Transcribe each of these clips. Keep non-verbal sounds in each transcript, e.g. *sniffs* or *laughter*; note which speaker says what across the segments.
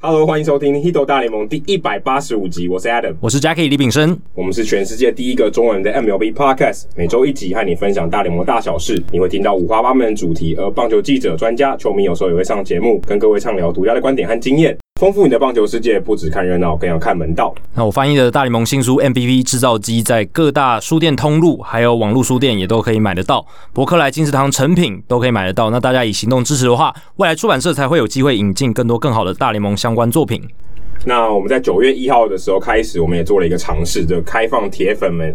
Speaker 1: Hello，欢迎收听《h i d o 大联盟》第一百八十五集，我是 Adam，
Speaker 2: 我是 Jackie 李炳生。
Speaker 1: 我们是全世界第一个中文的 MLB Podcast，每周一集和你分享大联盟大小事，你会听到五花八门的主题，而棒球记者、专家、球迷有时候也会上节目，跟各位畅聊独家的观点和经验，丰富你的棒球世界。不只看热闹，更要看门道。
Speaker 2: 那我翻译的大联盟新书《MVP 制造机》在各大书店通路，还有网络书店也都可以买得到，博客来、金石堂成品都可以买得到。那大家以行动支持的话，未来出版社才会有机会引进更多更好的大联盟相关作品。
Speaker 1: 那我们在九月一号的时候开始，我们也做了一个尝试，就开放铁粉们，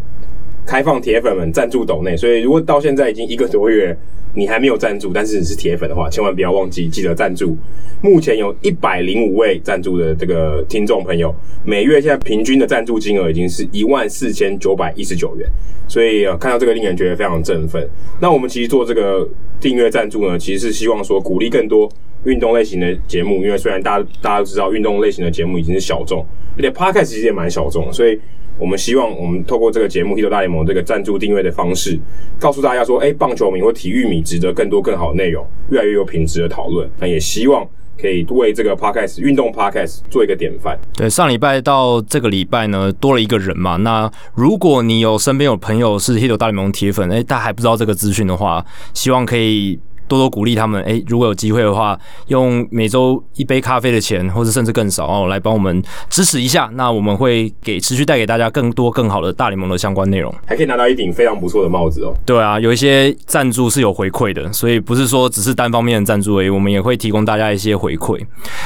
Speaker 1: 开放铁粉们赞助抖内。所以如果到现在已经一个多月，你还没有赞助，但是你是铁粉的话，千万不要忘记记得赞助。目前有一百零五位赞助的这个听众朋友，每月现在平均的赞助金额已经是一万四千九百一十九元，所以、呃、看到这个令人觉得非常振奋。那我们其实做这个订阅赞助呢，其实是希望说鼓励更多运动类型的节目，因为虽然大家大家都知道运动类型的节目已经是小众，而且 podcast 其实也蛮小众的，所以我们希望我们透过这个节目《h i t 大联盟》这个赞助订阅的方式，告诉大家说，哎、棒球迷或体育迷值得更多更好的内容，越来越有品质的讨论。那也希望可以为这个 podcast 运动 podcast 做一个典范。
Speaker 2: 对，上礼拜到这个礼拜呢，多了一个人嘛。那如果你有身边有朋友是 Hito 大联盟铁粉，诶，他还不知道这个资讯的话，希望可以多多鼓励他们。诶，如果有机会的话，用每周一杯咖啡的钱，或者甚至更少哦，来帮我们支持一下。那我们会给持续带给大家更多更好的大联盟的相关内容。
Speaker 1: 还可以拿到一顶非常不错的帽子哦。
Speaker 2: 对啊，有一些赞助是有回馈的，所以不是说只是单方面的赞助而已，我们也会提供大家一些回馈。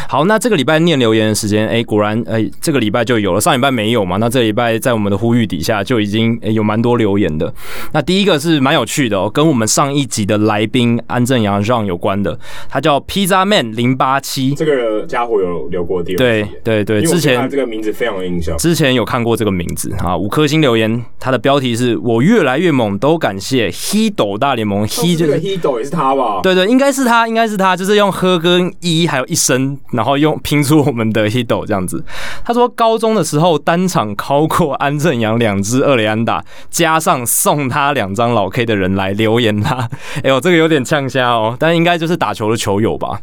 Speaker 2: 好，那这个礼拜念留言的时间，哎、果然，哎、这个礼拜就有了，上礼拜没有嘛？那这个礼拜在我们的呼吁底下，就已经、哎有蛮多留言的。那第一个是蛮有趣的哦，跟我们上一集的来宾安正阳让有关的，他叫 Pizza Man 零八七，
Speaker 1: 这个家伙有留过第二
Speaker 2: 对
Speaker 1: 集耶，
Speaker 2: 对对，
Speaker 1: 因为我
Speaker 2: 之
Speaker 1: 对
Speaker 2: 前
Speaker 1: 他这个名字非常有印象。
Speaker 2: 之前有看过这个名字啊，五颗星留言，它的标题是“我越来越猛，都感谢 He 斗大联盟 ”，He 就
Speaker 1: 这个
Speaker 2: 是
Speaker 1: Hido 也是他吧？
Speaker 2: 对对，应该是他，应该是他，就是用呵跟一还有一声，然后用拼出我们的 h i d o 这样子。他说高中的时候单场敲过安正阳两支二雷安打，加上送他两张老 K 的人来留言他。 *laughs* 哎呦，这个有点呛虾哦，但应该就是打球的球友吧？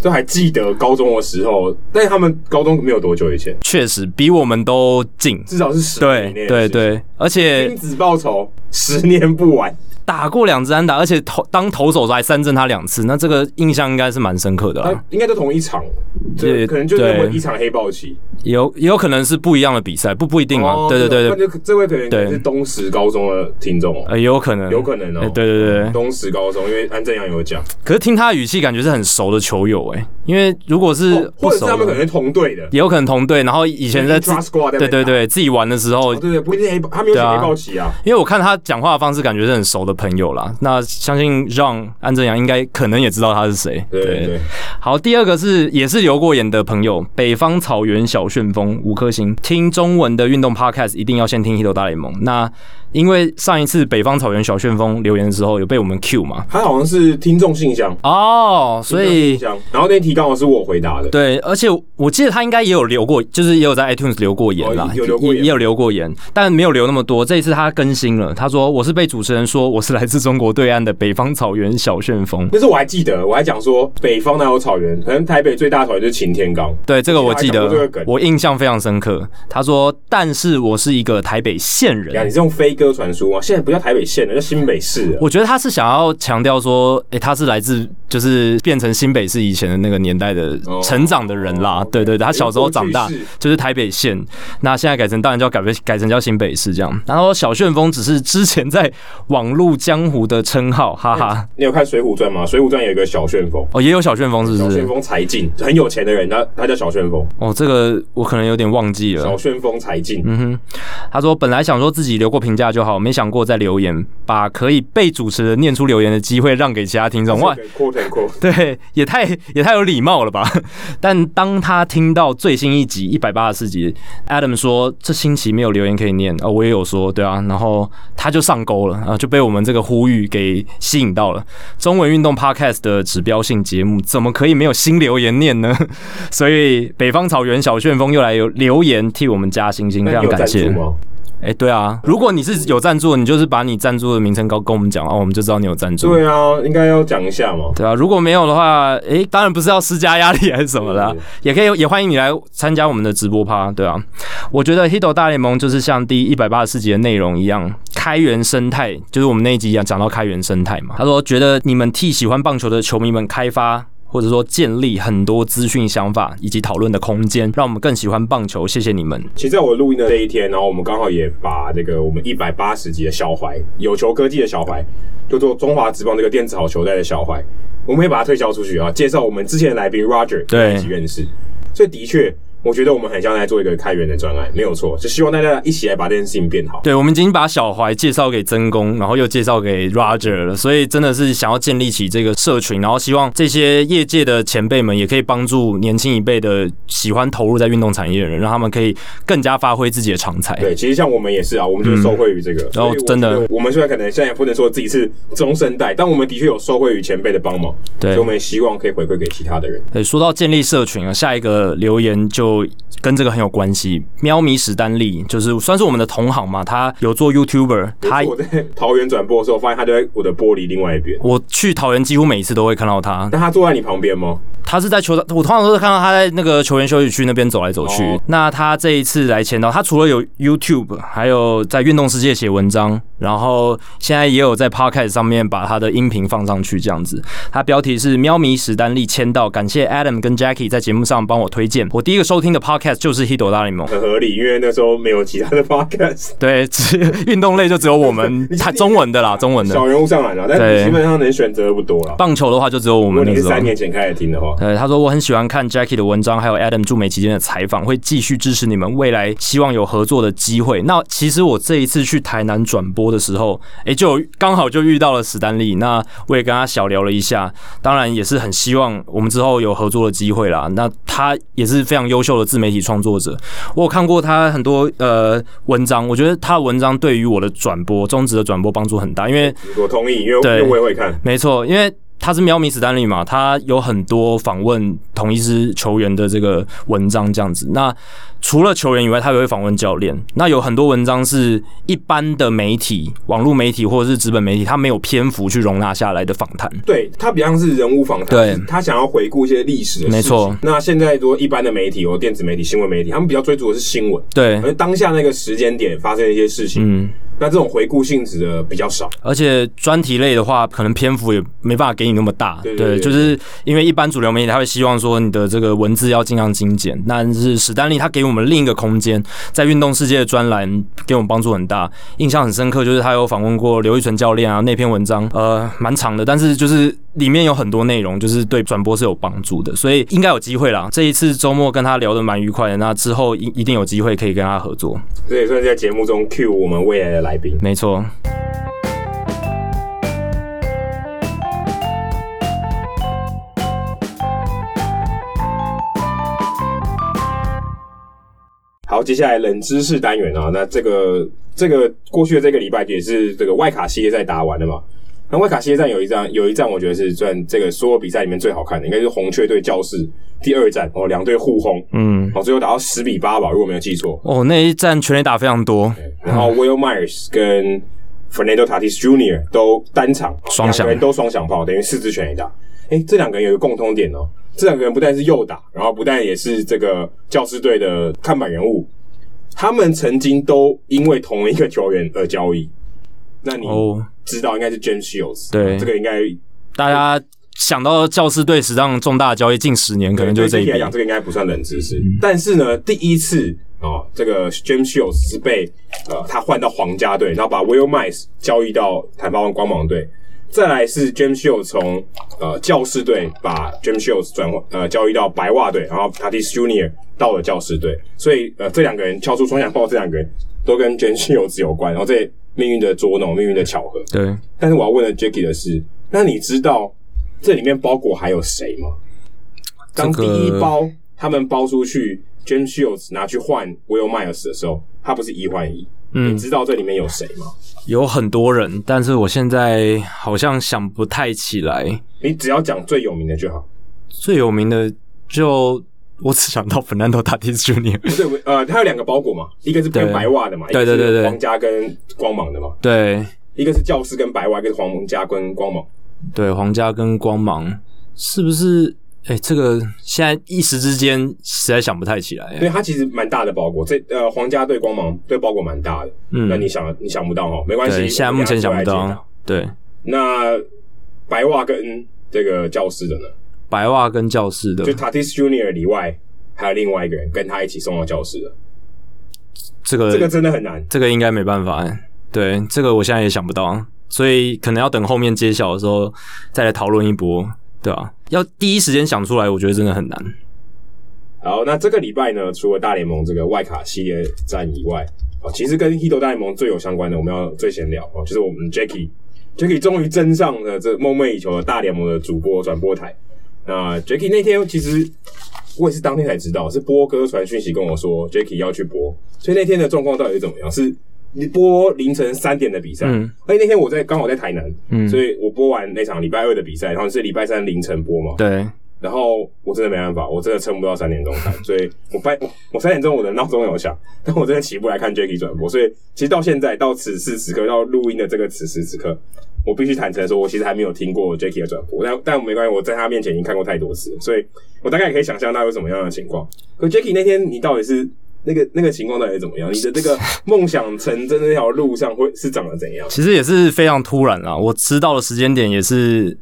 Speaker 1: 都还记得高中的时候，但是他们高中没有多久以前，
Speaker 2: 确实比我们都近。
Speaker 1: 至少是十年以内
Speaker 2: 对
Speaker 1: 的
Speaker 2: 对
Speaker 1: 事情。
Speaker 2: 对，而且
Speaker 1: 君子报仇，十年不晚。
Speaker 2: 打过两支安打，而且投当投手的时候还三振他两次，那这个印象应该是蛮深刻的啦。
Speaker 1: 啊，应该都同一场，
Speaker 2: 对
Speaker 1: 这可能就是那么
Speaker 2: 对
Speaker 1: 一场黑豹棋。
Speaker 2: 也有也有可能是不一样的比赛，不不一定啊。
Speaker 1: 哦
Speaker 2: 对对对
Speaker 1: 那，
Speaker 2: 对
Speaker 1: 就这位可能
Speaker 2: 对
Speaker 1: 是东石高中的听众哦，
Speaker 2: 呃，有可能，
Speaker 1: 有可能哦
Speaker 2: 呃。对对对对，
Speaker 1: 东石高中，因为安正阳有讲，
Speaker 2: 可是听他的语气，感觉是很熟的球友哎、因为如果是
Speaker 1: 哦或
Speaker 2: 不
Speaker 1: 者是
Speaker 2: 熟
Speaker 1: 他们可能
Speaker 2: 的，
Speaker 1: 是同队的，
Speaker 2: 也有可能同队，然后以前在自
Speaker 1: Intra squad 在那边
Speaker 2: 对对
Speaker 1: 打
Speaker 2: 对自己玩的时候
Speaker 1: 哦，对对，不一定黑豹，他没有写
Speaker 2: 对啊
Speaker 1: 黑豹棋啊。
Speaker 2: 因为我看他讲话的方式，感觉是很熟的朋友啦。那相信让安正阳应该可能也知道他是谁。
Speaker 1: 对对对，
Speaker 2: 好，第二个是也是留过言的朋友，北方草原小旋风五颗星，听中文的运动 podcast 一定要先听《h i t 大联盟》。那因为上一次北方草原小旋风留言的时候有被我们 Q 嘛，
Speaker 1: 他好像是听众信箱，
Speaker 2: 哦，所以
Speaker 1: 听众信箱，然后那题刚好是我回答的，
Speaker 2: 对，而且我我记得他应该也有留过，就是也有在 iTunes 留过言啦，
Speaker 1: 哦有留过
Speaker 2: 也
Speaker 1: 言
Speaker 2: 也有留过言，但没有留那么多。这一次他更新了，他说我是被主持人说我是来自中国对岸的北方草原小旋
Speaker 1: *laughs*
Speaker 2: 风。
Speaker 1: 那时候我还记得，我还讲说北方哪有草原，可能台北最大的草原就是擎天岗。
Speaker 2: 对，这个我记
Speaker 1: 他还讲过这个
Speaker 2: 得
Speaker 1: 梗，
Speaker 2: 我印象非常深刻。他说，但是我是一个台北县
Speaker 1: 呀，
Speaker 2: 人
Speaker 1: 你。是用飞鸽传书吗？现在不叫台北县了，叫新北市了。
Speaker 2: 我觉得他是想要强调说，诶、他是来自就是变成新北市以前的那个年代的
Speaker 1: 哦
Speaker 2: 成长的人啦。
Speaker 1: 哦
Speaker 2: 对对对，他小时候长大
Speaker 1: 过去式
Speaker 2: 就是台北县，那现在改成当然叫改为改成叫新北市这样。然后小旋风只是之前在网络江湖的称号，哈哈。
Speaker 1: 你有看《水浒传》吗？《水浒传》有一个小旋风，
Speaker 2: 哦，也有小旋风是
Speaker 1: 小
Speaker 2: 不
Speaker 1: 旋
Speaker 2: 是？
Speaker 1: 风柴进，很有钱的人，他他叫小旋风，
Speaker 2: 哦，这个我可能有点忘记了。
Speaker 1: 小旋风柴进。
Speaker 2: 嗯哼，他说本来想说自己留过评价就好，没想过再留言，把可以被主持人念出留言的机会让给其他听众。哇，
Speaker 1: ，quote and quote，
Speaker 2: 对，也太也太有礼貌了吧！但当他听到最新一集一百八十四集，Adam 说这星期没有留言可以念啊、我也有说对啊，然后他就上钩了啊，就被我们这个呼吁给吸引到了。中文运动 Podcast 的指标性节目，怎么可以没有新留言念呢？ *laughs* 所以北方草原小旋风又来有留言替我们加星星，
Speaker 1: 那
Speaker 2: 非嗯常
Speaker 1: 你有
Speaker 2: 感
Speaker 1: 赞助
Speaker 2: 谢。
Speaker 1: 吗？
Speaker 2: 哎、对啊，如果你是有赞助，你就是把你赞助的名称告跟我们讲哦，我们就知道你有赞助。
Speaker 1: 对啊，应该要讲一下嘛。
Speaker 2: 对啊，如果没有的话，诶、当然不是要施加压力还是什么啦
Speaker 1: 嗯，
Speaker 2: 也可以也欢迎你来参加我们的直播趴，对啊，我觉得《Hito 大联盟》就是像第一百八十四集的内容一样，开源生态，就是我们那一集一样讲到开源生态嘛。他说觉得你们替喜欢棒球的球迷们开发。或者说建立很多资讯、想法以及讨论的空间，让我们更喜欢棒球。谢谢你们。
Speaker 1: 其实在我录音的这一天，然后我们刚好也把这个我们一百八十集的小怀，有球科技的小怀，就做中华职棒这个电子好球带的小怀，我们也把它推销出去啊，介绍我们之前的来宾 Roger
Speaker 2: 对
Speaker 1: 一起认识。所以的确，我觉得我们很像在做一个开源的专案，没有错，就希望大家一起来把这件事情变好。
Speaker 2: 对，我们已经把小怀介绍给曾公，然后又介绍给 Roger 了，所以真的是想要建立起这个社群，然后希望这些业界的前辈们也可以帮助年轻一辈的喜欢投入在运动产业的人，让他们可以更加发挥自己的长才。
Speaker 1: 对，其实像我们也是啊，我们就是受惠于这个。所以我觉
Speaker 2: 哦真的
Speaker 1: 得我们虽然可能现在也不能说自己是中生代，但我们的确有受惠于前辈的帮忙，所
Speaker 2: 对
Speaker 1: 以我们也希望可以回馈给其他的人。
Speaker 2: 对，说到建立社群啊，下一个留言就跟这个很有关系。喵咪史丹利就是算是我们的同行嘛，他有做 YouTuber，他
Speaker 1: 有一次我在桃园转播的时候，发现他就在我的玻璃另外一边。
Speaker 2: 我去桃园几乎每一次都会看到他，
Speaker 1: 那他坐在你旁边吗？
Speaker 2: 他是在球场，我通常都是看到他在那个球员休息区那边走来走去。
Speaker 1: 哦
Speaker 2: 那他这一次来签到，他除了有 YouTube，还有在运动世界写文章，然后现在也有在 Podcast 上面把他的音频放上去，这样子。他标题是“喵咪史丹利签到”，感谢 Adam 跟 Jackie 在节目上帮我推荐。我第一个收听的 Podcast 就是《h i d o 大联盟》。
Speaker 1: 很合理，因为那时候没有其他
Speaker 2: *laughs*
Speaker 1: 的 podcast，
Speaker 2: 对，只运动类就只有
Speaker 1: *laughs*
Speaker 2: 我们，他中文的啦，中文的
Speaker 1: 小人物上来了，但
Speaker 2: 对嗯
Speaker 1: 你基本上能选择的不多了。
Speaker 2: 棒球的话就只有我
Speaker 1: 如果
Speaker 2: 们
Speaker 1: 你
Speaker 2: 那
Speaker 1: 是
Speaker 2: 时候
Speaker 1: 三。年前开始听的话，
Speaker 2: 呃，他说我很喜欢看 Jackie 的文章，还有 Adam 驻美期间的采访，会继续支持你们，未来希望有合作的机会。那其实我这一次去台南转播的时候，诶、就有刚好就遇到了史丹利，那我也跟他小聊了一下，当然也是很希望我们之后有合作的机会啦。那他也是非常优秀的自媒体创作者，我有看过他很多呃文章，我觉得他的文章对于我的转播中职的转播帮助很大，因为
Speaker 1: 我同意，因为因
Speaker 2: 对
Speaker 1: 为我也会看。
Speaker 2: 没错，因为他是喵咪史丹利嘛，他有很多访问同一支球员的这个文章这样子。那除了球员以外，他也会访问教练。那有很多文章是一般的媒体、网络媒体或者是纸本媒体，他没有篇幅去容纳下来的访谈。
Speaker 1: 对他比较像是人物访谈，
Speaker 2: 对
Speaker 1: 他想要回顾一些历史的事情。
Speaker 2: 没错
Speaker 1: 那现在如果一般的媒体，有电子媒体、新闻媒体，他们比较追逐的是新闻，
Speaker 2: 对，
Speaker 1: 而当下那个时间点发生的一些事情，
Speaker 2: 嗯，
Speaker 1: 那这种回顾性质的比较少。
Speaker 2: 而且专题类的话，可能篇幅也没办法给你那么大。
Speaker 1: 对对对
Speaker 2: 就是因为一般主流媒体他会希望说你的这个文字要尽量精简，但是史丹利他给我们另一个空间，在运动世界的专栏给我们帮助很大。印象很深刻就是他有访问过刘玉纯教练啊，那篇文章呃蛮长的，但是就是里面有很多内容，就是对转播是有帮助的，所以应该有机会啦。这一次周末跟他聊得蛮愉快的，那之后一一定有机会可以跟他合作。
Speaker 1: 这也算是在节目中 cue 我们未来的来宾。
Speaker 2: 没错。
Speaker 1: 好，接下来冷知识单元啊，那这个这个过去的这个礼拜也是这个外卡系列赛打完了嘛。那外卡系列战有一站，有一站我觉得是算这个所有比赛里面最好看的，应该是红雀对教士第二战哦，两队互轰，
Speaker 2: 嗯，
Speaker 1: 哦，最后打到十比八吧，如果没有记错。
Speaker 2: 哦，那一战全垒打非常多，
Speaker 1: 然
Speaker 2: 嗯
Speaker 1: 后 Will Myers 跟 Fernando Tatis Jr. 都单场
Speaker 2: 双响
Speaker 1: 两个人都双响炮，等于四支全垒打。哎，这两个人有一个共通点哦，这两个人不但是右打，然后不但也是这个教师队的看板人物，他们曾经都因为同一个球员而交易。那你
Speaker 2: 哦，
Speaker 1: 知道应该是 James Shields，
Speaker 2: 对
Speaker 1: 这个应该
Speaker 2: 大家想到教师队史上重大的交易，近十年可能就是这
Speaker 1: 对
Speaker 2: 一
Speaker 1: 具体来。
Speaker 2: 笔嗯
Speaker 1: 讲，这个应该不算冷知识。但是呢，第一次哦，这个 James Shields 是被呃他换到皇家队，然后把 Will Mice 交易到坦帕湾光芒队。再来是 James Shields 从呃教士队把 James Shields 转换呃交易到白袜队，然后 Tatis Junior 到了教士队，所以呃这两个人敲出双响炮，这两个人都跟 James Shields 有关，然后这命运的捉弄，命运的巧合。
Speaker 2: 对，
Speaker 1: 但是我要问了 Jacky 的是，那你知道这里面包裹还有谁吗？当
Speaker 2: 这
Speaker 1: 第
Speaker 2: 个
Speaker 1: 一包他们包出去，James Shields 拿去换 Will Myers 的时候，他不是一换一？
Speaker 2: 嗯
Speaker 1: 你知道这里面有谁吗？
Speaker 2: 有很多人，但是我现在好像想不太起来。
Speaker 1: 你只要讲最有名的就好。
Speaker 2: 最有名的就我只想到 Fernando Tatis Jr。
Speaker 1: 不对，呃，它有两个包裹嘛，一个是
Speaker 2: 对
Speaker 1: 跟白袜的嘛，
Speaker 2: 对
Speaker 1: 一个是
Speaker 2: 对对对
Speaker 1: 皇家跟光芒的嘛，
Speaker 2: 对
Speaker 1: 一个是教师跟白袜，一个是皇家跟光芒。
Speaker 2: 对，皇家跟光芒是不是？哎、这个现在一时之间实在想不太起来、
Speaker 1: 对，它其实蛮大的包裹，这呃皇家对光芒对包裹蛮大的。
Speaker 2: 嗯
Speaker 1: 那你想你想不到哦，没关系，
Speaker 2: 对，现在目前想不
Speaker 1: 我们等一下
Speaker 2: 到。
Speaker 1: 再来
Speaker 2: 对，
Speaker 1: 解答。那白袜跟这个教师的呢？
Speaker 2: 白袜跟教室的
Speaker 1: 就 Tatis Junior 以外，还有另外一个人跟他一起送到教室的，
Speaker 2: 这个
Speaker 1: 这个真的很难。
Speaker 2: 这个应该没办法、哎对，这个我现在也想不到，所以可能要等后面揭晓的时候再来讨论一波，对吧、要第一时间想出来，我觉得真的很难。
Speaker 1: 好，那这个礼拜呢，除了大联盟这个外卡系列战以外，啊，其实跟 Hito 大联盟最有相关的，我们要最闲聊啊，就是我们 Jacky Jacky 终于登上了这梦寐以求的大联盟的主播转播台。那 Jacky 那天其实我也是当天才知道，是波哥传讯息跟我说 Jacky 要去播，所以那天的状况到底是怎么样？是你播凌晨三点的比赛，
Speaker 2: 嗯
Speaker 1: 而且那天我在刚好在台南，
Speaker 2: 嗯，
Speaker 1: 所以我播完那场礼拜二的比赛，然后是礼拜三凌晨播嘛，
Speaker 2: 对，
Speaker 1: 然后我真的没办法，我真的撑不到三点钟看，所以我半我我三点钟我的闹钟有响， *laughs* 但我真的起不来看 Jacky 转播，所以其实到现在到此时此刻到录音的这个此时此刻，我必须坦诚地说，我其实还没有听过 Jacky 的转播，但但没关系，我在他面前已经看过太多次了，所以我大概可以想象他有什么样的情况。可 Jacky 那天你到底是那个那个情况到底是怎么样？你的这个梦想成真的那条路上会是长得怎样？
Speaker 2: 其实也是非常突然啦。我知道的时间点也是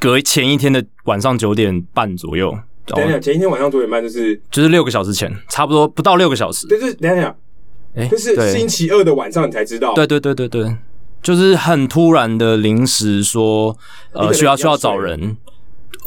Speaker 2: 隔前一天的晚上九点半左右，
Speaker 1: 等一
Speaker 2: 哦
Speaker 1: 下，前一天晚上九点半就是
Speaker 2: 就是六个小时前，差不多不到六个小时。
Speaker 1: 对，就是等一下，
Speaker 2: 哎，
Speaker 1: 就是
Speaker 2: 对
Speaker 1: 星期二的晚上你才知道，
Speaker 2: 对对对对对，就是很突然的临时说，
Speaker 1: 你
Speaker 2: 呃，
Speaker 1: 可能
Speaker 2: 需要
Speaker 1: 比较
Speaker 2: 需要找人。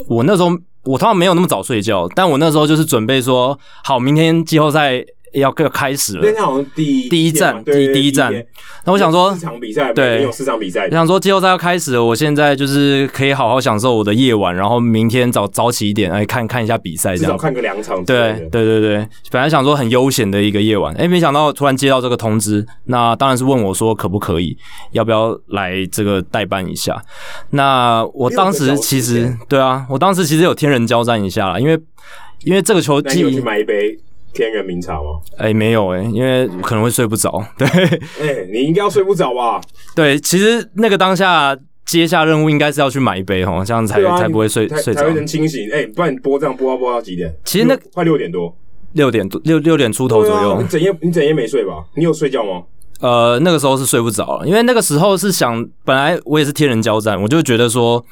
Speaker 2: 我那时候我通常没有那么早睡觉，但我那时候就是准备说，好，明天季后赛要要开始
Speaker 1: 那
Speaker 2: 了
Speaker 1: 天。好像第一
Speaker 2: 第一站
Speaker 1: 天嘛对
Speaker 2: 第
Speaker 1: 对
Speaker 2: 第一站
Speaker 1: 天
Speaker 2: 那我想说
Speaker 1: 四，场比赛，
Speaker 2: 对
Speaker 1: 对，有四场比赛
Speaker 2: 我，想说季后赛要开始了，我现在就是可以好好享受我的夜晚，然后明天早早起一点来看看一下比赛，
Speaker 1: 至
Speaker 2: 这
Speaker 1: 少
Speaker 2: 样。
Speaker 1: 看个两场之类的。
Speaker 2: 对对对对，本来想说很悠闲的一个夜晚，哎，没想到突然接到这个通知，那当然是问我说可不可以，要不要来这个代办一下。那我当时其
Speaker 1: 六个小
Speaker 2: 实
Speaker 1: 时
Speaker 2: 对啊，我当时其实有天人交战一下啦，因为因为这个球
Speaker 1: 那你有去
Speaker 2: 季
Speaker 1: 买一杯天人茗茶吗？
Speaker 2: 哎没有哎、因为可能会睡不着， *laughs* 对。
Speaker 1: 哎、你应该要睡不着吧？
Speaker 2: 对，其实那个当下接下任务应该是要去买一杯哦，这样才、
Speaker 1: 对啊，
Speaker 2: 才不会睡
Speaker 1: 才
Speaker 2: 睡着
Speaker 1: 才。会能清醒。哎、不然你播这样播到播到几点？
Speaker 2: 其实那
Speaker 1: 六快六点多，
Speaker 2: 六点多六六点出头左
Speaker 1: 对
Speaker 2: 右
Speaker 1: 啊，你整夜你整夜没睡吧？你有睡觉吗？
Speaker 2: 呃，那个时候是睡不着了，因为那个时候是想，本来我也是天人交战，我就觉得说。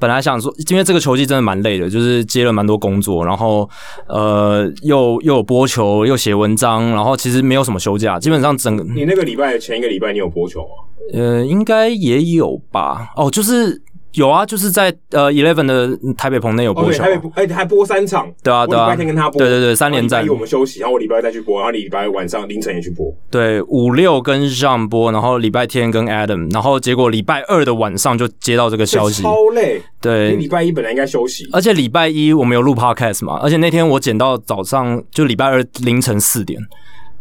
Speaker 2: 本来想说，因为这个球季真的蛮累的，就是接了蛮多工作，然后呃，又又有播球，又写文章，然后其实没有什么休假，基本上整个
Speaker 1: 你那个礼拜前一个礼拜你有播球吗？
Speaker 2: 呃，应该也有吧。哦，就是有啊，就是在呃 Eleven 的台北棚内有
Speaker 1: 哦，
Speaker 2: 播
Speaker 1: 对，
Speaker 2: 球
Speaker 1: 还，有哎、还播三场。
Speaker 2: 对啊，
Speaker 1: 我
Speaker 2: 对
Speaker 1: 礼
Speaker 2: 啊，
Speaker 1: 拜天跟他播，
Speaker 2: 对对对，三连
Speaker 1: 然后礼拜
Speaker 2: 战
Speaker 1: 一，我们休息，然后我礼拜二再去播，然后礼拜晚上凌晨也去播。
Speaker 2: 对五六跟上波，然后礼拜天跟 Adam，然后结果礼拜二的晚上就接到这个消息，嗯呃
Speaker 1: 超累。你
Speaker 2: 对
Speaker 1: 礼，拜一本来应该休息，
Speaker 2: 而且礼拜一我们有录 podcast 嘛，而且那天我剪到早上，就礼拜二凌晨四点，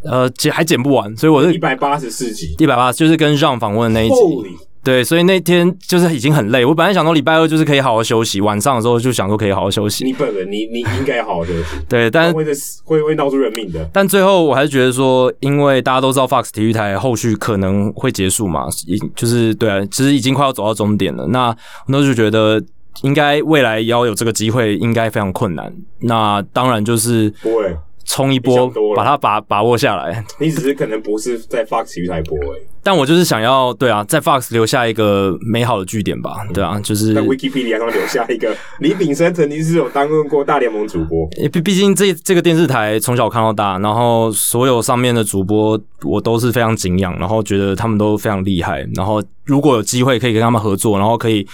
Speaker 2: 呃，剪还剪不完，所以我
Speaker 1: 一
Speaker 2: 是
Speaker 1: 百八十四集。
Speaker 2: 一百八，就是跟让访问的那一集，
Speaker 1: Holy
Speaker 2: 对，所以那天就是已经很累，我本来想说礼拜二就是可以好好休息，晚上的时候就想说可以好好休息，
Speaker 1: 你本人，你你应该好好休息，
Speaker 2: 对，但
Speaker 1: 会的会会闹出人命的。
Speaker 2: 但最后我还是觉得说，因为大家都知道 Fox 体育台后续可能会结束嘛，已就是对啊，其实已经快要走到终点了。那那就觉得应该未来要有这个机会，应该非常困难。那当然就是
Speaker 1: 不会，
Speaker 2: 冲一
Speaker 1: 你
Speaker 2: 波
Speaker 1: 想多，了
Speaker 2: 把它把把握下来。
Speaker 1: 你只是可能不是在 Fox 体育台播而已，
Speaker 2: 但我就是想要对啊，在 Fox 留下一个美好的据点吧，对啊，就是
Speaker 1: 嗯在 Wikipedia 上留下一个李炳生曾经是有担任过大联盟主播，
Speaker 2: 诶毕毕竟这这个电视台从小看到大，然后所有上面的主播我都是非常敬仰，然后觉得他们都非常厉害。然后如果有机会可以跟他们合作，然后可以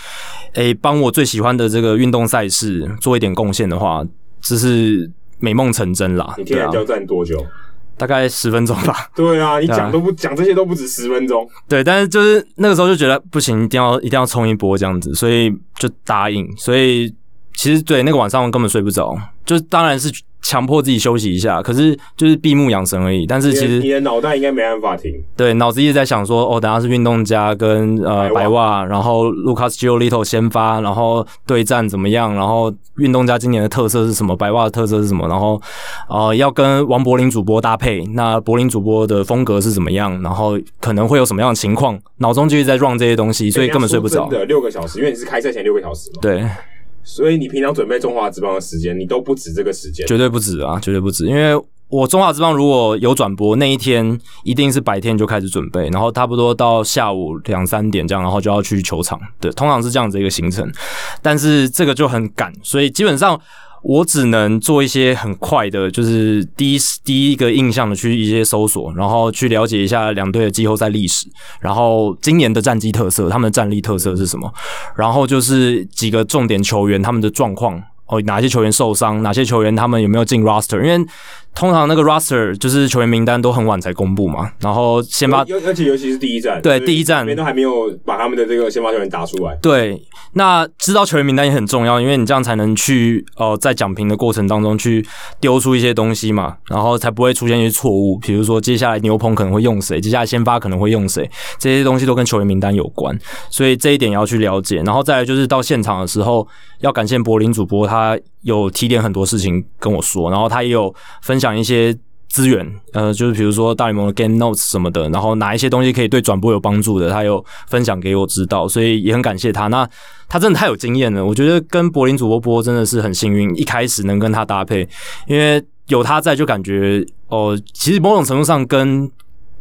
Speaker 2: 诶帮我最喜欢的这个运动赛事做一点贡献的话，这是美梦成真啦
Speaker 1: 你。天
Speaker 2: 对啊
Speaker 1: 然，交战多久？
Speaker 2: 大概十分钟吧。
Speaker 1: 对啊，你
Speaker 2: 对啊
Speaker 1: 讲都不讲这些都不止十分钟，
Speaker 2: 对，但是就是那个时候就觉得不行，一定要一定要冲一波这样子，所以就答应。所以其实对那个晚上根本睡不着，就是当然是强迫自己休息一下，可是就是闭目养神而已。但是其
Speaker 1: 你的你
Speaker 2: 实
Speaker 1: 的脑袋应该没办法停。
Speaker 2: 对脑子一直在想说，哦，等下是运动家跟呃
Speaker 1: 白袜
Speaker 2: 白袜，然后 Lucas Giolito 先发，然后对战怎么样，然后运动家今年的特色是什么，白袜的特色是什么，然后呃要跟王柏林主播搭配，那柏林主播的风格是怎么样，然后可能会有什么样的情况，脑中就一直在 run 这些东西，所以根本睡不
Speaker 1: 人
Speaker 2: 着
Speaker 1: 家说。真的，六个小时，因为你是开赛前六个小时嘛，
Speaker 2: 对，
Speaker 1: 所以你平常准备中华职棒的时间，你都不止这个时间。
Speaker 2: 绝对不止啊，绝对不止，因为。我中华之棒如果有转播，那一天一定是白天就开始准备，然后差不多到下午两三点这样，然后就要去球场。对，通常是这样子一个行程，但是这个就很赶，所以基本上我只能做一些很快的，就是第一第一个印象的去一些搜索，然后去了解一下两队的季后赛历史，然后今年的战绩特色，他们的战力特色是什么，然后就是几个重点球员他们的状况。哦，哪些球员受伤？哪些球员他们有没有进 roster？因为通常那个 roster 就是球员名单都很晚才公布嘛。然后先发
Speaker 1: 尤而且尤其是第一站，
Speaker 2: 对
Speaker 1: 就是
Speaker 2: 第一站
Speaker 1: 那边都还没有把他们的这个先发球员打出来。
Speaker 2: 对，那知道球员名单也很重要，因为你这样才能去呃，在讲评的过程当中去丢出一些东西嘛，然后才不会出现一些错误，比如说接下来牛棚可能会用谁，接下来先发可能会用谁，这些东西都跟球员名单有关，所以这一点也要去了解。然后再来就是到现场的时候，要感谢柏林主播，他有提点很多事情跟我说，然后他也有分享一些。资源，呃，就是比如说大联盟的 Game Notes 什么的，然后哪一些东西可以对转播有帮助的，他有分享给我知道，所以也很感谢他。那他真的太有经验了，我觉得跟柏林主播播真的是很幸运，一开始能跟他搭配，因为有他在就感觉哦、其实某种程度上跟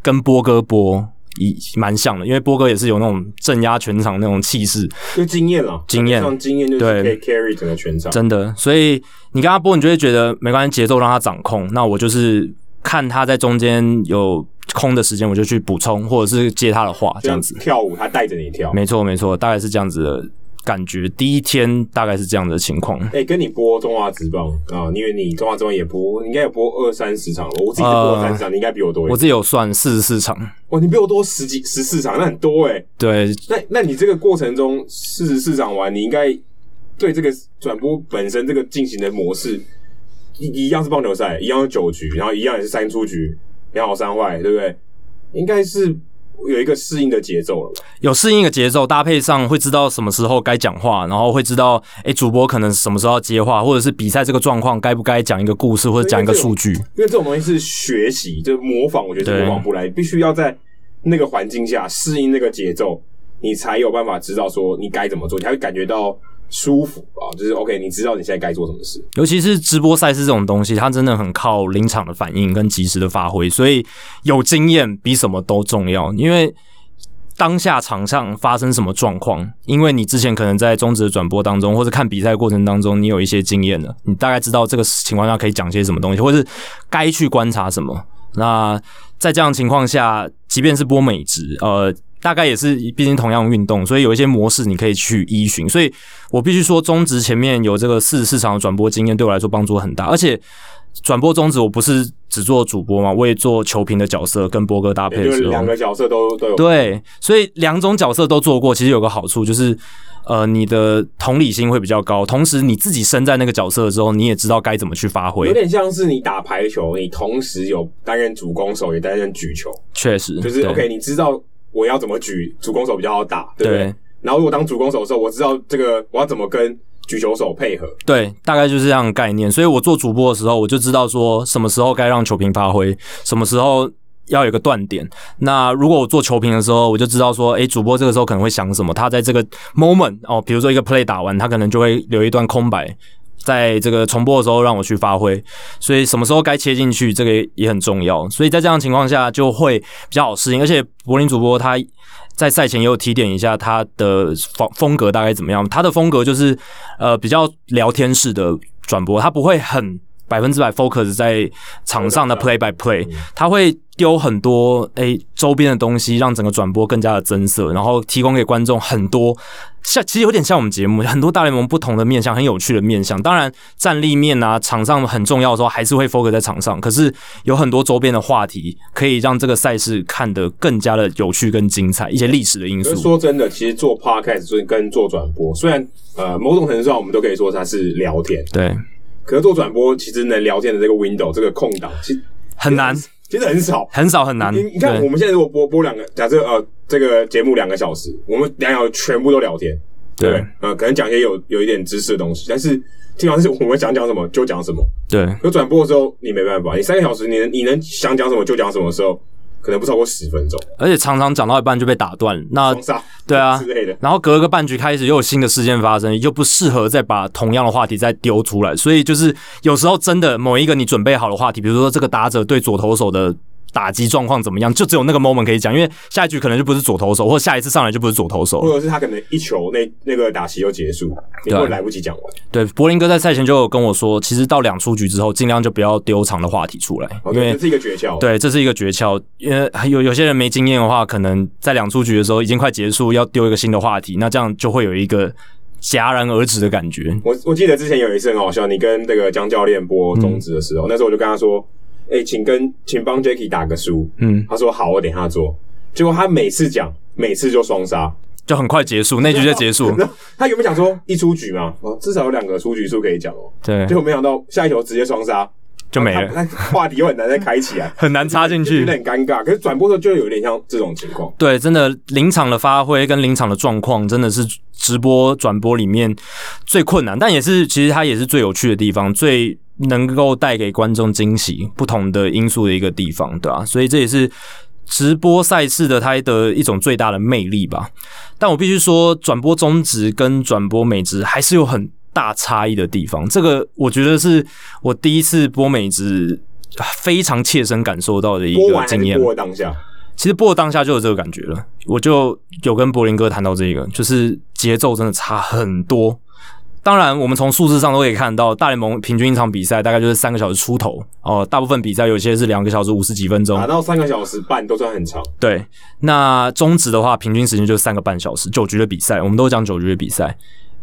Speaker 2: 跟波哥播。也蛮像的，因为波哥也是有那种镇压全场那种气势，
Speaker 1: 就经验了，
Speaker 2: 经验
Speaker 1: 像经验就是
Speaker 2: 对
Speaker 1: 可以 carry 整个全场。
Speaker 2: 真的。所以你跟他播，你就会觉得没关系，节奏让他掌控。那我就是看他在中间有空的时间，我就去补充，或者是接他的话，
Speaker 1: 就
Speaker 2: 这
Speaker 1: 像
Speaker 2: 样子。
Speaker 1: 跳舞，他带着你跳。
Speaker 2: 没错，没错，大概是这样子的感觉。第一天大概是这样的情况。
Speaker 1: 哎、跟你播中华职棒啊，因为你中华职棒也播，你应该有播二三十场了。我自己是播
Speaker 2: 呃
Speaker 1: 三十场，你应该比我多一
Speaker 2: 我
Speaker 1: 点。
Speaker 2: 自己有算四十四场，
Speaker 1: 哇，你比我多十几十四场，那很多哎、
Speaker 2: 对，
Speaker 1: 那那你这个过程中四十四场完，你应该对这个转播本身这个进行的模式一一样是棒球赛，一样是九局，然后一样也是三出局，两好三坏，对不对？应该是有一个适应的节奏了吧。
Speaker 2: 有适应一个节奏，搭配上会知道什么时候该讲话，然后会知道，诶、主播可能什么时候要接话，或者是比赛这个状况该不该讲一个故事或者讲一个数据。
Speaker 1: 因为这种东西是学习，就是模仿，我觉得是
Speaker 2: 对
Speaker 1: 模仿不来，必须要在那个环境下适应那个节奏，你才有办法知道说你该怎么做，你才会感觉到舒服啊。就是 OK，你知道你现在该做什么事。
Speaker 2: 尤其是直播赛事这种东西，它真的很靠临场的反应跟及时的发挥，所以有经验比什么都重要，因为。当下场上发生什么状况？因为你之前可能在中职的转播当中，或者看比赛过程当中，你有一些经验了，你大概知道这个情况下可以讲些什么东西，或是该去观察什么。那在这样的情况下，即便是播美职，呃，大概也是毕竟同样运动，所以有一些模式你可以去依循。所以我必须说，中职前面有这个四十四场的转播经验，对我来说帮助很大。而且转播中职，我不是只做主播嘛，我也做球评的角色，跟波哥搭配
Speaker 1: 也
Speaker 2: 的
Speaker 1: 就是
Speaker 2: 时候
Speaker 1: 两，个角色都都有
Speaker 2: 对，所以两种角色都做过，其实有个好处就是，呃，你的同理心会比较高，同时你自己身在那个角色的时候，你也知道该怎么去发
Speaker 1: 有
Speaker 2: 挥。
Speaker 1: 点像是你打排球，你同时有担任主攻手，也担任举球，
Speaker 2: 确实，
Speaker 1: 就是
Speaker 2: 对
Speaker 1: OK，你知道我要怎么举主攻手比较好打，对不对？
Speaker 2: 对
Speaker 1: 然后如果当主攻手的时候，我知道这个我要怎么跟举球手配合，
Speaker 2: 对，大概就是这样的概念。所以我做主播的时候，我就知道说什么时候该让球评发挥，什么时候要有个断点。那如果我做球评的时候，我就知道说，诶，主播这个时候可能会想什么，他在这个 moment 哦，比如说一个 play 打完，他可能就会留一段空白。在这个重播的时候，让我去发挥，所以什么时候该切进去，这个也很重要。所以在这样的情况下，就会比较好适应。而且柏林主播他在赛前也有提点一下他的风风格大概怎么样。他的风格就是呃比较聊天式的转播，他不会很百分之百 focus 在场上的 play by play，他
Speaker 1: 嗯
Speaker 2: 会丢很多诶、周边的东西，让整个转播更加的增色，然后提供给观众很多像其实有点像我们节目很多大联盟不同的面向，很有趣的面向。当然战力面啊，场上很重要的时候还是会 focus 在场上，可是有很多周边的话题可以让这个赛事看得更加的有趣跟精彩，一些历史的因
Speaker 1: 可
Speaker 2: 素
Speaker 1: 是。说真的，其实做 podcast 跟做转播，虽然呃某种程度上我们都可以说它是聊天，
Speaker 2: 对，
Speaker 1: 可是做转播其实能聊天的这个 window 这个空档，其实
Speaker 2: 很难，
Speaker 1: 其实很少。
Speaker 2: 很少很难。
Speaker 1: 你你看，
Speaker 2: 对
Speaker 1: 我们现在如果播播两个，假设呃这个节目两个小时，我们两个小时全部都聊天，对不
Speaker 2: 对
Speaker 1: 对，呃，可能讲一些有有一点知识的东西，但是基本上是我们想讲什么就讲什么。
Speaker 2: 对
Speaker 1: 可转播的时候你没办法，你三个小时你能你能想讲什么就讲什么的时候，可能不超过十分钟，
Speaker 2: 而且常常讲到一半就被打断，那
Speaker 1: 双杀
Speaker 2: 对啊
Speaker 1: 之类的。
Speaker 2: 然后隔个半局开始又有新的事件发生，又不适合再把同样的话题再丢出来，所以就是有时候真的某一个你准备好的话题，比如说这个打者对左投手的。打击状况怎么样？就只有那个 moment 可以讲，因为下一局可能就不是左投手，或者下一次上来就不是左投手了
Speaker 1: 或者是他可能一球那那个打席就结束，你
Speaker 2: 对
Speaker 1: 会来不及讲完。
Speaker 2: 对，柏林哥在赛前就有跟我说，其实到两出局之后，尽量就不要丢长的话题出来，因
Speaker 1: OK，
Speaker 2: 为
Speaker 1: 哦这是一个诀窍。，
Speaker 2: 对，这是一个诀窍。因为哦呃有有些人没经验的话，可能在两出局的时候已经快结束，要丢一个新的话题，那这样就会有一个戛然而止的感觉。
Speaker 1: 我我记得之前有一次很好笑，你跟这个江教练
Speaker 2: 嗯
Speaker 1: 播中职的时候，那时候我就跟他说：“哎、请跟请帮 Jacky 打个输。”
Speaker 2: 嗯，
Speaker 1: 他说：“好，我等一下做。”结果他每次讲，每次就双杀。
Speaker 2: 就很快结束，那局就结束。
Speaker 1: 然后他原本想说一出局嘛，哦，至少有两个出局数可以讲哦。
Speaker 2: 对，
Speaker 1: 结果没想到下一球直接双杀，
Speaker 2: 就没了，，
Speaker 1: 那话题又很难再开起来
Speaker 2: 很难插 *laughs* 进
Speaker 1: 就有
Speaker 2: 去。
Speaker 1: 点尴尬。可是转播的时候就有点像这种情况，
Speaker 2: 对，真的临场的发挥跟临场的状况，真的是直播转播里面最困难，但也是其实它也是最有趣的地方，最能够带给观众惊喜、不同的因素的一个地方，对啊，所以这也是直播赛事的它的一种最大的魅力吧。但我必须说，转播中值跟转播美值还是有很大差异的地方。这个我觉得是我第一次播美值非常切身感受到的一
Speaker 1: 播
Speaker 2: 个
Speaker 1: 完还
Speaker 2: 经验
Speaker 1: 是。播的当下，
Speaker 2: 其实播了当下就有这个感觉了，我就有跟柏林哥谈到这个，就是节奏真的差很多。当然，我们从数字上都可以看到，大联盟平均一场比赛大概就是三个小时出头哦、大部分比赛有些是两个小时五十几分钟
Speaker 1: 打，到三个小时半都算很长。
Speaker 2: 对，那中职的话，平均时间就是三个半小时，九局的比赛，我们都讲九局的比赛，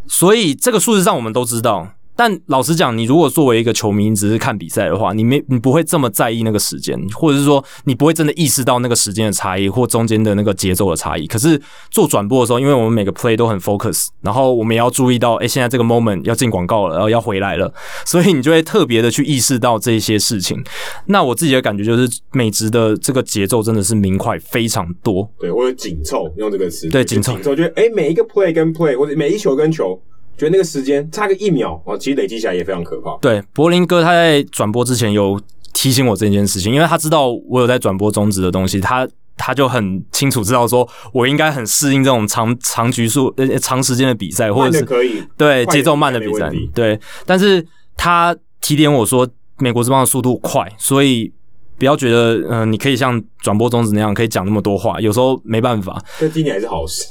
Speaker 2: 所以这个数字上我们都知道。但老实讲，你如果作为一个球迷，你只是看比赛的话，你没你不会这么在意那个时间，或者是说你不会真的意识到那个时间的差异或中间的那个节奏的差异。可是做转播的时候，因为我们每个 play 都很 focus，然后我们也要注意到，诶、现在这个 moment 要进广告了，然后要回来了，所以你就会特别的去意识到这些事情。那我自己的感觉就是，美职的这个节奏真的是明快非常多。
Speaker 1: 对，或者紧凑，用这个词，
Speaker 2: 对
Speaker 1: 就
Speaker 2: 紧凑
Speaker 1: 紧凑，觉得哎、诶每一个 play 跟 play，或者每一球跟球，觉得那个时间差个一秒，哦，其实累积起来也非常可怕。
Speaker 2: 对，柏林哥他在转播之前有提醒我这件事情，因为他知道我有在转播中职的东西，他他就很清楚知道说我应该很适应这种长长局数呃长时间的比赛，或
Speaker 1: 慢的
Speaker 2: 者是
Speaker 1: 可以，
Speaker 2: 对
Speaker 1: 快
Speaker 2: 节奏慢的
Speaker 1: 没
Speaker 2: 比赛
Speaker 1: 问题，
Speaker 2: 对。但是他提点我说，美国这帮的速度快，所以不要觉得嗯、呃你可以像转播中职那样可以讲那么多话，有时候没办法，
Speaker 1: 但今年还是好事，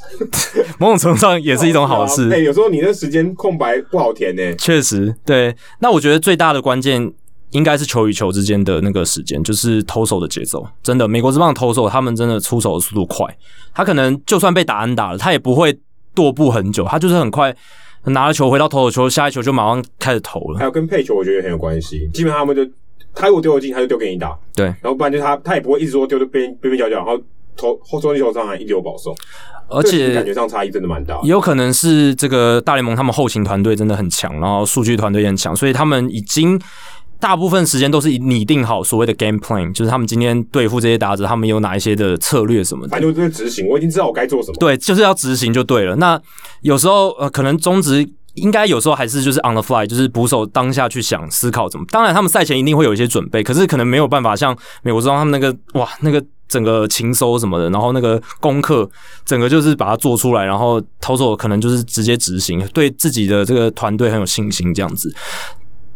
Speaker 2: 某种程度上也是一种好事。
Speaker 1: *laughs* 哎、诶有时候你那时间空白不好填呢、
Speaker 2: 确实，对。那我觉得最大的关键应该是球与球之间的那个时间，就是投手的节奏。真的，美国这帮投手他们真的出手的速度快，他可能就算被打安打了，他也不会踱步很久，他就是很快拿了球回到投手球，下一球就马上开始投了
Speaker 1: 还。有跟配球，我觉得很有关系。基本上他们就他如果丢得进，他就丢给你打，
Speaker 2: 对
Speaker 1: 然后不然就他他也不会一直说丢丢边边边角角，然后投后中继球上来一丢保送，
Speaker 2: 而
Speaker 1: 这感
Speaker 2: 且
Speaker 1: 觉上差异真的蛮大。
Speaker 2: 也有可能是这个大联盟他们后勤团队真的很强，然后数据团队也很强，所以他们已经大部分时间都是以拟定好所谓的 game plan，就是他们今天对付这些打者，他们有哪一些的策略什么的
Speaker 1: 反。正我就是执行，我已经知道我该做什么。
Speaker 2: 对，就是要执行就对了。那有时候呃，可能中职应该有时候还是就是 on the fly，就是捕手当下去想思考怎么。当然，他们赛前一定会有一些准备，可是可能没有办法像美国之棒他们那个哇那个。整个勤收什么的，然后那个功课，整个就是把它做出来，然后投手可能就是直接执行，对自己的这个团队很有信心，这样子。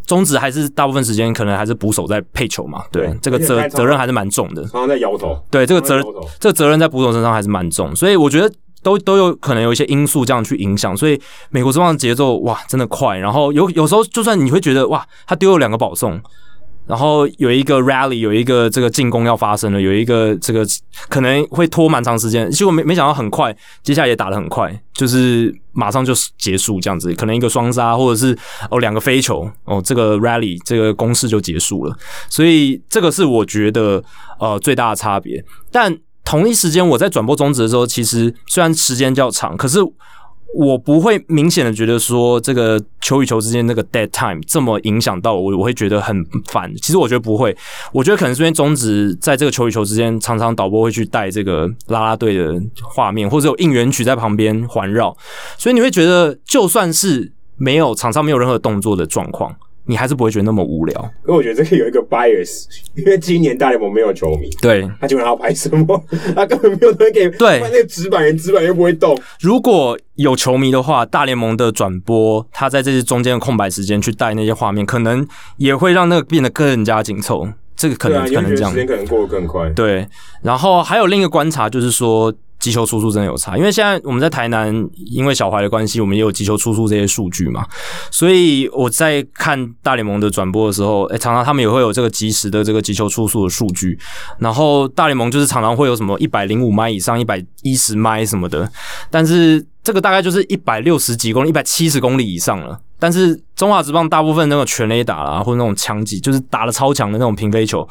Speaker 2: 中职还是大部分时间可能还是捕手在配球嘛，对，
Speaker 1: 对
Speaker 2: 这个
Speaker 1: 而且
Speaker 2: 责
Speaker 1: 太长
Speaker 2: 责
Speaker 1: 了
Speaker 2: 任还是蛮重的。
Speaker 1: 常常在摇头，
Speaker 2: 对，这个
Speaker 1: 常
Speaker 2: 责
Speaker 1: 常在摇头
Speaker 2: 这个责任在捕手身上还是蛮重，所以我觉得都都有可能有一些因素这样去影响。所以美国这棒的节奏哇，真的快，然后有有时候就算你会觉得哇，他丢了两个保送。然后有一个 rally，有一个这个进攻要发生了，有一个这个可能会拖蛮长时间，结果没没想到很快，接下来也打得很快，就是马上就结束这样子，可能一个双杀或者是哦两个飞球哦，这个 rally 这个攻势就结束了，所以这个是我觉得呃最大的差别。但同一时间，我在转播中职的时候，其实虽然时间较长，可是我不会明显的觉得说这个球与球之间那个 dead time 这么影响到我，我会觉得很烦。其实我觉得不会，我觉得可能是因为中职在这个球与球之间，常常导播会去带这个啦啦队的画面，或者有应援曲在旁边环绕，所以你会觉得就算是没有场上没有任何动作的状况，你还是不会觉得那么无聊。
Speaker 1: 因为我觉得这个有一个 bias，因为今年大联盟没有球迷，
Speaker 2: 对，
Speaker 1: 他究竟要拍什么？ *laughs* 他根本没有东西给
Speaker 2: 对
Speaker 1: 拍那个纸板人，纸板又不会动。
Speaker 2: 如果有球迷的话，大联盟的转播，他在这些中间的空白时间去带那些画面，可能也会让那个变得更加紧凑。这个可
Speaker 1: 对
Speaker 2: 能、
Speaker 1: 啊，你
Speaker 2: 可
Speaker 1: 会觉
Speaker 2: 能这
Speaker 1: 得
Speaker 2: 样
Speaker 1: 时。间可能过得更快。
Speaker 2: 对，然后还有另一个观察就是说，击球出速真的有差，因为现在我们在台南，因为小怀的关系，我们也有击球出速这些数据嘛，所以我在看大联盟的转播的时候，诶，常常他们也会有这个及时的这个击球出速的数据，然后大联盟就是常常会有什么一百零五迈以上、一百一十迈什么的，但是这个大概就是一百六十几公里、一百七十公里以上了。但是中华职棒大部分那种全垒打啦，或者那种强击，就是打的超强的那种平飞球，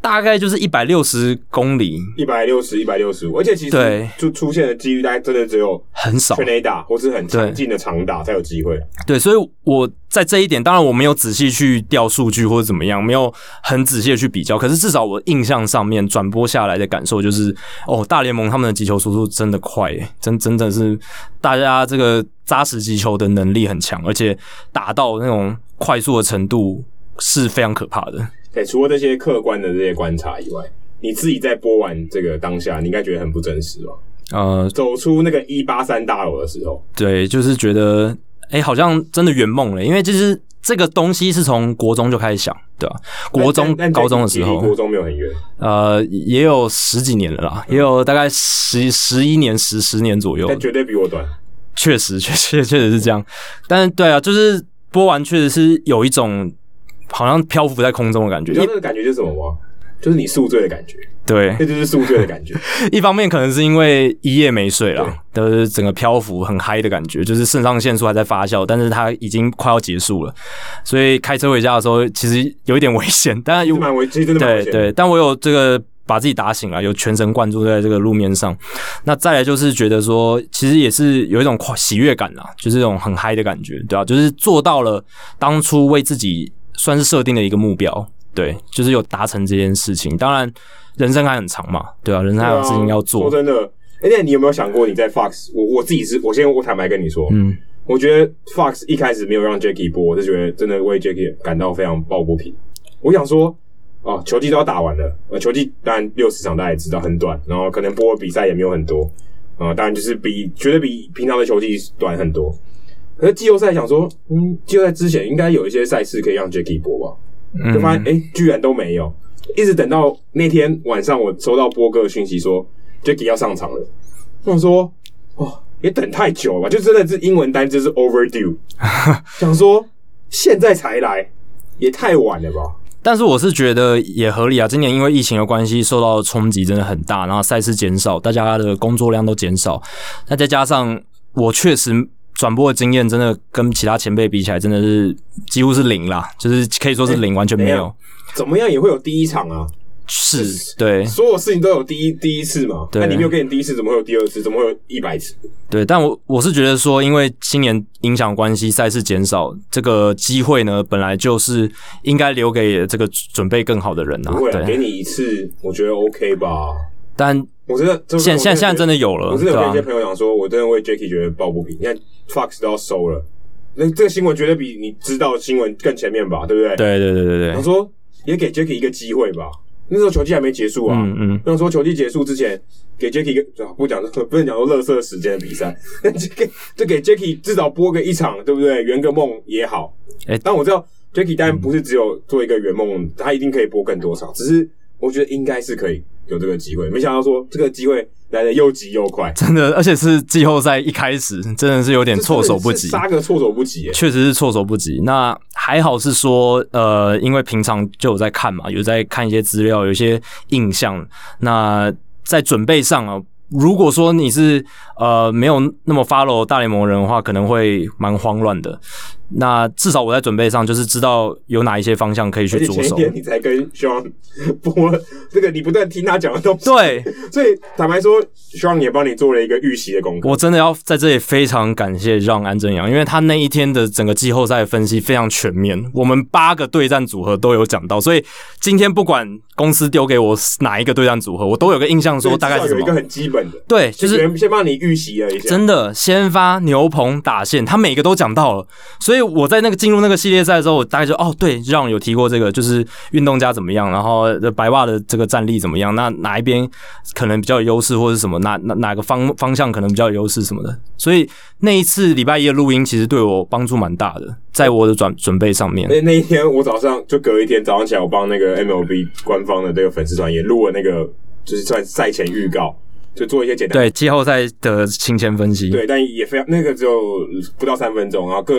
Speaker 2: 大概就是一百六十公里，
Speaker 1: 一百六十、一百六十五，而且其实
Speaker 2: 对
Speaker 1: 就出现的几率大概真的只有
Speaker 2: 很少
Speaker 1: 全。垒打或是很
Speaker 2: 对
Speaker 1: 强劲的长打才有机会。
Speaker 2: 对，所以我在这一点，当然我没有仔细去调数据或者怎么样，没有很仔细的去比较。可是至少我印象上面转播下来的感受就是，哦，大联盟他们的击球速度真的快、耶，真真的是大家这个扎实击球的能力很强，而且打到那种快速的程度是非常可怕的。
Speaker 1: 对，除了这些客观的这些观察以外，你自己在播完这个当下，你应该觉得很不真实吧？
Speaker 2: 呃，
Speaker 1: 走出那个一八三大楼的时候，
Speaker 2: 对，就是觉得，哎、好像真的圆梦了，因为就是这个东西是从国中就开始想，对吧、国中
Speaker 1: 但、但
Speaker 2: 高中的时
Speaker 1: 距离
Speaker 2: 候，
Speaker 1: 国中没有很远，
Speaker 2: 呃，也有十几年了啦，也有大概十十一年、十十年左右
Speaker 1: 但，绝对比我短。
Speaker 2: 确实，确确确实是这样。但是对啊，就是播完确实是有一种好像漂浮在空中的感觉
Speaker 1: 你。知道
Speaker 2: 一
Speaker 1: 那个感觉就是什么吗？就是你宿醉的感觉，
Speaker 2: 对
Speaker 1: 这，就是宿醉的
Speaker 2: *laughs*
Speaker 1: 感觉。
Speaker 2: 一方面可能是因为一夜没睡啦，就是整个漂浮很嗨的感觉，就是肾上腺素还在发酵，但是它已经快要结束了，所以开车回家的时候其实有一点危险，但
Speaker 1: 就
Speaker 2: 有
Speaker 1: 蛮危，其实真的蛮危
Speaker 2: 对
Speaker 1: 险的。
Speaker 2: 对，但我有这个把自己打醒啊了，有全神贯注在这个路面上。那再来就是觉得说，其实也是有一种快喜悦感啦，就是这种很嗨的感觉，对吧、啊就是做到了当初为自己算是设定的一个目标，对，就是有达成这件事情。当然，人生还很长嘛，对啊，人生还有事情要
Speaker 1: 对
Speaker 2: 做
Speaker 1: 啊说，真的，而且你有没有想过你在 Fox？我我自己是，我先我坦白跟你说，
Speaker 2: 嗯，
Speaker 1: 我觉得 Fox 一开始没有让 Jackie 播，我是觉得真的为 Jackie 感到非常抱不平。我想说，啊，球季都要打完了，呃，球季当然六十场大家也知道很短，然后可能播的比赛也没有很多，啊、当然就是比绝对比平常的球季短很多。可是季后赛想说，嗯，季后赛之前应该有一些赛事可以让 Jackie 播吧？就发现
Speaker 2: 嗯，
Speaker 1: 哎、诶居然都没有。一直等到那天晚上，我收到波哥的讯息说 Jacky 要上场了，我想说哇，也等太久了吧，就真的是英文单就是
Speaker 2: *laughs*
Speaker 1: overdue，想说现在才来，也太晚了吧？
Speaker 2: 但是我是觉得也合理啊。今年因为疫情的关系，受到的冲击真的很大，然后赛事减少，大家的工作量都减少，那再加上我确实转播的经验，真的跟其他前辈比起来，真的是几乎是零啦，就是可以说是零，完全没
Speaker 1: 哎没
Speaker 2: 有
Speaker 1: 有。怎么样也会有第一场啊，
Speaker 2: 是，对
Speaker 1: 所有事情都有第一第一次嘛。
Speaker 2: 对
Speaker 1: 那你没有给你第一次，怎么会有第二次？怎么会有一百次？
Speaker 2: 对，但我我是觉得说，因为今年影响关系，赛事减少，这个机会呢，本来就是应该留给这个准备更好的人啊
Speaker 1: 不会。啊，给
Speaker 2: 对，
Speaker 1: 你一次，我觉得 OK 吧。
Speaker 2: 但
Speaker 1: 我真的
Speaker 2: 现现在现在真
Speaker 1: 的。
Speaker 2: 的有了，
Speaker 1: 我是
Speaker 2: 对啊
Speaker 1: 有跟一
Speaker 2: 吧
Speaker 1: 些？朋友讲说，我真的为 Jacky 觉得抱不平。你看 Fox 都要收了，那这个新闻绝对比你知道的新闻更前面吧，对不对？。
Speaker 2: 对对对对
Speaker 1: 想
Speaker 2: 对，
Speaker 1: 说也给 Jacky 一个机会吧，那时候球季还没结束啊。
Speaker 2: 嗯嗯。
Speaker 1: 想说球季结束之前，给 Jacky 一个啊不讲不能讲说乐色时间的比赛， *laughs* 那就给就给 Jacky 至少播个一场，对不对？圆个梦也好。
Speaker 2: 哎
Speaker 1: 但我知道 Jacky 当然不是只有做一个圆梦，他一定可以播更多场，只是我觉得应该是可以有这个机会。没想到说这个机会来的又急又快，
Speaker 2: 真的，而且是季后赛一开始，真的是有点
Speaker 1: 这
Speaker 2: 措手不
Speaker 1: 真的是
Speaker 2: 及，
Speaker 1: 杀个措手不及耶。
Speaker 2: 确实是措手不及。那还好是说，呃，因为平常就有在看嘛，有在看一些资料，有一些印象。那在准备上啊，如果说你是呃没有那么 follow 大联盟人的话，可能会蛮慌乱的。那至少我在准备上就是知道有哪一些方向可以
Speaker 1: 而
Speaker 2: 去
Speaker 1: 且
Speaker 2: 着
Speaker 1: 前一
Speaker 2: 手。
Speaker 1: 天你才跟 Sean 播这个，你不断听他讲的东西，
Speaker 2: 对，
Speaker 1: 所以坦白说，Sean 也帮你做了一个预习的功课。
Speaker 2: 我真的要在这里非常感谢让安正阳，因为他那一天的整个季后赛分析非常全面，我们八个对战组合都有讲到，所以今天不管公司丢给我哪一个对战组合，我都有个印象
Speaker 1: 所以
Speaker 2: 说大概
Speaker 1: 至
Speaker 2: 是
Speaker 1: 少有
Speaker 2: 什
Speaker 1: 一个
Speaker 2: 么。
Speaker 1: 很基本的，
Speaker 2: 对，就是
Speaker 1: 先先帮你预习了一下。
Speaker 2: 真的，先发牛棚打线，他每个都讲到了，所以我在那个进入那个系列赛的时候，我大概就哦，对，让有提过这个，就是运动家怎么样，然后呃白袜的这个战力怎么样，那哪一边可能比较有优势，或者什么，哪哪哪个方方向可能比较有优势什么的，所以那一次礼拜一的录音其实对我帮助蛮大的，在我的准准备上面
Speaker 1: 而。且那一天我早上就隔一天早上起来，我帮那个 MLB 官方的这个粉丝团也录了那个，就是算赛前预告，就做一些简单。
Speaker 2: 对季后赛的亲签分析，
Speaker 1: 对，但也非常那个只有不到三分钟，然后各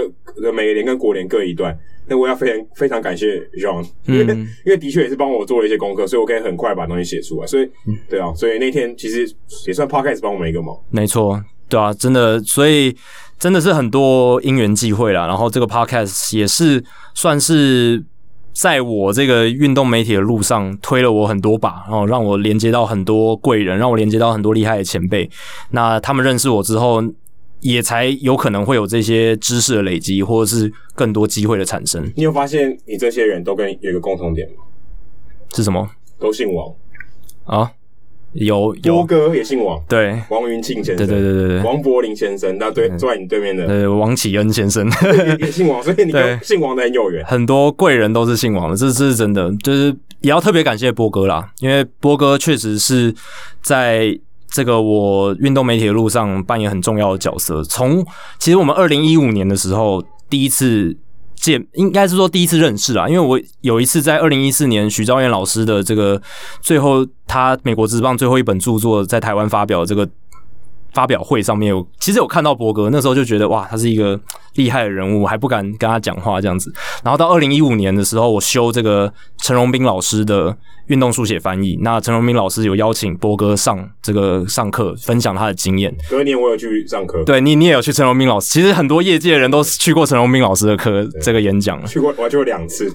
Speaker 1: 每个连跟国联各一段。那我要非常非常感谢 John，因为、
Speaker 2: 嗯
Speaker 1: *laughs* 因为的确也是帮我做了一些功课，所以我可以很快把东西写出来。所以
Speaker 2: 嗯
Speaker 1: 对啊，所以那天其实也算 Podcast 帮我们一个忙。
Speaker 2: 没错，对啊，真的，所以真的是很多因缘际会啦。然后这个 podcast 也是算是在我这个运动媒体的路上推了我很多把，然后让我连接到很多贵人，让我连接到很多厉害的前辈。那他们认识我之后。也才有可能会有这些知识的累积，或者是更多机会的产生，
Speaker 1: 你有发现你这些人都跟有一个共同点吗？
Speaker 2: 是什么
Speaker 1: 都姓王，
Speaker 2: 啊？有
Speaker 1: 波
Speaker 2: 有
Speaker 1: 哥也姓王，
Speaker 2: 对
Speaker 1: 王云庆先生，
Speaker 2: 对对对对嗯对
Speaker 1: 王柏林先生，那对坐在你对面
Speaker 2: *laughs*
Speaker 1: 的
Speaker 2: 呃，王启恩先生，
Speaker 1: 也也姓王，所以你
Speaker 2: 对
Speaker 1: 跟姓王的很有缘。
Speaker 2: 很多贵人都是姓王的，这这是真的，就是也要特别感谢波哥啦，因为波哥确实是在这个我运动媒体的路上扮演很重要的角色。从其实我们二零一五年的时候第一次。见应该是说第一次认识啦，因为我有一次在二零一四年徐昭彦老师的这个最后他美国职棒最后一本著作在台湾发表的这个发表会上面有，其实有看到博格，那时候就觉得哇，他是一个厉害的人物，我还不敢跟他讲话这样子。然后到二零一五年的时候，我修这个陈荣斌老师的运动书写翻译，那陈荣斌老师有邀请博哥上这个上课，分享他的经验。
Speaker 1: 隔年我有去上课，
Speaker 2: 对你，你也有去陈荣斌老师，其实很多业界的人都去过陈荣斌老师的课，这个演讲。
Speaker 1: 去过我去过两次，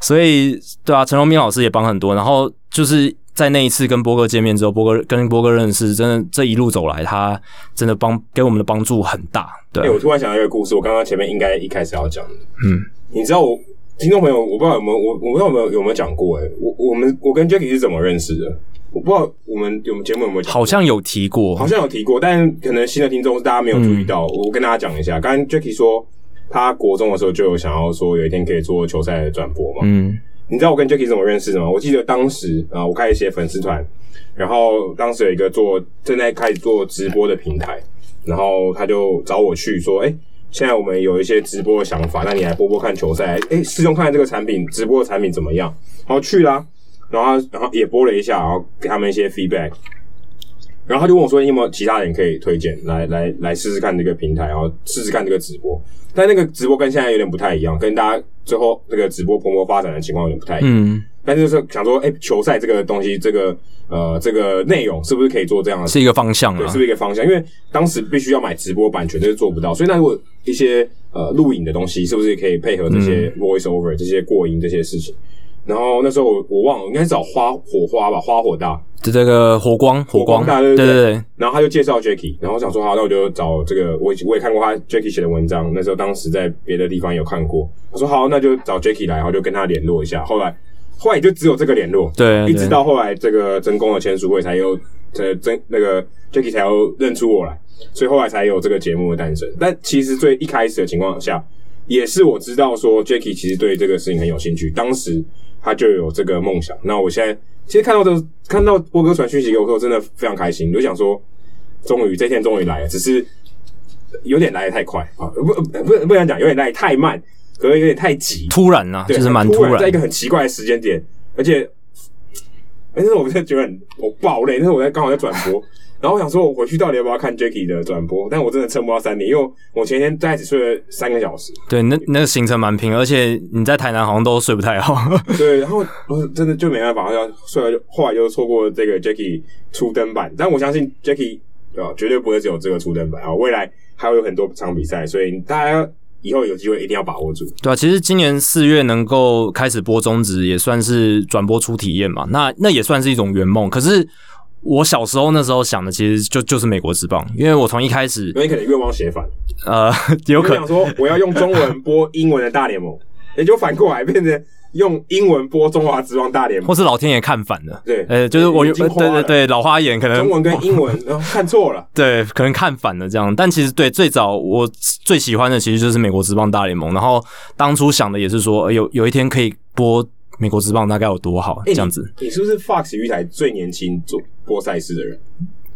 Speaker 2: 所以对啊，陈啊荣明老师也帮很多。然后就是在那一次跟波哥见面之后，波哥跟波哥认识，真的这一路走来，他真的帮给我们的帮助很大。对
Speaker 1: 哎、
Speaker 2: 啊、
Speaker 1: 我突然想到一个故事，我刚刚前面应该一开始要讲的。
Speaker 2: 嗯，
Speaker 1: 你知道我听众朋友，我不知道有没有我我不知道有没有有没有讲过、欸，我我们我跟 Jacky 是怎么认识的？我不知道我们我们节目有没有讲过
Speaker 2: 好像有提过，
Speaker 1: 好像有提过，但可能新的听众大家没有注意到，
Speaker 2: 嗯
Speaker 1: 我跟大家讲一下。刚刚 Jacky 说他国中的时候就有想要说有一天可以做球赛的转播嘛，
Speaker 2: 嗯
Speaker 1: 你知道我跟 Jacky 怎么认识的吗？我记得当时啊、我开始写粉丝团，然后当时有一个做正在开始做直播的平台，然后他就找我去说，哎、现在我们有一些直播的想法，那你来播播看球赛，哎、试用看看这个产品直播的产品怎么样，然后去啦，然后他然后也播了一下，然后给他们一些 feedback，然后他就问我说，你有没有其他人可以推荐来来来试试看这个平台，然后试试看这个直播，但那个直播跟现在有点不太一样，跟大家最后那个直播蓬勃发展的情况有点不太一样。
Speaker 2: 嗯，
Speaker 1: 但是就是想说，哎、球赛这个东西，这个呃，这个内容是不是可以做这样的事？
Speaker 2: 是一个方向
Speaker 1: 对，
Speaker 2: 啊
Speaker 1: 是不。是一个方向？因为当时必须要买直播版权，这是做不到。所以那如果一些呃录影的东西，是不是可以配合这些
Speaker 2: 嗯
Speaker 1: voice over、这些过音这些事情？然后那时候我我忘了，应该是找花火花吧，花火大。
Speaker 2: 就这个火光，火
Speaker 1: 光大
Speaker 2: 对
Speaker 1: 对对对
Speaker 2: 对，
Speaker 1: 然后他就介绍 Jacky，然后我想说好，那我就找这个，我我也看过他 Jacky 写的文章，那时候当时在别的地方有看过。我说好，那就找 Jacky 来，然后就跟他联络一下。后来后来也就只有这个联络，
Speaker 2: 对
Speaker 1: 一直
Speaker 2: 对
Speaker 1: 到后来这个真宫的签书会才有，呃，真那个 Jacky 才有认出我来，所以后来才有这个节目的诞生。但其实最一开始的情况下，也是我知道说 Jacky 其实对这个事情很有兴趣，当时他就有这个梦想。那我现在其实看到这看到波哥传讯息给我说，真的非常开心，我就想说，终于这天终于来了，只是有点来的太快啊，不不不不想讲，有点来的太慢，可能有点太急，
Speaker 2: 突然啊，
Speaker 1: 对，
Speaker 2: 就是蛮
Speaker 1: 很
Speaker 2: 突
Speaker 1: 然，在一
Speaker 2: 然
Speaker 1: 个，很奇怪的时间点，而且，哎、那时候我真的觉得很我爆累，那时候我在刚好在转
Speaker 2: *laughs*
Speaker 1: 播，然后我想说，我回去到底要不要看 Jacky 的转播？但我真的撑不到三点，因为我前一天大概只睡了三个小时，
Speaker 2: 对，那那个行程蛮拼，而且你在台南好像都睡不太好。 *laughs*
Speaker 1: *laughs* 对，然后我真的就没办法，要睡了就后来就错过这个 Jacky 初登版，但我相信呃 Jacky 啊，绝对不会只有这个初登版啊，未来还会有很多场比赛，所以大家以后有机会一定要把握住。
Speaker 2: 对啊，其实今年四月能够开始播中职，也算是转播出体验嘛。那那也算是一种圆梦。可是我小时候那时候想的，其实就就是美国之棒，因为我从一开始
Speaker 1: 因为你可能愿望写反，
Speaker 2: 呃 *laughs* 有
Speaker 1: 我
Speaker 2: 可
Speaker 1: 想说我要用中文播英文的大联盟， *laughs* 也就反过来变成用英文播中华职棒大联盟
Speaker 2: 或，是老天爷看反了。
Speaker 1: 对
Speaker 2: 呃，就是我有
Speaker 1: 眼睛
Speaker 2: 对
Speaker 1: 花了
Speaker 2: 对对老花眼可能
Speaker 1: 中文跟英文、哦、看错
Speaker 2: *laughs*
Speaker 1: 了。
Speaker 2: 对，可能看反了这样，但其实对最早我最喜欢的其实就是美国职棒大联盟，然后当初想的也是说，呃有有一天可以播美国职棒大概有多好
Speaker 1: 哎
Speaker 2: 这样子。
Speaker 1: 你是不是 Fox 体育台最年轻做播赛事的人？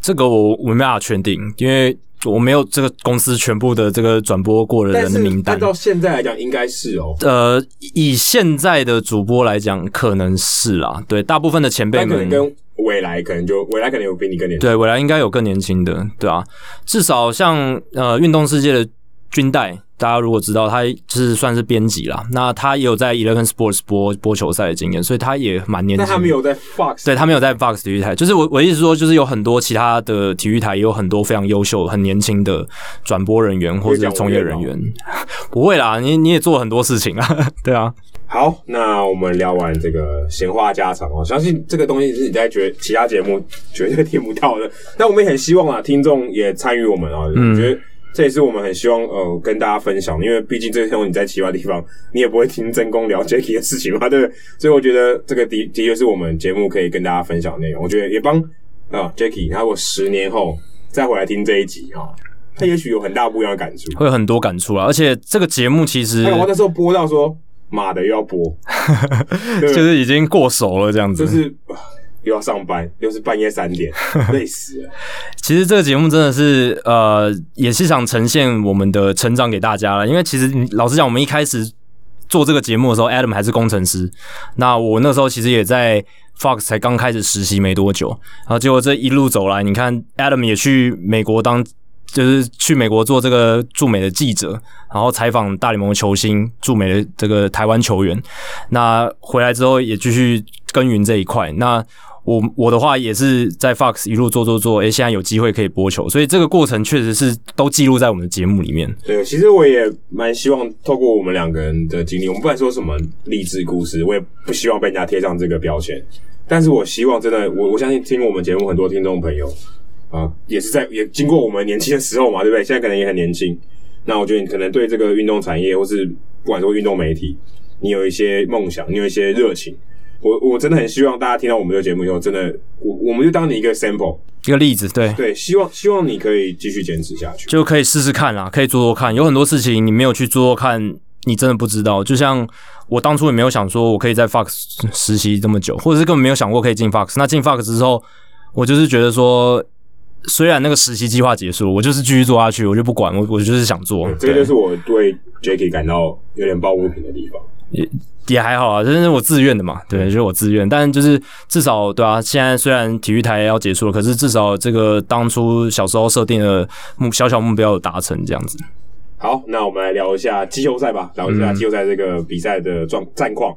Speaker 2: 这个我我没办法确定，因为我没有这个公司全部的这个转播过的
Speaker 1: 但
Speaker 2: 人的
Speaker 1: 是
Speaker 2: 名单
Speaker 1: 按。照现在来讲，应该是哦。
Speaker 2: 呃，以现在的主播来讲，可能是啦、对，大部分的前辈
Speaker 1: 但可
Speaker 2: 们
Speaker 1: 能，跟未来可能就未来可能有比你更年轻。
Speaker 2: 对未来应该有更年轻的，对啊，至少像呃运动世界的军代，大家如果知道，他就是算是编辑啦，那他也有在 Eleven Sports 播播球赛的经验，所以他也蛮年轻
Speaker 1: 但
Speaker 2: 的。
Speaker 1: 他没有在 Fox，
Speaker 2: 对他没有在 Fox 体育台，就是我我意思说，就是有很多其他的体育台也有很多非常优秀、很年轻的转播人员或者从业人员。 *laughs* 不会啦，你你也做很多事情啊， *laughs* 对啊，
Speaker 1: 好，那我们聊完这个闲话家常哦，相信这个东西是你在觉其他节目绝对听不到的。但我们也很希望啊，听众也参与我们啊，
Speaker 2: 嗯
Speaker 1: 我觉得这也是我们很希望呃跟大家分享，因为毕竟这些东西你在其他地方你也不会听真公聊 Jacky 的事情嘛， *laughs* 对不对？所以我觉得这个的的确是我们节目可以跟大家分享的内容，我觉得也帮啊 Jacky，他如果十年后再回来听这一集啊、他也许有很大不一样的感触。
Speaker 2: 会有很多感触啊。而且这个节目其实
Speaker 1: 哎，我那时候播到说，妈的又要播，对
Speaker 2: 就是已经过熟了，这样子。
Speaker 1: 就是啊又要上班，又是半夜三点， *laughs* 累死了。
Speaker 2: 其实这个节目真的是呃，也是想呈现我们的成长给大家了。因为其实你老实讲，我们一开始做这个节目的时候，Adam 还是工程师，那我那时候其实也在 Fox 才刚开始实习没多久，然后结果这一路走来，你看 Adam 也去美国当。就是去美国做这个驻美的记者，然后采访大联盟球星、驻美的这个台湾球员。那回来之后也继续耕耘这一块。那我我的话也是在 Fox 一路做做做，诶、现在有机会可以播球，所以这个过程确实是都记录在我们的节目里面。
Speaker 1: 对，其实我也蛮希望透过我们两个人的经历，我们不敢说什么励志故事，我也不希望被人家贴上这个标签。但是我希望真的，我我相信听我们节目很多听众朋友啊，也是在也经过我们年轻的时候嘛，对不对？现在可能也很年轻。那我觉得你可能对这个运动产业，或是不管说运动媒体，你有一些梦想，你有一些热情。我我真的很希望大家听到我们这个节目以后，真的，我我们就当你一个 sample，
Speaker 2: 一个例子，对，
Speaker 1: *laughs* 对，希望希望你可以继续坚持下去。
Speaker 2: 就可以试试看啊啦，可以做做看。有很多事情你没有去做做看，你真的不知道。就像我当初也没有想说我可以在 Fox 实习这么久，或者是根本没有想过可以进 Fox。那进 Fox 之后，我就是觉得说。虽然那个实习计划结束，我就是继续做下去，我就不管，我我就是想做。
Speaker 1: 嗯这个
Speaker 2: 对
Speaker 1: 就是我对 Jacky 感到有点抱不平的地方。
Speaker 2: 也还好啊，这是我自愿的嘛，对，就是我自愿。但就是至少对啊，现在虽然体育台要结束了，可是至少这个当初小时候设定的目小小目标有达成，这样子。
Speaker 1: 好，那我们来聊一下季后赛吧，聊一
Speaker 2: 嗯
Speaker 1: 下季后赛这个比赛的状战况。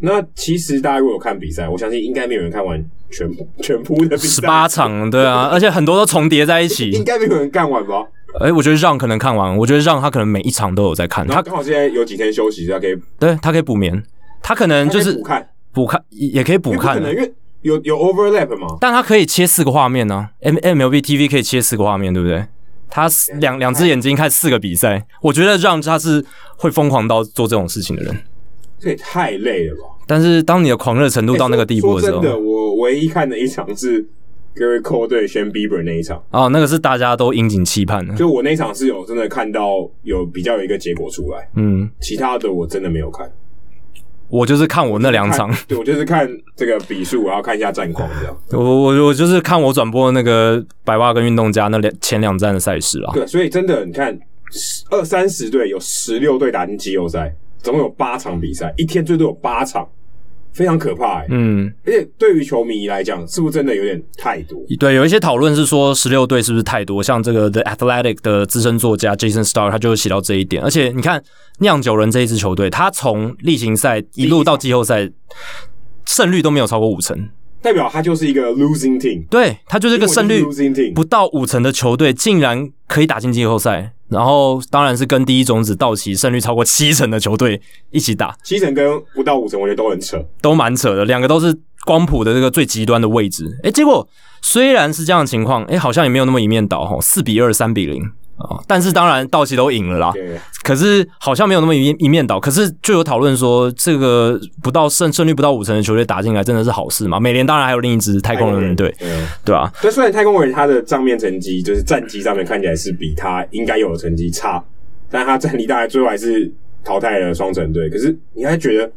Speaker 1: 那其实大家如果有看比赛，我相信应该没有人看完全部全部 *laughs* 的比
Speaker 2: 十
Speaker 1: 赛，
Speaker 2: 八场，
Speaker 1: *laughs*
Speaker 2: 对啊，而且很多都重叠在一
Speaker 1: 应 *laughs*
Speaker 2: 起。
Speaker 1: 该没有人干完吧？
Speaker 2: 哎、我觉得让可能看完，我觉得让他可能每一场都有在看，
Speaker 1: 然后
Speaker 2: 他
Speaker 1: 刚好现在有几天休息，大家可以
Speaker 2: 对他可以补眠，他可能
Speaker 1: 大家可
Speaker 2: 就
Speaker 1: 以
Speaker 2: 是
Speaker 1: 补看，
Speaker 2: 补看，也可以补
Speaker 1: 因为不可
Speaker 2: 看啊
Speaker 1: 能，因为有有 overlap 嘛。
Speaker 2: 但它可以切四个画面呢、M MLB TV 可以切四个画面，对不对？他四两两只眼睛看四个比赛，我觉得让他是会疯狂到做这种事情的人。
Speaker 1: 这也太累了吧！
Speaker 2: 但是当你的狂热程度到那个地步
Speaker 1: 说
Speaker 2: 的时
Speaker 1: 说
Speaker 2: 候，
Speaker 1: 真的，我唯一看的一场是 Gary Cole 对 Shane Bieber 那一场。
Speaker 2: 啊、那个是大家都殷景期盼的。
Speaker 1: 就我那一场是有真的看到有比较有一个结果出来，
Speaker 2: 嗯，
Speaker 1: 其他的我真的没有看。
Speaker 2: 我就是看我那两场，
Speaker 1: 看，对我就是看这个比数，然后看一下战况这样。
Speaker 2: 我我我就是看我转播的那个百袜跟运动家那两前两站的赛事啦。
Speaker 1: 对，所以真的你看，二三十队有十六队打进季后赛，总共有八场比赛，一天最多有八场，非常可怕、欸。
Speaker 2: 嗯，
Speaker 1: 而且对于球迷来讲，是不是真的有点太多？
Speaker 2: 对，有一些讨论是说十六队是不是太多？像这个 The Athletic 的资深作家 Jason Starr 他就写到这一点。而且你看酿酒人这一支球队，他从例行赛一路到季后赛，胜率都没有超过五成。
Speaker 1: 代表他就是一个 losing team，
Speaker 2: 对他就是一
Speaker 1: 这
Speaker 2: 个胜率
Speaker 1: losing team，
Speaker 2: 不到五成的球队，竟然可以打进季后赛，然后当然是跟第一种子道奇胜率超过七成的球队一起打，
Speaker 1: 七成跟不到五成，我觉得都很扯。
Speaker 2: 都蛮扯的，两个都是光谱的这个最极端的位置。诶，结果虽然是这样的情况，诶，好像也没有那么一面倒吼，四比二、三比零啊，但是当然道奇都赢了啦。
Speaker 1: 对，
Speaker 2: 可是好像没有那么一面一面倒。可是就有讨论说，这个不到胜胜率不到五成的球队打进来，真的是好事嘛？美联当然还有另一支太空人队，
Speaker 1: 对啊。
Speaker 2: 对啊，
Speaker 1: 但虽然太空人他的账面成绩就是战绩上面看起来是比他应该有的成绩差，但他战力大概最后还是淘汰了双城队。可是你还觉得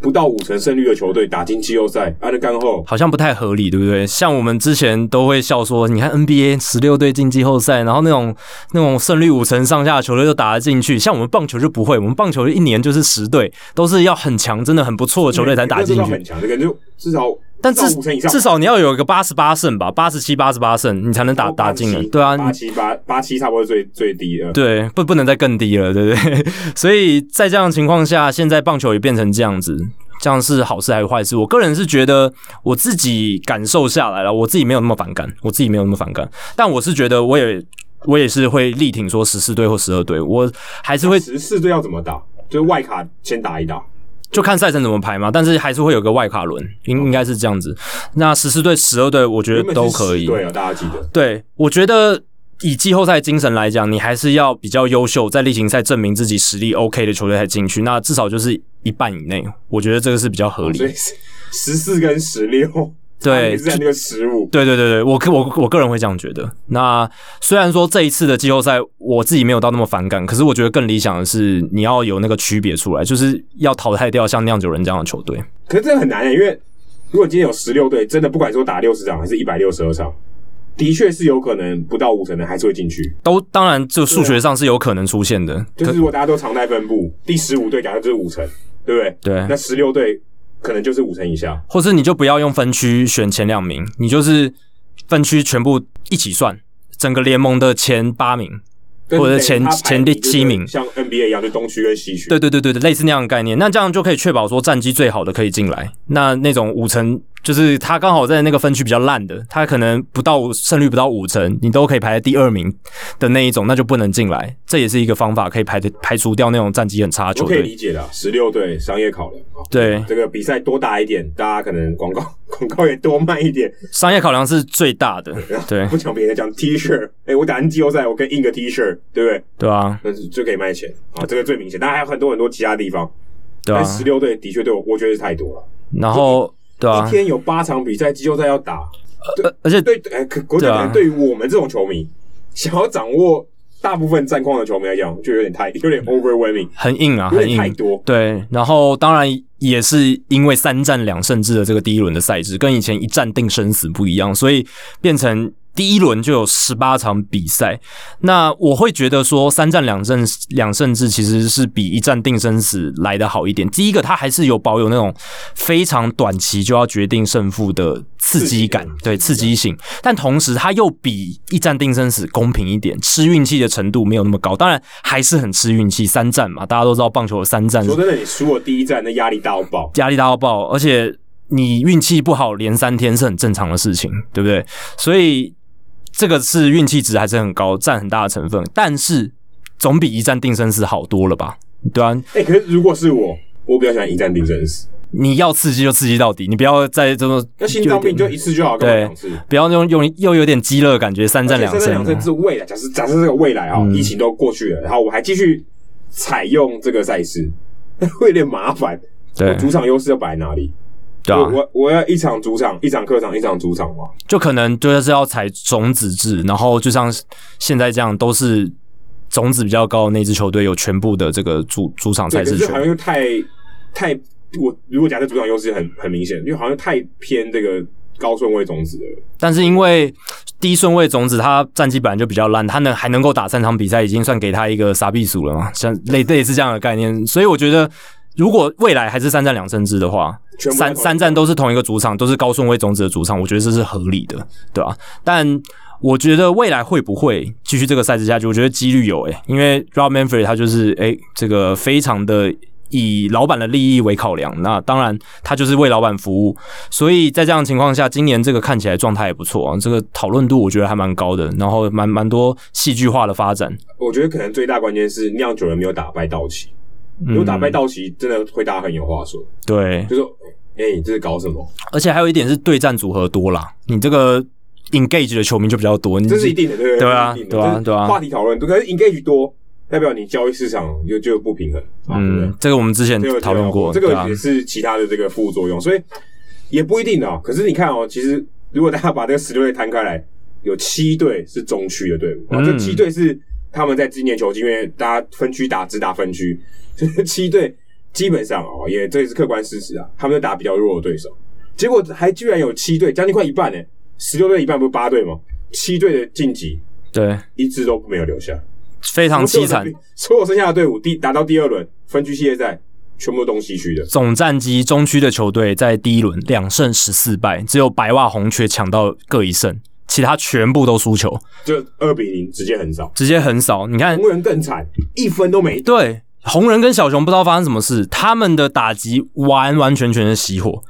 Speaker 1: 不到五成胜率的球队打进季后赛，啊，那干后
Speaker 2: 好像不太合理，对不对？像我们之前都会笑说，你看 NBA 十六队进季后赛，然后那种那种胜率五成上下的球队都打得进去，像我们棒球就不会，我们棒球一年就是十队，都是要很强，真的很不错的球队才打进
Speaker 1: 那这倒
Speaker 2: 去
Speaker 1: 很。强，这个就至少
Speaker 2: 但
Speaker 1: 至
Speaker 2: 至
Speaker 1: 少五成以上
Speaker 2: 至少你要有个八十八胜吧，八十七、八十八胜，你才能打打进来。对啊，你
Speaker 1: 八七八八七差不多是最最低的。
Speaker 2: 对，不不能再更低了，对不对？ *laughs* 所以在这样的情况下，现在棒球也变成这样子，这样是好事还是坏事？我个人是觉得我自己感受下来了，我自己没有那么反感，我自己没有那么反感，但我是觉得我也我也是会力挺说十四队或十二队，我还是会
Speaker 1: 十四队要怎么打？就是外卡先打一打，
Speaker 2: 就看赛程怎么排嘛，但是还是会有个外卡轮，应应该是这样子。那十四队、十二队，我觉得都可以。
Speaker 1: 对啊，大家记得。
Speaker 2: 对，我觉得以季后赛精神来讲，你还是要比较优秀，在例行赛证明自己实力 OK 的球队才进去。那至少就是一半以内，我觉得这个是比较合理哦
Speaker 1: 所
Speaker 2: 的。
Speaker 1: 以十四跟十六， *laughs*
Speaker 2: 对
Speaker 1: 是在那个十五，
Speaker 2: 对对对对，我个我我个人会这样觉得。那虽然说这一次的季后赛我自己没有到那么反感，可是我觉得更理想的是你要有那个区别出来，就是要淘汰掉像酿酒人这样的球队。
Speaker 1: 可是这个很难、欸，因为如果今天有十六队，真的不管说打六十场还是一百六十二场，的确是有可能不到五成的还是会进去。
Speaker 2: 都当然，就数学上是有可能出现的。
Speaker 1: 啊就是如果大家都常态分布，第十五队假设就是五成，对不对？
Speaker 2: 对
Speaker 1: 那十六队可能就是五成以下。
Speaker 2: 或是你就不要用分区选前两名，你就是分区全部一起算，整个联盟的前八名。
Speaker 1: 但是
Speaker 2: 或者前
Speaker 1: 他排
Speaker 2: 前第七名
Speaker 1: 就是像 NBA 一样，就东区跟西区。
Speaker 2: 对对对对对，类似那样的概念。那这样就可以确保说战绩最好的可以进来。那那种五成，就是他刚好在那个分区比较烂的，他可能不到胜率不到五成，你都可以排在第二名的那一种，那就不能进来。这也是一个方法，可以排排除掉那种战绩很差的
Speaker 1: 我
Speaker 2: 球
Speaker 1: 可以
Speaker 2: 队。
Speaker 1: 理解的，十六队商业考量啊，
Speaker 2: 对，
Speaker 1: 这个比赛多打一点，大家可能广告 *laughs* 广告也多卖一点，
Speaker 2: 商业考量是最大的，对
Speaker 1: 不讲别的，讲 T 恤，哎、我打进季后赛，我跟印个 T 恤，对不对？
Speaker 2: 对啊，
Speaker 1: 那是最可以卖钱啊，这个最明显。但还有很多很多其他地方，
Speaker 2: 对啊
Speaker 1: 但，十六队的确对我，我觉得是太多了。
Speaker 2: 然后对啊
Speaker 1: 一，天有八场比赛，季后赛要打，
Speaker 2: 而而且
Speaker 1: 对，哎、可国
Speaker 2: 对
Speaker 1: 家
Speaker 2: 啊
Speaker 1: 可能对于我们这种球迷，想要掌握大部分战况的球迷来讲，就有点太 *laughs* 有点 overwhelming，
Speaker 2: 很硬啊，
Speaker 1: 有
Speaker 2: 很
Speaker 1: 点太
Speaker 2: 硬。
Speaker 1: 多。
Speaker 2: 对，然后当然也是因为三战两胜制的这个第一轮的赛制，跟以前一战定生死不一样，所以变成第一轮就有十八场比赛。那我会觉得说，三战两胜两胜制其实是比一战定生死来的好一点。第一个，它还是有保有那种非常短期就要决定胜负的刺激感
Speaker 1: 刺激感，
Speaker 2: 对刺激性，但同时它又比一战定生死公平一点，吃运气的程度没有那么高。当然还是很吃运气，三战嘛，大家都知道棒球的三战是
Speaker 1: 说真的，你输了第一战，那压力大到爆。
Speaker 2: 压力大到爆，而且你运气不好连三天是很正常的事情，对不对？所以这个是运气值还是很高，占很大的成分，但是总比一战定生死好多了吧？对啊，
Speaker 1: 哎、可是如果是我，我比较喜欢一战定生死。
Speaker 2: 你要刺激就刺激到底，你不要再这么
Speaker 1: 那心脏病
Speaker 2: 有
Speaker 1: 就
Speaker 2: 点
Speaker 1: 一次就好，干嘛
Speaker 2: 对
Speaker 1: 两次？
Speaker 2: 不要用用又有点激烈的感觉，三战两
Speaker 1: 而且
Speaker 2: 胜啊
Speaker 1: 三战两胜是未来，假设假设这个未来啊、
Speaker 2: 嗯
Speaker 1: 疫情都过去了，然后我还继续采用这个赛事， *laughs* 那会有点麻烦。我
Speaker 2: 对
Speaker 1: 主场优势要摆在哪里？
Speaker 2: 对啊
Speaker 1: 我，我我要一场主场，一场客场，一场主场嘛。
Speaker 2: 就可能就是要采种子制，然后就像现在这样都是。种子比较高的那支球队有全部的这个主主场
Speaker 1: 对，
Speaker 2: 赛
Speaker 1: 可
Speaker 2: 事
Speaker 1: 是
Speaker 2: 权
Speaker 1: 好，像又太太我如果假设主场优势很很明显，因为好像太偏这个高顺位种子了。
Speaker 2: 但是因为第一顺位种子他战绩本来就比较烂，他能还能够打三场比赛，已经算给他一个傻逼数了嘛，像类类似这样的概念。所以我觉得，如果未来还是三战两胜制的话，
Speaker 1: 全部都
Speaker 2: 三
Speaker 1: 同嗯
Speaker 2: 三战都是同一个主场，都是高顺位种子的主场，我觉得这是合理的，对吧、但我觉得未来会不会继欸续这个赛制下去？我觉得几率有诶、因为 Rob Manfred 欸他就是诶、这个非常的以老板的利益为考量，那当然他就是为老板服务，所以在这样的情况下，今年这个看起来状态也不错、啊，这个讨论度我觉得还蛮高的，然后蛮蛮多戏剧化的发展。
Speaker 1: 我觉得可能最大关键是酿酒人没有打败道奇，
Speaker 2: 嗯
Speaker 1: 如果打败道奇，真的会大家很有话说，
Speaker 2: 对，
Speaker 1: 就说哎、你这是搞什么？
Speaker 2: 而且还有一点是对战组合多啦，你这个 engage 的球迷就比较多，你
Speaker 1: 这是一定的，对不
Speaker 2: 对啊
Speaker 1: 这是一定的
Speaker 2: 对啊
Speaker 1: 就是
Speaker 2: 对啊
Speaker 1: 话题讨论多，可是 engage 多，代表你交易市场就就不平衡，
Speaker 2: 嗯
Speaker 1: 嗯，，
Speaker 2: 这个我们之前
Speaker 1: 这个
Speaker 2: 讨论过，
Speaker 1: 这
Speaker 2: 对啊
Speaker 1: 个也是其他的这个副作用，所以也不一定啊。可是你看哦，其实如果大家把这个十六队摊开来，有七队是中区的队伍，啊
Speaker 2: 嗯
Speaker 1: 这七队是他们在今年球季，因为大家分区打只打分区，这七队基本上哦，也这也是客观事实啊，他们就打比较弱的对手，结果还居然有七队，将近快一半呢，欸十六队一半不是八队吗？七队的晋级
Speaker 2: 对，
Speaker 1: 一支都没有留下，
Speaker 2: 非常凄惨。，
Speaker 1: 所有剩下的队伍第打到第二轮分区系列赛，全部都东西区的。
Speaker 2: 总战绩中区的球队在第一轮两胜十四败，只有白袜红雀抢到各一胜，其他全部都输球，
Speaker 1: 就二比零，直接很少。
Speaker 2: 直接横扫。你看，
Speaker 1: 红人更惨，一分都没得。
Speaker 2: 对红人跟小熊不知道发生什么事，他们的打击完完全全的熄火。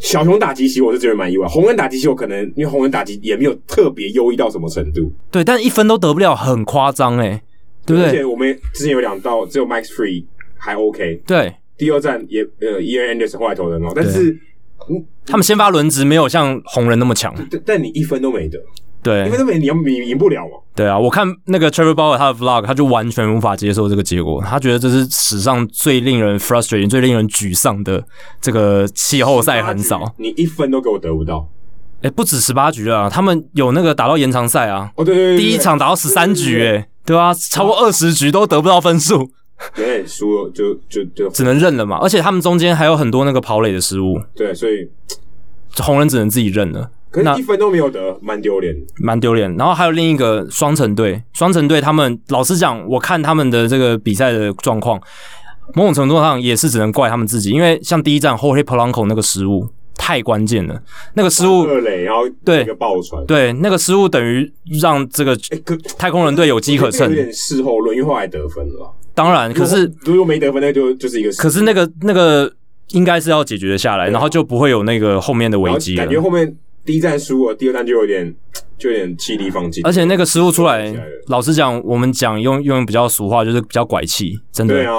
Speaker 1: 小熊打击席我是觉得蛮意外，红人打击席我可能因为红人打击也没有特别优异到什么程度，
Speaker 2: 对，但一分都得不了，很夸张诶，对不
Speaker 1: 而
Speaker 2: 对？
Speaker 1: 且我们之前有两道只有 Max Free 还 OK，
Speaker 2: 对
Speaker 1: 第二站也呃 Ian Anderson 后来投的哦很好，但是
Speaker 2: 啊
Speaker 1: 嗯
Speaker 2: 他们先发轮值没有像红人那么强，
Speaker 1: 但但你一分都没得，一
Speaker 2: 对
Speaker 1: 分都没，你要你赢不了哦嘛。
Speaker 2: 对啊！我看那个 Trevor Bauer 他的 vlog，他就完全无法接受这个结果，他觉得这是史上最令人 frustrating、最令人沮丧的这个季后赛横扫。，
Speaker 1: 你一分都给我得不到。
Speaker 2: 哎，不止十八局了啊，他们有那个打到延长赛啊，
Speaker 1: 哦，对对对，对
Speaker 2: 第一场打到十三局、诶，对啊，超过二十局都得不到分数，
Speaker 1: 有点输了，就就就
Speaker 2: 只能认了嘛。而且他们中间还有很多那个跑垒的失误，
Speaker 1: 对，所以
Speaker 2: 红人只能自己认了。
Speaker 1: 可
Speaker 2: 那
Speaker 1: 是一分都没有得，蛮丢脸的。
Speaker 2: 蛮丢脸。然后还有另一个双城队，双城队他们老实讲，我看他们的这个比赛的状况，某种程度上也是只能怪他们自己，因为像第一站 Jorge Polanco 那个失误太关键了，那个失误
Speaker 1: 二垒，然后
Speaker 2: 对
Speaker 1: 一个爆传，
Speaker 2: 对那个失误等于让这个
Speaker 1: 哎，可
Speaker 2: 太空人队有机可
Speaker 1: 这个
Speaker 2: 乘
Speaker 1: 有。点事后论，因为后来得分了。
Speaker 2: 当然，可是
Speaker 1: 如果没得分，那就就是一个事。
Speaker 2: 可是那个那个应该是要解决下来，然后就不会有那个后面的
Speaker 1: 啊然
Speaker 2: 危
Speaker 1: 后
Speaker 2: 机了啊
Speaker 1: 感。觉后面第一站输了，第二站就有点就有点气力放尽。
Speaker 2: 而且那个失误出来
Speaker 1: 起来了，
Speaker 2: 老实讲，我们讲用用比较俗话，就是比较拐气，真的。
Speaker 1: 对啊，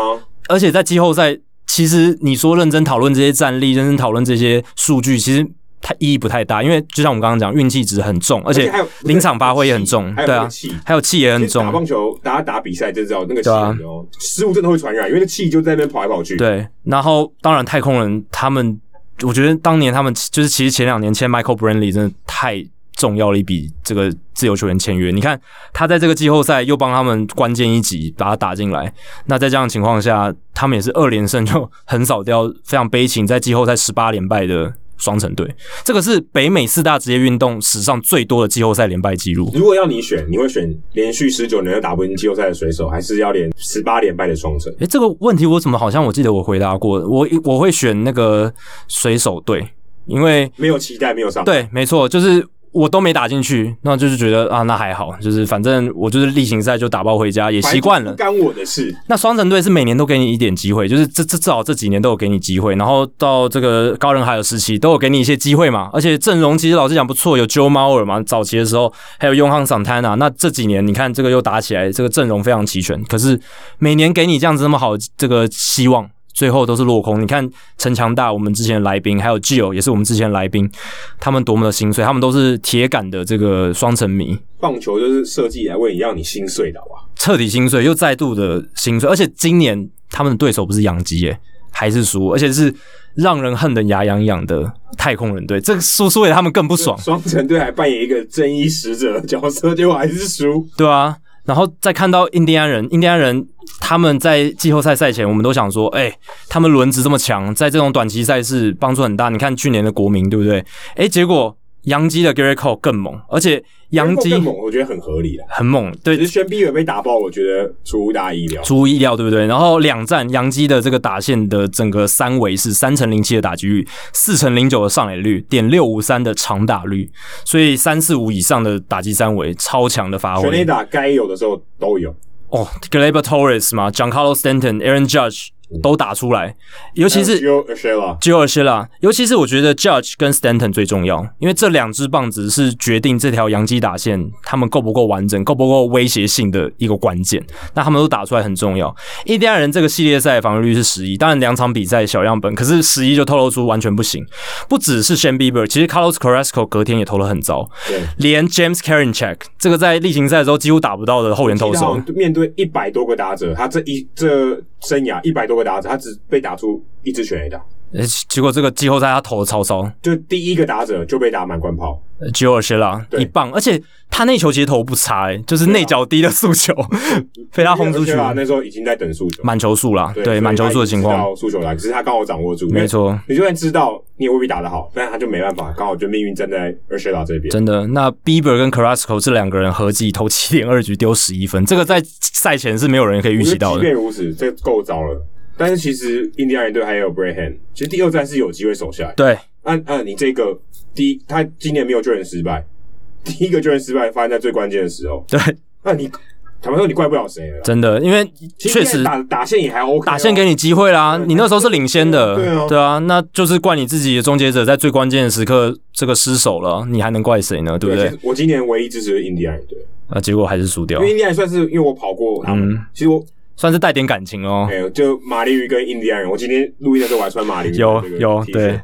Speaker 2: 而且在季后赛，其实你说认真讨论这些战力，认真讨论这些数据，其实它意义不太大，因为就像我们刚刚讲，运气值很重，而
Speaker 1: 而
Speaker 2: 且
Speaker 1: 还有
Speaker 2: 临场发挥也很重，
Speaker 1: 还有
Speaker 2: 对
Speaker 1: 那
Speaker 2: 啊
Speaker 1: 个，气。
Speaker 2: 还有气也很
Speaker 1: 其实打
Speaker 2: 重，
Speaker 1: 棒球，大家打比赛就知道那个气
Speaker 2: 对啊
Speaker 1: 哦，失误真的会传染，因为那气就在那边跑来跑去。，
Speaker 2: 对。然后当然太空人他们，我觉得当年他们就是其实前两年签 Michael Brantley 真的太。重要的一笔这个自由球员签约，你看他在这个季后赛又帮他们关键一击把他打进来，那在这样的情况下，他们也是二连胜就 *laughs* 横扫掉非常悲情，在季后赛十八连败的双城队，这个是北美四大职业运动史上最多的季后赛连败记录。
Speaker 1: 如果要你选，你会选连续十九年都打不进季后赛的水手，还是要连十八连败的双城？
Speaker 2: 诶，这个问题我怎么好像我记得我回答过，我我会选那个水手队，因为
Speaker 1: 没有期待，没有上。，
Speaker 2: 对，没错，就是我都没打进去，那就是觉得啊，那还好，就是反正我就是例行赛就打包回家，也习惯了
Speaker 1: 不。干我的事。
Speaker 2: 那双城队是每年都给你一点机会，就是这这至少这几年都有给你机会，然后到这个高人海尔时期都有给你一些机会嘛。而且阵容其实老实讲不错，有 Joe Mauer 嘛，早期的时候还有 Yohan Santana。那这几年你看这个又打起来，这个阵容非常齐全，可是每年给你这样子那么好的这个希望。最后都是落空。你看陈强大，我们之前的来宾，还有 Gio 也是我们之前的来宾，他们多么的心碎，他们都是铁杆的这个双城迷。
Speaker 1: 棒球就是设计来为你让你心碎的，好不好？
Speaker 2: 彻底心碎，又再度的心碎，而且今年他们的对手不是洋基耶，还是输，而且是让人恨得牙痒痒的太空人队，这个输输给他们更不爽，
Speaker 1: 双城队还扮演一个正义使者的角色，结果还是输。
Speaker 2: 对啊。然后再看到印第安人，印第安人他们在季后赛赛前，我们都想说，哎、他们轮值这么强，在这种短期赛事帮助很大。你看去年的国民，对不对？哎、结果洋基的 Gary Cole 更猛，而且洋基
Speaker 1: 更猛，我觉得很合理啦。
Speaker 2: 很猛，对
Speaker 1: 只，是宣逼远被打爆，我觉得出乎大意料。
Speaker 2: 出乎意料，对不对？然后两战杨基的这个打线的整个三围是三乘零七的打击率，四乘零九的上垒率，点六五三的长打率，所以三四五以上的打击三围超强的发
Speaker 1: 全垒
Speaker 2: 挥。
Speaker 1: 打该有的时候都有，
Speaker 2: 哦 g l a b e r Torres 嘛，John Carlos Stanton、Aaron Judge、
Speaker 1: 嗯
Speaker 2: 都打出来，尤其是
Speaker 1: Gio Urshela，
Speaker 2: j o s h i l a 尤其是我觉得 Judge 跟 Stanton 最重要，因为这两支棒子是决定这条洋基打线他们够不够完整、够不够威胁性的一个关键。那他们都打出来很重要。印第安人这个系列赛防御率是十一，当然两场比赛小样本，可是十一就透露出完全不行。不只是 Shane Bieber，其实 Carlos Carrasco 隔天也投得很糟，
Speaker 1: 对，
Speaker 2: 连 James Karinchak 这个在例行赛的时候几乎打不到的后援投
Speaker 1: 其实好
Speaker 2: 手，
Speaker 1: 像面对一百多个打者，他这一这生涯一百多个打者，他只被打出一支全垒打，
Speaker 2: 呃结果这个季后赛他投的超糟。
Speaker 1: 就第一个打者就被打满贯炮，
Speaker 2: 吉尔谢拉
Speaker 1: 对啊
Speaker 2: 一棒，而且他那球其实投不差、欸，就是内角低的速
Speaker 1: *laughs*
Speaker 2: 球被他轰出去，
Speaker 1: 了。那时候已经在等速球，
Speaker 2: 满球速啦，
Speaker 1: 所以
Speaker 2: 对，满球速的
Speaker 1: 他
Speaker 2: 情
Speaker 1: 已
Speaker 2: 况，
Speaker 1: 经知道速球来，只是他刚好掌握住，
Speaker 2: 没。错。
Speaker 1: 你就算知道你也未必打得好，但他就没办法，刚好就命运站在 Urshela 这边。
Speaker 2: 真的，那 Bieber 跟 Carrasco 这两个人合计投七点二局丢十一分，这个在赛前是没有人可以预
Speaker 1: 我觉
Speaker 2: 期
Speaker 1: 得
Speaker 2: 到
Speaker 1: 即
Speaker 2: 的。
Speaker 1: 便如此，这够糟了。但是其实印第安人队还有 Brayhan，其实第二战是有机会守下来。
Speaker 2: 对，
Speaker 1: 按按你这个第一，他今年没有救援失败，第一个救援失败发生在最关键的时候。
Speaker 2: 对，
Speaker 1: 那你坦白说，你怪不了谁了啦。
Speaker 2: 真的，因为
Speaker 1: 其
Speaker 2: 确实
Speaker 1: 打打线也还 OK，、啊
Speaker 2: 打线给你机会啦，
Speaker 1: 对
Speaker 2: 你那时候是领先的，
Speaker 1: 对啊
Speaker 2: 对啊，那就是怪你自己的终结者在最关键的时刻这个失手了，你还能怪谁呢？对不对？？
Speaker 1: 其实我今年唯一支持的印第安人队，
Speaker 2: 啊，结果还是输掉
Speaker 1: 因为，印第安人算是因为我跑过他们，
Speaker 2: 嗯
Speaker 1: 其实我
Speaker 2: 算是带点感情哦
Speaker 1: 哎、。就马林鱼跟印第安人，我今天录音的时候我还穿马林鱼的
Speaker 2: 有
Speaker 1: 这个
Speaker 2: 有
Speaker 1: T 恤
Speaker 2: 对，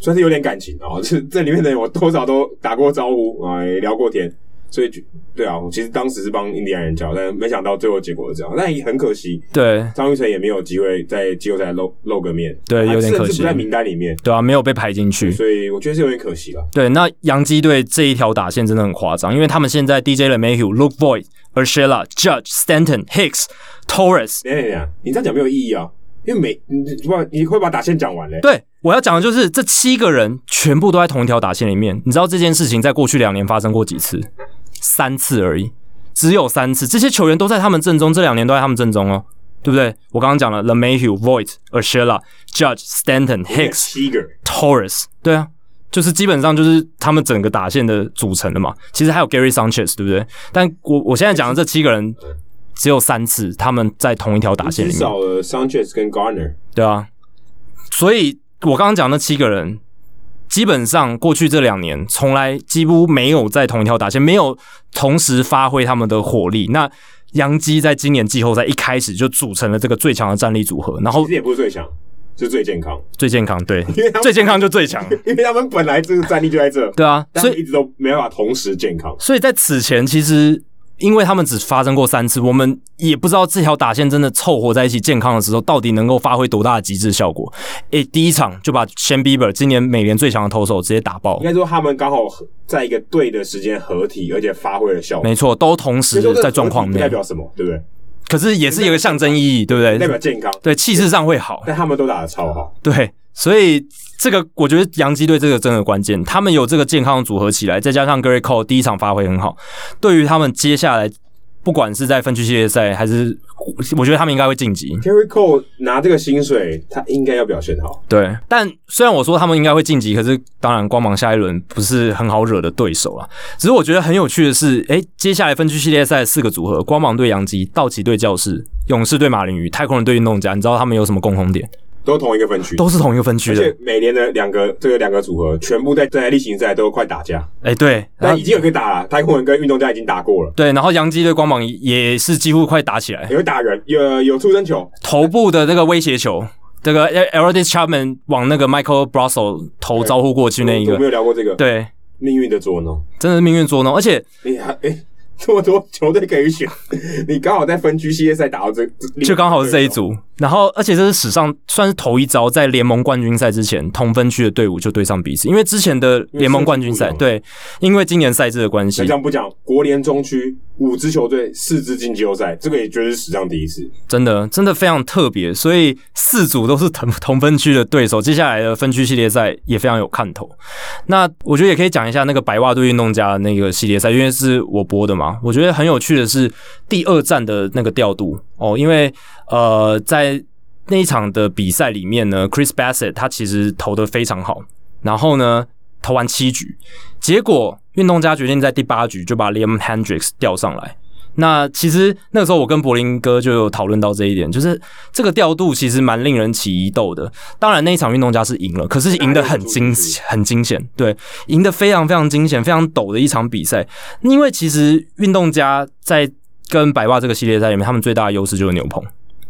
Speaker 1: 算是有点感情啊、哦， *laughs* 这这里面的人我多少都打过招呼啊、也聊过天，所以就对啊，我其实当时是帮印第安人叫，但没想到最后结果是这样，但也很可惜，
Speaker 2: 对
Speaker 1: 张玉成也没有机会在季后赛露露个面，
Speaker 2: 对
Speaker 1: 他
Speaker 2: 有点可惜
Speaker 1: 甚至不在名单里面，
Speaker 2: 对啊，没有被排进去。
Speaker 1: 所以我觉得是有点可惜了。
Speaker 2: 对，那洋基队这一条打线真的很夸张，因为他们现在 DJ LeMahieu、Luke Voigt、Urshela、Judge、Stanton、Hicks、Torres。
Speaker 1: 等一下等一下，你这样讲没有意义啊，因为每你你你会把打线讲完嘞、
Speaker 2: 对，我要讲的就是这七个人全部都在同一条打线里面。你知道这件事情在过去两年发生过几次？三次而已，只有三次。这些球员都在他们阵中，这两年都在他们阵中哦，对不对？我刚刚讲了 LeMahieu、Voigt、Urshela、Judge、Stanton、Hicks。
Speaker 1: 七个人
Speaker 2: Torres，对啊，就是基本上就是他们整个打线的组成的嘛。其实还有 Gary Sanchez，对不对？但我我现在讲的这七个人，只有三次他们在同一条打线
Speaker 1: 只
Speaker 2: 里面，
Speaker 1: 少了 Sanchez 跟 Garner，
Speaker 2: 对啊。所以我刚刚讲那七个人，基本上过去这两年从来几乎没有在同一条打线，没有同时发挥他们的火力。那杨基在今年季后赛一开始就组成了这个最强的战力组合，然
Speaker 1: 其
Speaker 2: 后
Speaker 1: 实也不是最强，是最健康，
Speaker 2: 最健康，对
Speaker 1: 因为他，们
Speaker 2: *laughs* 最健康就最强，
Speaker 1: *laughs* 因为他们本来这个战力就在这。
Speaker 2: 对啊。
Speaker 1: 但
Speaker 2: 所以
Speaker 1: 一直都没办法同时健康。
Speaker 2: 所以在此前，其实因为他们只发生过三次，我们也不知道这条打线真的凑合在一起健康的时候，到底能够发挥多大的极致效果。诶、第一场就把 s h a n Bieber 今年美联最强的投手直接打爆
Speaker 1: 应，该说他们刚好合在一个对的时间合体，而且发挥了效果。
Speaker 2: 没错，都同时
Speaker 1: 所以说这
Speaker 2: 在状况
Speaker 1: 合体不代
Speaker 2: 内，
Speaker 1: 表什么，对不对？
Speaker 2: 可是也是有一个象征意义，对不
Speaker 1: 代
Speaker 2: 对？
Speaker 1: 表健康，
Speaker 2: 对，气势上会好，
Speaker 1: 但他们都打得超好。
Speaker 2: 对，所以这个我觉得洋基队这个真的关键，他们有这个健康的组合起来，再加上 Gary Cole 第一场发挥很好，对于他们接下来不管是在分区系列赛还是，我觉得他们应该会晋级。
Speaker 1: Terry Cole 拿这个薪水，他应该要表现好。
Speaker 2: 对，但虽然我说他们应该会晋级，可是当然光芒下一轮不是很好惹的对手啦。只是我觉得很有趣的是，诶，接下来分区系列赛四个组合：光芒对洋基、道奇对教士、勇士对马林鱼、太空人对运动家，你知道他们有什么共同点？
Speaker 1: 都同一个分区，
Speaker 2: 都是同一个分区
Speaker 1: 而且
Speaker 2: 的。
Speaker 1: 每年的两个这个两个组合，全部在在例行赛都快打架，
Speaker 2: 诶，对，然
Speaker 1: 但
Speaker 2: 后
Speaker 1: 已经有可以打了。太空人跟运动家已经打过了，
Speaker 2: 对，然后洋基对光芒也是几乎快打起来，
Speaker 1: 有打人，有有出生球，
Speaker 2: 头部的那个威胁球。这个 e l r d i s Chapman 往那个 Michael Brasso 头招呼过去那一
Speaker 1: 我我没
Speaker 2: 个，
Speaker 1: 有聊过这个
Speaker 2: 对，
Speaker 1: 命运的捉弄。
Speaker 2: 真的是命运捉弄。而且
Speaker 1: 你还哎，这么多球队可以选， *laughs* 你刚好在分区系列赛打到这，这
Speaker 2: 就刚好是这一。组。然后，而且这是史上算是头一遭，在联盟冠军赛之前，同分区的队伍就对上彼此，因为之前的联盟冠军赛，
Speaker 1: 因为
Speaker 2: 对，因为今年赛制的关
Speaker 1: 那
Speaker 2: 系
Speaker 1: 这，样不讲，国联中区五支球队四支进季后赛，这个也绝对是史上第一次。
Speaker 2: 真的真的非常特别，所以四组都是同 *laughs* 同分区的对手，接下来的分区系列赛也非常有看头。那我觉得也可以讲一下那个白袜对运动家的那个系列赛，因为是我播的嘛。我觉得很有趣的是第二站的那个调度哦，因为呃，在那一场的比赛里面呢，Chris Bassett 他其实投的非常好，然后呢投完七局，结果运动家决定在第八局就把 Liam Hendricks 调上来。那其实那个时候我跟柏林哥就有讨论到这一点，就是这个调度其实蛮令人起疑窦的。当然那一场运动家是赢了，可是赢得很惊很惊险，对，赢得非常非常惊险，非常陡的一场比赛。因为其实运动家在跟白袜这个系列赛里面，他们最大的优势就是牛棚。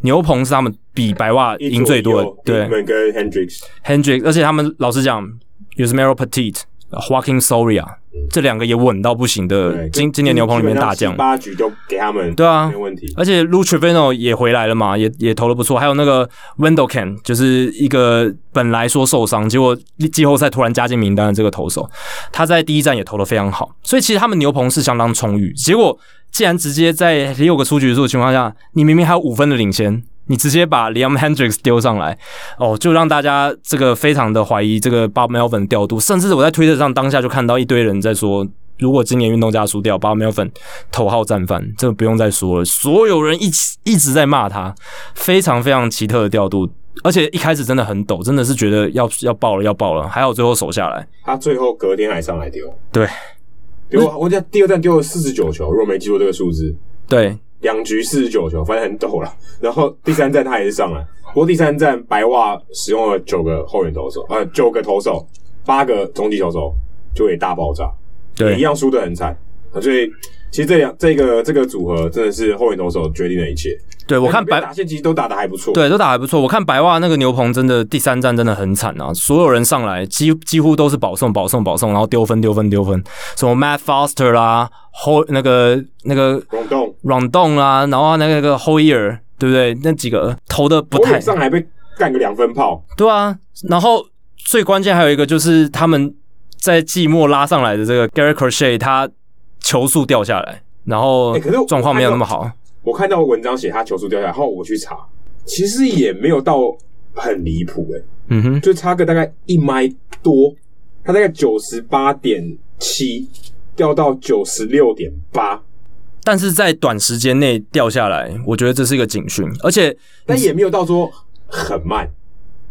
Speaker 2: 牛棚是他们比白袜赢最多的，对
Speaker 1: 你们跟 Hendrix
Speaker 2: ，Hendrick，而且他们老实讲 u s m e r o Petit、Joaquin Soria 这两个也稳到不行的，呃今今年牛棚里面大将。
Speaker 1: 八局都给他们，
Speaker 2: 对啊
Speaker 1: 没问题。
Speaker 2: 而且 l u t r i v i n o 也回来了嘛，也也投的不错。还有那个 Wendell Can，就是一个本来说受伤，结果季后赛突然加进名单的这个投手，他在第一站也投的非常好。所以其实他们牛棚是相当充裕。结果既然直接在六个出局数的情况下，你明明还有五分的领先。你直接把 Liam Hendricks 丢上来，哦，就让大家这个非常的怀疑这个 Bob Melvin 的调度，甚至我在推特上当下就看到一堆人在说，如果今年运动家输掉，Bob Melvin 头号战犯，这个不用再说了，所有人一起一直在骂他，非常非常奇特的调度，而且一开始真的很抖，真的是觉得要要爆了要爆了，还好最后守下来，
Speaker 1: 他最后隔天还上来丢，
Speaker 2: 对
Speaker 1: 丢我记得第二站丢了四十九球，如果没记错这个数字，
Speaker 2: 对，
Speaker 1: 两局四十九球，反正很陡了。然后第三站他也是上来，不过第三站白袜使用了九个后援投手，呃，九个投手，八个中继投手，就也大爆炸，也一
Speaker 2: 对
Speaker 1: 样输得很惨。啊所以其实这两这个这个组合真的是后援投手决定了一切。
Speaker 2: 对，我看
Speaker 1: 两边
Speaker 2: 白
Speaker 1: 打线其实都打得还不错，
Speaker 2: 对，都打得还不错。我看白袜那个牛棚真的第三站真的很惨啊，所有人上来几几乎都是保送、保送、保送，然后丢分、丢分、丢分，什么 Matt Foster 啦，后那个那个
Speaker 1: 广东
Speaker 2: Rondon 啦，然后那个那个 Whole Year，对不对？那几个投的不
Speaker 1: 我
Speaker 2: 太
Speaker 1: 也上来被干个两分炮，
Speaker 2: 对啊，然后最关键还有一个就是他们在季末拉上来的这个 Gary Crochet，他球速掉下来，然后
Speaker 1: 哎可是我
Speaker 2: 状况没有那么好。
Speaker 1: 我看到文章写他球速掉下来，然后我去查，其实也没有到很离谱欸诶，
Speaker 2: 嗯哼，
Speaker 1: 就差个大概一麦多，他大概九十八点七掉到九十六点八，
Speaker 2: 但是在短时间内掉下来，我觉得这是一个警讯，而且
Speaker 1: 但也没有到说很慢，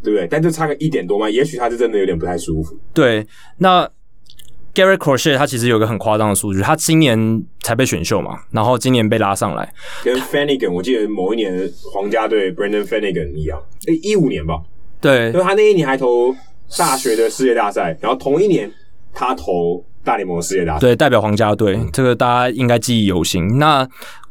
Speaker 1: 对不对？但就差个一点多慢，也许他是真的有点不太舒服。
Speaker 2: 对，那 Gary Crochet 他其实有一个很夸张的数据，他今年才被选秀嘛，然后今年被拉上来，
Speaker 1: 跟 Finnegan，我记得某一年皇家队 Brandon Finnegan 一样，诶，一五年吧，
Speaker 2: 对
Speaker 1: 就是他那一年还投大学的世界大赛，然后同一年他投大联盟世界大赛，
Speaker 2: 对，代表皇家队，这个大家应该记忆犹新。那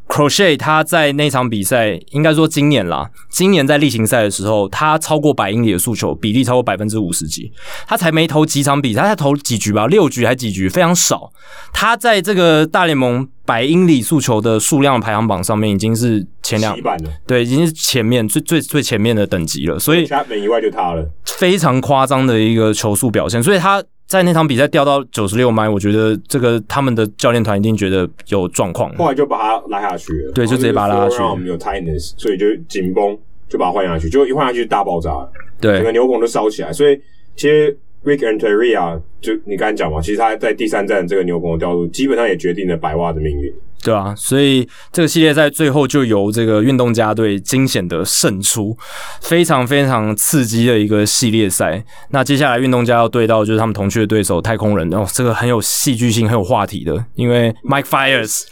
Speaker 2: Crochet 他在那场比赛，应该说今年啦，今年在例行赛的时候，他超过百英里的速球比例超过百分之五十几，他才没投几场比赛，他才投几局吧，六局还几局，非常少。他在这个大联盟百英里速球的数量排行榜上面已经是前两
Speaker 1: 洗，版的。
Speaker 2: 对，已经是前面最最最前面的等级了，所以
Speaker 1: Chapman 以外就他了，
Speaker 2: 非常夸张的一个球速表现，所以他在那场比赛掉到九十六迈，我觉得这个他们的教练团一定觉得有状况。
Speaker 1: 后来就把他拉下去了，
Speaker 2: 对就直接把他拉下去
Speaker 1: 然后我们有 tightness，所以就紧绷，就把他换下去，就一换下去就大爆炸了，整个
Speaker 2: 对
Speaker 1: 牛棚都烧起来。所以其实 Rick and Terry 啊就你刚才讲嘛，其实他在第三站这个牛棚的调度，基本上也决定了白袜的命运。
Speaker 2: 对啊，所以这个系列赛最后就由这个运动家队惊险的胜出，非常非常刺激的一个系列赛。那接下来运动家要对到就是他们同区的对手太空人，哦，这个很有戏剧性，很有话题的，因为 Mike Fires，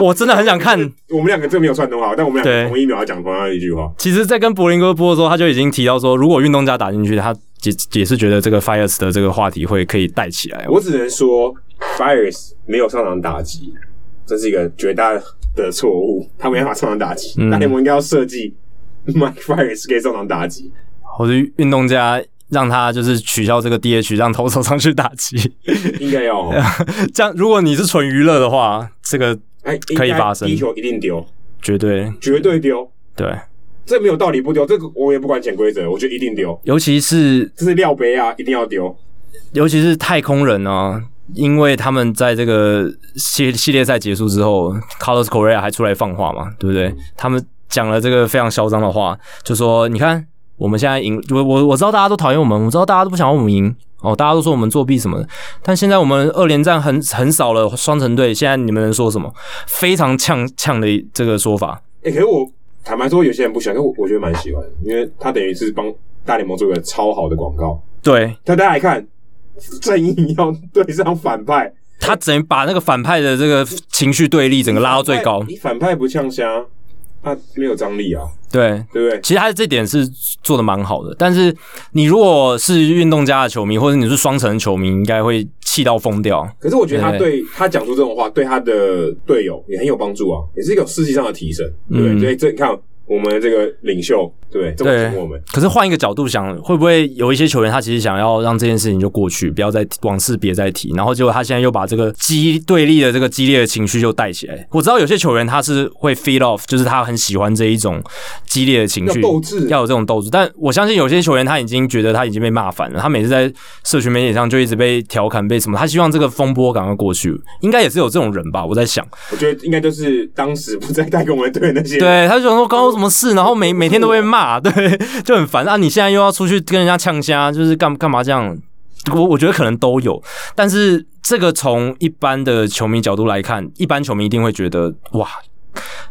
Speaker 2: 我真的很想看。
Speaker 1: 我们两个这没有串通好，但我们两
Speaker 2: 对
Speaker 1: 个同一秒要讲同样一句话，
Speaker 2: 其实，在跟柏林哥播的时候，他就已经提到说，如果运动家打进去，他也也是觉得这个 Fires 的这个话题会可以带起来。
Speaker 1: 我只能说 Fires 没有上场打击，这是一个绝大的错误，他没办法上场打击。大联盟应该要设计 Mike Fires 可以上场打击。
Speaker 2: 我的运动家让他就是取消这个 DH，让投手上去打击。
Speaker 1: 应该要哦，
Speaker 2: 这样，如果你是纯娱乐的话，这个
Speaker 1: 哎，
Speaker 2: 可以发生
Speaker 1: 应该第一球一定丢，
Speaker 2: 绝对
Speaker 1: 绝对丢，
Speaker 2: 对，
Speaker 1: 这没有道理不丢，这个我也不管潜规则，我觉得一定丢，
Speaker 2: 尤其是
Speaker 1: 这是料杯啊，一定要丢。
Speaker 2: 尤其是太空人啊。因为他们在这个系系列赛结束之后，Carlos Correa 还出来放话嘛，对不对？他们讲了这个非常嚣张的话，就说你看我们现在赢，我我我知道大家都讨厌我们，我知道大家都不想要我们赢哦，大家都说我们作弊什么的，但现在我们二连战很很少了，双城队现在你们能说什么？非常呛呛的一这个说法，
Speaker 1: 哎，可是我坦白说，有些人不喜欢，可我我觉得蛮喜欢的，因为他等于是帮大联盟做个超好的广告。
Speaker 2: 对
Speaker 1: 但大家来看，正义要对上反派，
Speaker 2: 他等于把那个反派的这个情绪对立整个拉到最高。
Speaker 1: 你反派不呛虾，他没有张力啊，
Speaker 2: 对，
Speaker 1: 对不对？
Speaker 2: 其实他这点是做的蛮好的，但是你如果是运动家的球迷，或者你是双城的球迷，应该会气到疯掉。
Speaker 1: 可是我觉得他对他讲出这种话，对他的队友也很有帮助啊，也是一个士气上的提升，对不对？
Speaker 2: 嗯
Speaker 1: 所以这你看我们这个领袖，对不对？这么
Speaker 2: 对
Speaker 1: 挺我们，
Speaker 2: 可是换一个角度想，会不会有一些球员他其实想要让这件事情就过去，不要再往事别再提，然后结果他现在又把这个激对立的这个激烈的情绪又带起来。我知道有些球员他是会 feed off，就是他很喜欢这一种激烈的情绪，
Speaker 1: 要斗志
Speaker 2: 要有这种斗志。但我相信有些球员他已经觉得他已经被骂烦了，他每次在社群媒体上就一直被调侃，被什么，他希望这个风波赶快过去，应该也是有这种人吧？我在想。
Speaker 1: 我觉得应该就是当时不在带给我们队的那些，
Speaker 2: 对，他就想说关我什么事，然后每每天都被骂， *laughs* 对，就很烦啊！你现在又要出去跟人家呛虾，就是干干嘛这样？我我觉得可能都有，但是这个从一般的球迷角度来看，一般球迷一定会觉得哇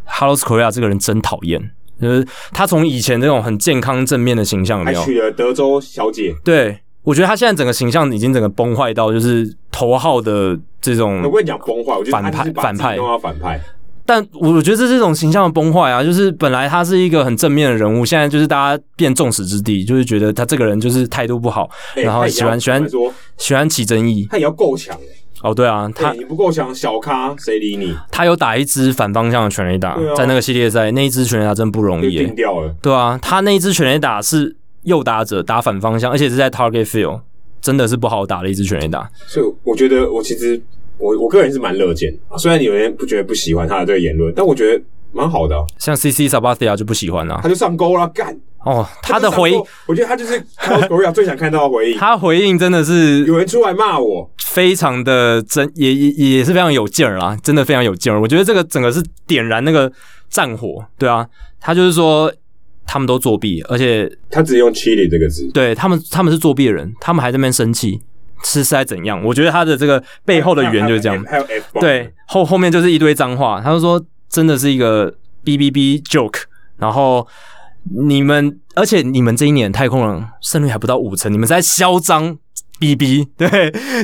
Speaker 2: ，Halos Korea 这个人真讨厌，就是他从以前这种很健康正面的形象有没
Speaker 1: 还
Speaker 2: 有？
Speaker 1: 娶了德州小姐，
Speaker 2: 对。我觉得他现在整个形象已经整个崩坏到，就是头号的这种
Speaker 1: 我跟你讲崩坏，我觉得他
Speaker 2: 嗯反派
Speaker 1: 就是把自己
Speaker 2: 反派
Speaker 1: 弄到反派，
Speaker 2: 但我觉得这是一种形象的崩坏啊，就是本来他是一个很正面的人物，现在就是大家变众矢之的，就是觉得他这个人就是态度不好，
Speaker 1: 哎
Speaker 2: 然后
Speaker 1: 他也
Speaker 2: 喜欢
Speaker 1: 要
Speaker 2: 喜欢
Speaker 1: 怎么说
Speaker 2: 喜欢起争议。
Speaker 1: 他也要够强欸，
Speaker 2: 哦，对啊，他
Speaker 1: 对你不够强，小咖谁理你？
Speaker 2: 他有打一支反方向的全垒打，
Speaker 1: 对啊
Speaker 2: 在那个系列赛那一支全垒打真不容
Speaker 1: 就
Speaker 2: 易、
Speaker 1: 定
Speaker 2: 欸，
Speaker 1: 掉了。
Speaker 2: 对啊，他那一支全垒打是右打者打反方向，而且是在 target field，真的是不好打的一支全垒打。
Speaker 1: 所以我觉得我其实我我个人是蛮乐见的啊，虽然有人不觉得不喜欢他的这个言论，但我觉得蛮好的啊、
Speaker 2: 像 C C Sabathia 就不喜欢啊
Speaker 1: 他，就上钩了，干
Speaker 2: 哦，他的
Speaker 1: 就上
Speaker 2: 回
Speaker 1: 钩我觉得他就是 c o s c o r e a *laughs* 最想看到的回应。
Speaker 2: 他回应真的是
Speaker 1: 有人出来骂我，
Speaker 2: 非常的真，也也也是非常有劲儿啦，真的非常有劲儿。我觉得这个整个是点燃那个战火，对啊，他就是说他们都作弊，而且
Speaker 1: 他只用 “chili” 这个字，
Speaker 2: 对他们他们是作弊的人，他们还在那边生气，是是在怎样？我觉得他的这个背后的缘就是这样，
Speaker 1: 还有 F 棒，
Speaker 2: 对，后后面就是一堆脏话，他就说真的是一个 B B B joke，然后。你们，而且你们这一年太空人胜率还不到五成，你们在嚣张 BB，对，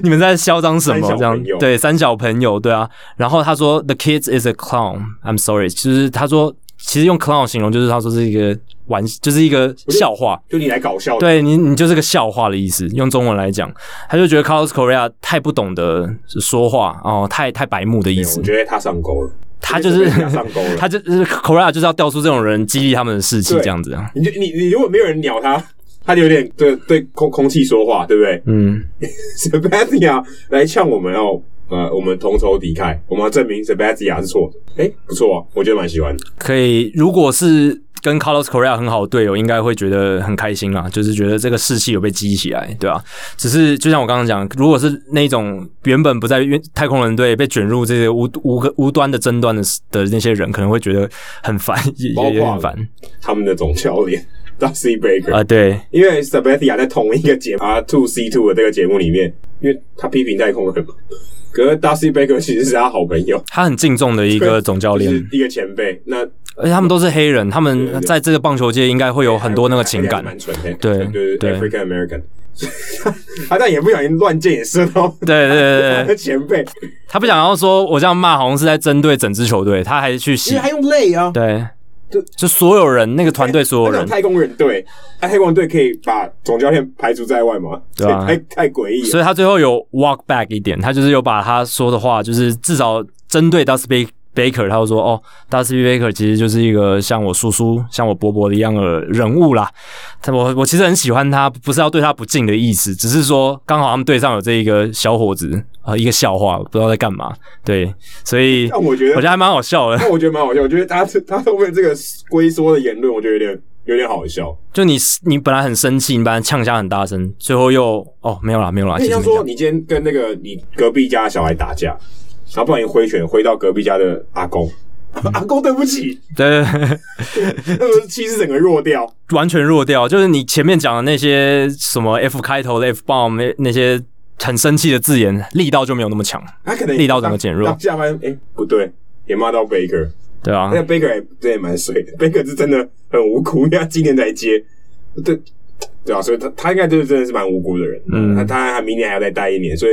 Speaker 2: 你们在嚣张什么？
Speaker 1: 三小
Speaker 2: 这样
Speaker 1: 朋友
Speaker 2: 对，三小朋友，对啊。然后他说 The kids is a clown，I'm sorry，就是他说其实用 clown 形容就是他说是一个玩，就是一个笑话，
Speaker 1: 就你来搞笑的，
Speaker 2: 对你，你就是个笑话的意思。用中文来讲，他就觉得 Carlos Correa 太不懂得说话哦，太太白目的意
Speaker 1: 没有
Speaker 2: 思
Speaker 1: 我。觉得他上钩了，
Speaker 2: 他就是
Speaker 1: 我觉得他上钩了。
Speaker 2: *laughs* 他就是 Correa 就是要调出这种人激励他们的士气，
Speaker 1: 对
Speaker 2: 这样子啊。
Speaker 1: 你就你你如果没有人鸟他，他就有点对对空空气说话，对不对
Speaker 2: 嗯，
Speaker 1: ？Sabatia 来呛我们哦，呃，我们同仇敌忾，我们要证明 Sabatia 是错的。哎，不错啊，我觉得蛮喜欢的。
Speaker 2: 可以。如果是跟 Carlos Correa 很好的队友，应该会觉得很开心啊，就是觉得这个士气有被激起来，对吧、啊只是就像我刚刚讲，如果是那种原本不在原太空人队被卷入这些无无无端的争端的的那些人，可能会觉得很烦，也
Speaker 1: 包括
Speaker 2: 也也很烦
Speaker 1: 他们的总教练 Dusty Baker，、
Speaker 2: 啊、对。
Speaker 1: 因为 Sabathia 在同一个节目 R Two C Two 的这个节目里面，因为他批评太空人嘛，可是 Dusty Baker 其实是他好朋友，
Speaker 2: 他很敬重的一个总教
Speaker 1: 就
Speaker 2: 练
Speaker 1: 是，一个前辈，那
Speaker 2: 而且他们都是黑人，他
Speaker 1: 对对
Speaker 2: 们
Speaker 1: 对
Speaker 2: 在这个棒球界应该会有很多那个情
Speaker 1: 还
Speaker 2: 感。
Speaker 1: 蛮纯的，
Speaker 2: 对
Speaker 1: 就是
Speaker 2: 对
Speaker 1: African American，他但也不小心乱箭也射到
Speaker 2: 对对对
Speaker 1: 他
Speaker 2: 对对，
Speaker 1: 的前辈，
Speaker 2: 他不想要说我这样骂，好像是在针对整支球队，他还去
Speaker 1: 因
Speaker 2: 洗
Speaker 1: 为，他用累啊，
Speaker 2: 对
Speaker 1: 就，
Speaker 2: 就所有人那个团队所有
Speaker 1: 他讲
Speaker 2: 人，
Speaker 1: 太空人队，哎，太空人队可以把总教练排除在外吗？
Speaker 2: 对啊
Speaker 1: 这也太太诡异了。
Speaker 2: 所以他最后有 walk back 一点，他就是有把他说的话，就是至少针对 Dusty Baker，他就说哦，Dusty Baker 其实就是一个像我叔叔、像我伯伯一样的人物啦。他我我其实很喜欢他，不是要对他不敬的意思，只是说刚好他们队上有这一个小伙子啊、呃一个笑话，不知道在干嘛。对，所以
Speaker 1: 但我觉
Speaker 2: 我
Speaker 1: 得
Speaker 2: 觉得还蛮好笑的。
Speaker 1: 但我觉得蛮好笑，我觉得他他后面这个龟缩的言论，我觉得有点有点好笑。
Speaker 2: 就你你本来很生气，你本来呛下很大声，最后又哦没有啦没有啦，
Speaker 1: 你
Speaker 2: 其实
Speaker 1: 像
Speaker 2: 没
Speaker 1: 说，
Speaker 2: 讲
Speaker 1: 你今天跟那个你隔壁家的小孩打架，然后不小心挥拳挥到隔壁家的阿
Speaker 2: *laughs*
Speaker 1: 公，阿公对不起，
Speaker 2: 对对对。
Speaker 1: 那个 *laughs* 气势整个弱掉。
Speaker 2: 完全弱掉，就是你前面讲的那些什么 F 开头的 F bomb 那那些很生气的字眼，力道就没有那么强，
Speaker 1: 他可能
Speaker 2: 力道整个减弱
Speaker 1: 当下班哎、不对，也骂到 Baker，
Speaker 2: 对啊
Speaker 1: 那、，Baker 也这也蛮水的，Baker *laughs* 是真的很无辜，因为他今年才接，对对啊，所以他他应该就是真的是蛮无辜的人，
Speaker 2: 嗯
Speaker 1: 他他他明年还要再待一年，所以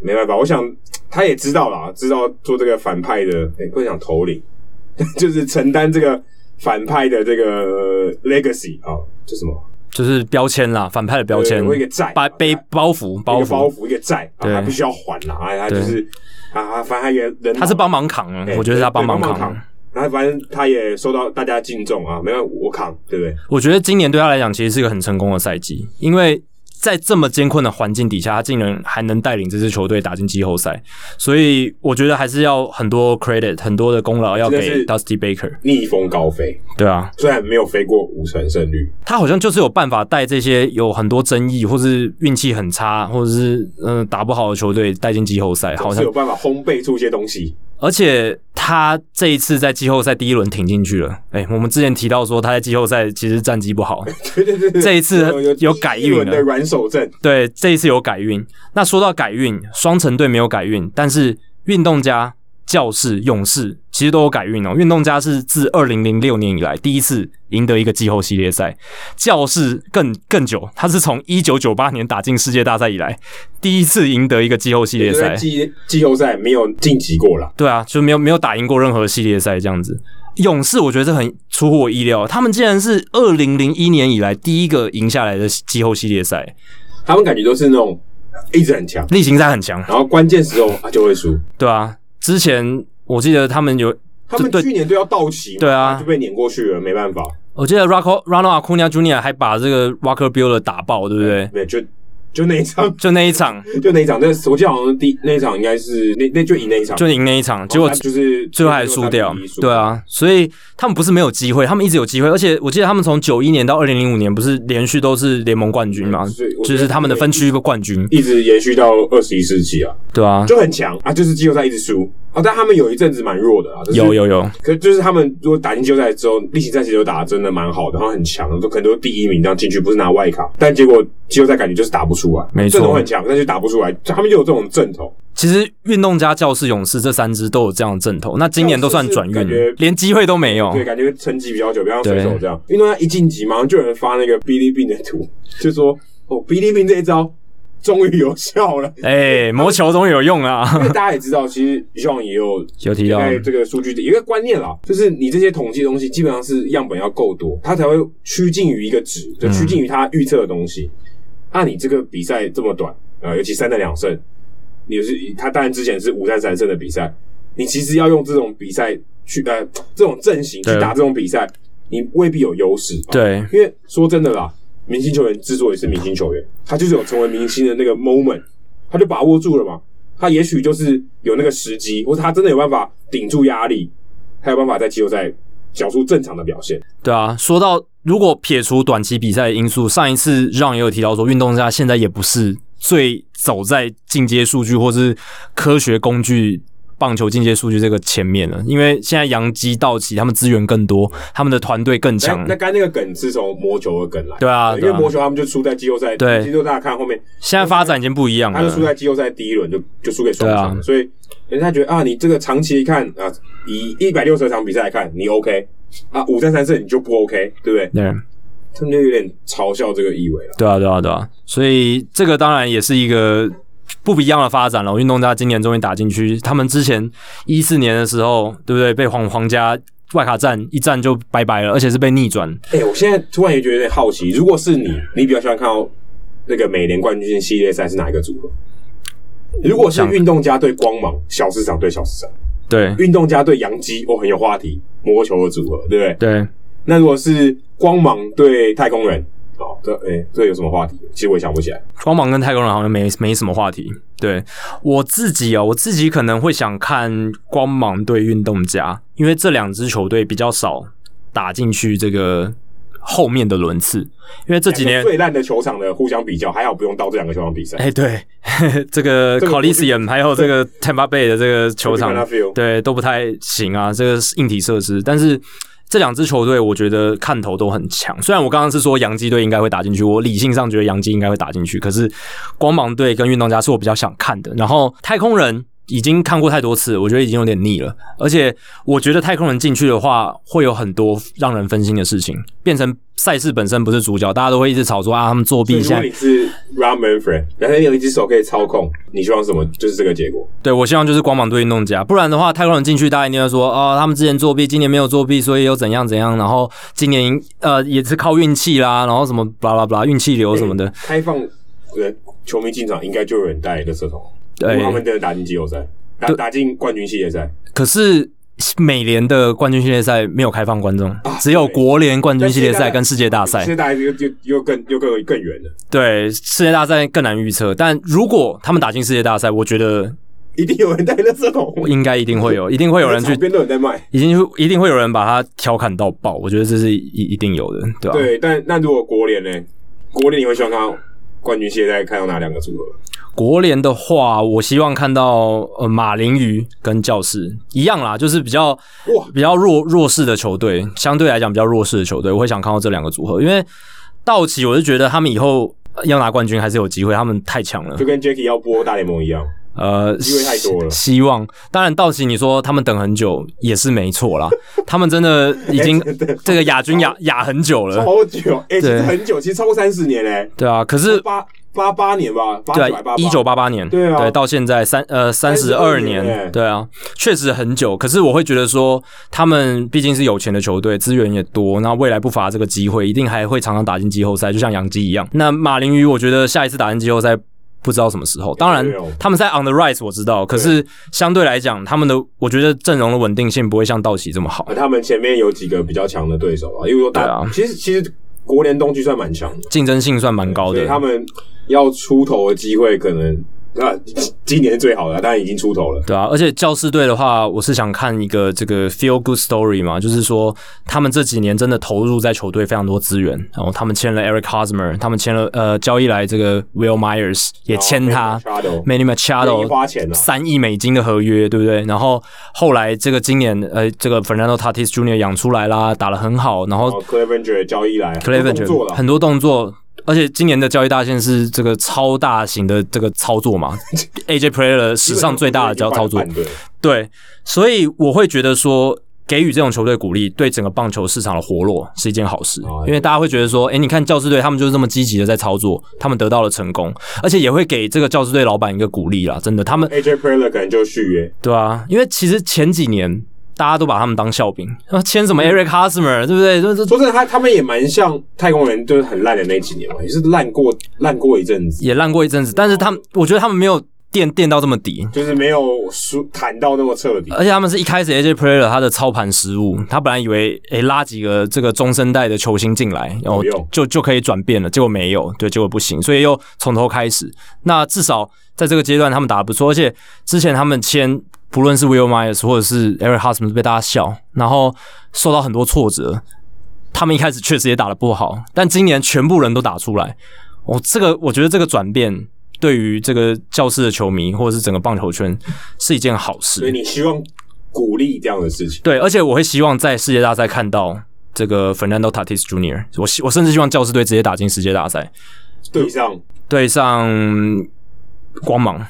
Speaker 1: 没办法，我想他也知道啦，知道做这个反派的，哎、不能讲头领， *laughs* 就是承担这个反派的这个 legacy 啊、这什么
Speaker 2: 就是标签啦，反派的标签
Speaker 1: 对，我有一个债
Speaker 2: 把背包袱包
Speaker 1: 一个包
Speaker 2: 袱，
Speaker 1: 袱一个债，啊、
Speaker 2: 对
Speaker 1: 他必须要还啦，啊，他就
Speaker 2: 对
Speaker 1: 是啊，反正他也人
Speaker 2: 他是帮忙扛啊
Speaker 1: 哎，
Speaker 2: 我觉得
Speaker 1: 对
Speaker 2: 他帮忙
Speaker 1: 对
Speaker 2: 扛。
Speaker 1: 然后反正他也受到大家敬重啊，没有我扛，对不对？
Speaker 2: 我觉得今年对他来讲其实是一个很成功的赛季，因为在这么艰困的环境底下，他竟然还能带领这支球队打进季后赛，所以我觉得还是要很多 credit，很多的功劳要
Speaker 1: 真的
Speaker 2: 给
Speaker 1: 是
Speaker 2: Dusty Baker。
Speaker 1: 逆风高飞，
Speaker 2: 对啊，
Speaker 1: 虽然没有飞过五成胜率，
Speaker 2: 他好像就是有办法带这些有很多争议，或是运气很差，或者是嗯、呃打不好的球队带进季后赛，好
Speaker 1: 总
Speaker 2: 像
Speaker 1: 是有办法烘焙出一些东西。
Speaker 2: 而且他这一次在季后赛第一轮挺进去了。哎、我们之前提到说他在季后赛其实战绩不好，
Speaker 1: *laughs* 对对对，对
Speaker 2: 这一次有改
Speaker 1: 第一
Speaker 2: 运
Speaker 1: 轮
Speaker 2: 了
Speaker 1: 的软手阵，
Speaker 2: 对，这一次有改运。那说到改运，双城队没有改运，但是运动家、教士、勇士其实都有改运哦。运动家是自二零零六年以来第一次赢得一个季后系列赛，教士更更久，他是从一九九八年打进世界大赛以来第一次赢得一个季后系列
Speaker 1: 就
Speaker 2: 赛
Speaker 1: 在。季季后赛没有晋级过啦。
Speaker 2: 对啊，就没有没有打赢过任何系列赛这样子。勇士我觉得这很出乎我意料，他们竟然是二零零一年以来第一个赢下来的季后系列赛，
Speaker 1: 他们感觉都是那种一直很强，
Speaker 2: 例行赛很强。
Speaker 1: 然后关键时候他就会输。
Speaker 2: 对啊，之前我记得他们有，
Speaker 1: 他们
Speaker 2: 对
Speaker 1: 去年都要到期嘛，
Speaker 2: 对啊
Speaker 1: 就被撵过去了，没办法，
Speaker 2: 我记得 Rocco Ronald Acuna Jr. 还把这个 Walker Bueller 打爆，对不对？
Speaker 1: 对，就就那一场，
Speaker 2: 就那一场，
Speaker 1: 就那一场，那我记得好像第那一场应该是那那就赢那一场，
Speaker 2: 就赢那一场，结
Speaker 1: 然后
Speaker 2: 果
Speaker 1: 哦他就是
Speaker 2: 最后还输掉
Speaker 1: 最后他比例，输
Speaker 2: 对啊，所以他们不是没有机会，他们一直有机会，而且我记得他们从九一年到二零零五年不是连续都是联盟冠军嘛，
Speaker 1: 所以我觉
Speaker 2: 就
Speaker 1: 得
Speaker 2: 是他们的分区冠军，
Speaker 1: 一直延续到二十一世纪啊，
Speaker 2: 对啊，
Speaker 1: 就很强啊，就是季后赛一直输啊，但他们有一阵子蛮弱的啊，就是
Speaker 2: 有，有有，
Speaker 1: 可就是他们如果打进季后赛之后，例行赛其实都打得真的蛮好的，然后很强，都可能都第一名这样进去，不是拿外卡，但结果季后赛感觉就是打不出来，
Speaker 2: 没错
Speaker 1: 阵容很强，但是打不出来，他们就有这种阵头，
Speaker 2: 其实运动家、教士、勇士这三支都有这样的阵头，那今年都算转
Speaker 1: 教士是感
Speaker 2: 运
Speaker 1: 觉，
Speaker 2: 连机会都没有。
Speaker 1: 对，感觉成绩比较久，比方
Speaker 2: 哦对
Speaker 1: 水手这样，运动家一晋级，马上就有人发那个哔哩哔哩的图，就说哦，哔哩哔哩这一招终于有效了。
Speaker 2: 哎，魔球终于有用
Speaker 1: 因
Speaker 2: 啦，
Speaker 1: 为大家也知道，其实 John 也有
Speaker 2: 有提到，
Speaker 1: 在这个数据有一个观念啦，就是你这些统计的东西基本上是样本要够多，它才会趋近于一个值，
Speaker 2: 嗯
Speaker 1: 就趋近于它预测的东西。按、你这个比赛这么短，呃，尤其三战两胜，你是他当然之前是五战三胜的比赛，你其实要用这种比赛去呃这种阵型去
Speaker 2: 对
Speaker 1: 打这种比赛，你未必有优势。啊，
Speaker 2: 对，
Speaker 1: 因为说真的啦，明星球员之所以是明星球员，他就是有成为明星的那个 moment，他就把握住了嘛。他也许就是有那个时机，或者他真的有办法顶住压力，他有办法在季后赛缴出正常的表现。
Speaker 2: 对啊，说到如果撇除短期比赛的因素，上一次让也有提到说，运动家现在也不是最走在进阶数据或是科学工具。棒球进阶数据这个前面了，因为现在洋基、道奇他们资源更多，他们的团队更
Speaker 1: 那
Speaker 2: 强，
Speaker 1: 那刚才那个梗是从魔球的梗来，
Speaker 2: 对啊，
Speaker 1: 因
Speaker 2: 对
Speaker 1: 为
Speaker 2: 啊，
Speaker 1: 魔球他们就输在季后赛，
Speaker 2: 对
Speaker 1: 其实就大家看后面，
Speaker 2: 现在发展已经不一样
Speaker 1: 他就输
Speaker 2: 了，
Speaker 1: 在季后赛第一轮就就输给双城，
Speaker 2: 对啊
Speaker 1: 所以人家觉得啊，你这个长期一看啊，以一百六十场比赛来看，你 OK 啊，五战三胜你就不 OK，对不对？
Speaker 2: 对。
Speaker 1: 他们就有点嘲笑这个意味了。
Speaker 2: 对啊，对啊，对啊，所以这个当然也是一个不一样的发展了。运动家今年终于打进去，他们之前一四年的时候，对不对？被皇皇家外卡战一战就拜拜了，而且是被逆转。
Speaker 1: 哎、我现在突然也觉得有点好奇，如果是你，你比较喜欢看到那个美联冠军系列赛是哪一个组合？如果是
Speaker 2: 想
Speaker 1: 运动家对光芒，小市场对小市场；
Speaker 2: 对
Speaker 1: 运动家对洋基，哦，很有话题，魔球的组合，对不对？
Speaker 2: 对，
Speaker 1: 那如果是光芒对太空人，哦，这哎、这有什么话题？其实我也想不起来。
Speaker 2: 光芒跟太空人好像没没什么话题。对我自己啊、我自己可能会想看光芒对运动家，因为这两支球队比较少打进去这个后面的轮次，因为这几年
Speaker 1: 两个最烂的球场的互相比较，还好不用到这两个球场比赛。
Speaker 2: 哎、对， *laughs* 这个
Speaker 1: 这个
Speaker 2: Coliseum 还有这个 Tampa Bay 的这个球场
Speaker 1: Coliseum Field，
Speaker 2: 对，都不太行啊，这个是硬体设施。但是这两支球队，我觉得看头都很强。虽然我刚刚是说洋基队应该会打进去，我理性上觉得洋基应该会打进去，可是光芒队跟运动家是我比较想看的。然后太空人。已经看过太多次，我觉得已经有点腻了。而且我觉得太空人进去的话，会有很多让人分心的事情，变成赛事本身不是主角，大家都会一直吵说啊，他们
Speaker 1: 所
Speaker 2: 作弊
Speaker 1: 以如果
Speaker 2: 现在
Speaker 1: 你是 Ramen Friend，然后你有一只手可以操控，你希望什么？就是这个结果。
Speaker 2: 对，我希望就是光芒队运动家，不然的话，太空人进去，大家一定会说，哦，他们之前作弊，今年没有作弊，所以又怎样怎样，然后今年呃也是靠运气啦，然后什么巴拉巴拉运气流什么的，
Speaker 1: 开放人球迷进场，应该就有人带一个色桶，
Speaker 2: 对
Speaker 1: 如果他们真的打进季后赛，打
Speaker 2: 对
Speaker 1: 打进冠军系列赛，
Speaker 2: 可是。美联的冠军系列赛没有开放观众，只有
Speaker 1: 对
Speaker 2: 国联冠军系列赛跟世界大赛
Speaker 1: 世。界大赛又又又更又更更远了，
Speaker 2: 对，世界大赛更难预测。但如果他们打进世界大赛，我觉得
Speaker 1: 一定有人带乐色
Speaker 2: *laughs*
Speaker 1: 桶，
Speaker 2: 应该一定会有，一定会有人去
Speaker 1: 场，边都有人在卖。
Speaker 2: 已经一定会有人把它调侃到爆。我觉得这是一一定有的，对吧、啊
Speaker 1: 对，但那如果国联呢？国联你会希望看到冠军系列赛看到哪两个组合？
Speaker 2: 国联的话，我希望看到呃马林鱼跟教士一样啦，就是比较
Speaker 1: 哇
Speaker 2: 比较弱弱势的球队，相对来讲比较弱势的球队，我会想看到这两个组合，因为道奇我是觉得他们以后呃要拿冠军还是有机会，他们太强了
Speaker 1: 就。跟 Jacky 要播大联盟一样，
Speaker 2: 呃，
Speaker 1: *laughs* 机会太多了
Speaker 2: 希希望当然，道奇你说他们等很久也是没
Speaker 1: *laughs*
Speaker 2: 错啦，他们真的已经这个亚军压压很久了，
Speaker 1: 超久，哎、其
Speaker 2: 对
Speaker 1: 实很久，其实超过三十年嘞、
Speaker 2: 对啊，可是
Speaker 1: 八八八年吧，八
Speaker 2: 对啊
Speaker 1: 九还八，
Speaker 2: 一九八八年，
Speaker 1: 对啊
Speaker 2: 到现在三呃三十二
Speaker 1: 32
Speaker 2: 年，
Speaker 1: 年欸
Speaker 2: 对啊，确实很久。可是我会觉得说，他们毕竟是有钱的球队，资源也多，那未来不乏这个机会，一定还会常常打进季后赛，就像杨基一样。那马林鱼，我觉得下一次打进季后赛。不知道什么时候，当然
Speaker 1: 有有有
Speaker 2: 他们在 on the rise 我知道，可是相对来讲，他们的我觉得阵容的稳定性不会像道奇这么好
Speaker 1: 啊，。他们前面有几个比较强的对手啊，因为说大，
Speaker 2: 对啊
Speaker 1: 其实其实国联东区算蛮强的，
Speaker 2: 竞争性算蛮高
Speaker 1: 所以
Speaker 2: 的。
Speaker 1: 他们要出头的机会可能啊，今年是最好的啊，当然已经出头了。
Speaker 2: 对啊，而且教师队的话，我是想看一个这个 feel good story 嘛，就是说他们这几年真的投入在球队非常多资源，然后他们签了 Eric Hosmer，他们签了呃交易来这个 Will Myers，也签他
Speaker 1: 然后 Manny Machado 哦愿意
Speaker 2: Manny Machado
Speaker 1: 花钱啊
Speaker 2: 三亿美金的合约，对不对？然后后来这个今年呃这个 Fernando Tatis Jr. 养出来啦，打得很好，然后
Speaker 1: 哦 c l e v e n g e r 交易来
Speaker 2: c l e v e n
Speaker 1: 都动作
Speaker 2: g
Speaker 1: 了，
Speaker 2: 很多动作，而且今年的交易大线是这个超大型的这个操
Speaker 1: *laughs*
Speaker 2: 作嘛，AJ Player 史上最大的交操作
Speaker 1: 半。队
Speaker 2: 对，所以我会觉得说，给予这种球队鼓励，对整个棒球市场的活络是一件好事
Speaker 1: 哦，
Speaker 2: 因为大家会觉得说，诶，你看教士队他们就是这么积极的在操作，他们得到了成功，而且也会给这个教士队老板一个鼓励啦，真的，他们
Speaker 1: AJ Preller 可能就续约，
Speaker 2: 对啊，因为其实前几年大家都把他们当笑柄，啊，签什么 Eric Hosmer，对不对？这这
Speaker 1: 说真的，他他们也蛮像太空人，就是很烂的那几年嘛，也是烂过烂过一阵子，
Speaker 2: 也烂过一阵子，但是他们，我觉得他们没有垫垫到这么底，
Speaker 1: 就是没有输砍到那么彻底。
Speaker 2: 而且他们是一开始 AJ Player 他的操盘失误，他本来以为诶、拉几个这个中生代的球星进来，然后
Speaker 1: 不用
Speaker 2: 就就可以转变了，结果没有，对，结果不行，所以又从头开始。那至少在这个阶段他们打得不错，而且之前他们签不论是 Will Myers 或者是 Eric Hosmer 被大家笑，然后受到很多挫折，他们一开始确实也打得不好，但今年全部人都打出来，哦，这个我觉得这个转变。对于这个教室的球迷，或者是整个棒球圈，是一件好事。
Speaker 1: 所以你希望鼓励这样的事情，
Speaker 2: 对，而且我会希望在世界大赛看到这个 Fernando Tatis Jr.，我希我甚至希望教士队直接打进世界大赛，
Speaker 1: 对上，
Speaker 2: 对上光芒。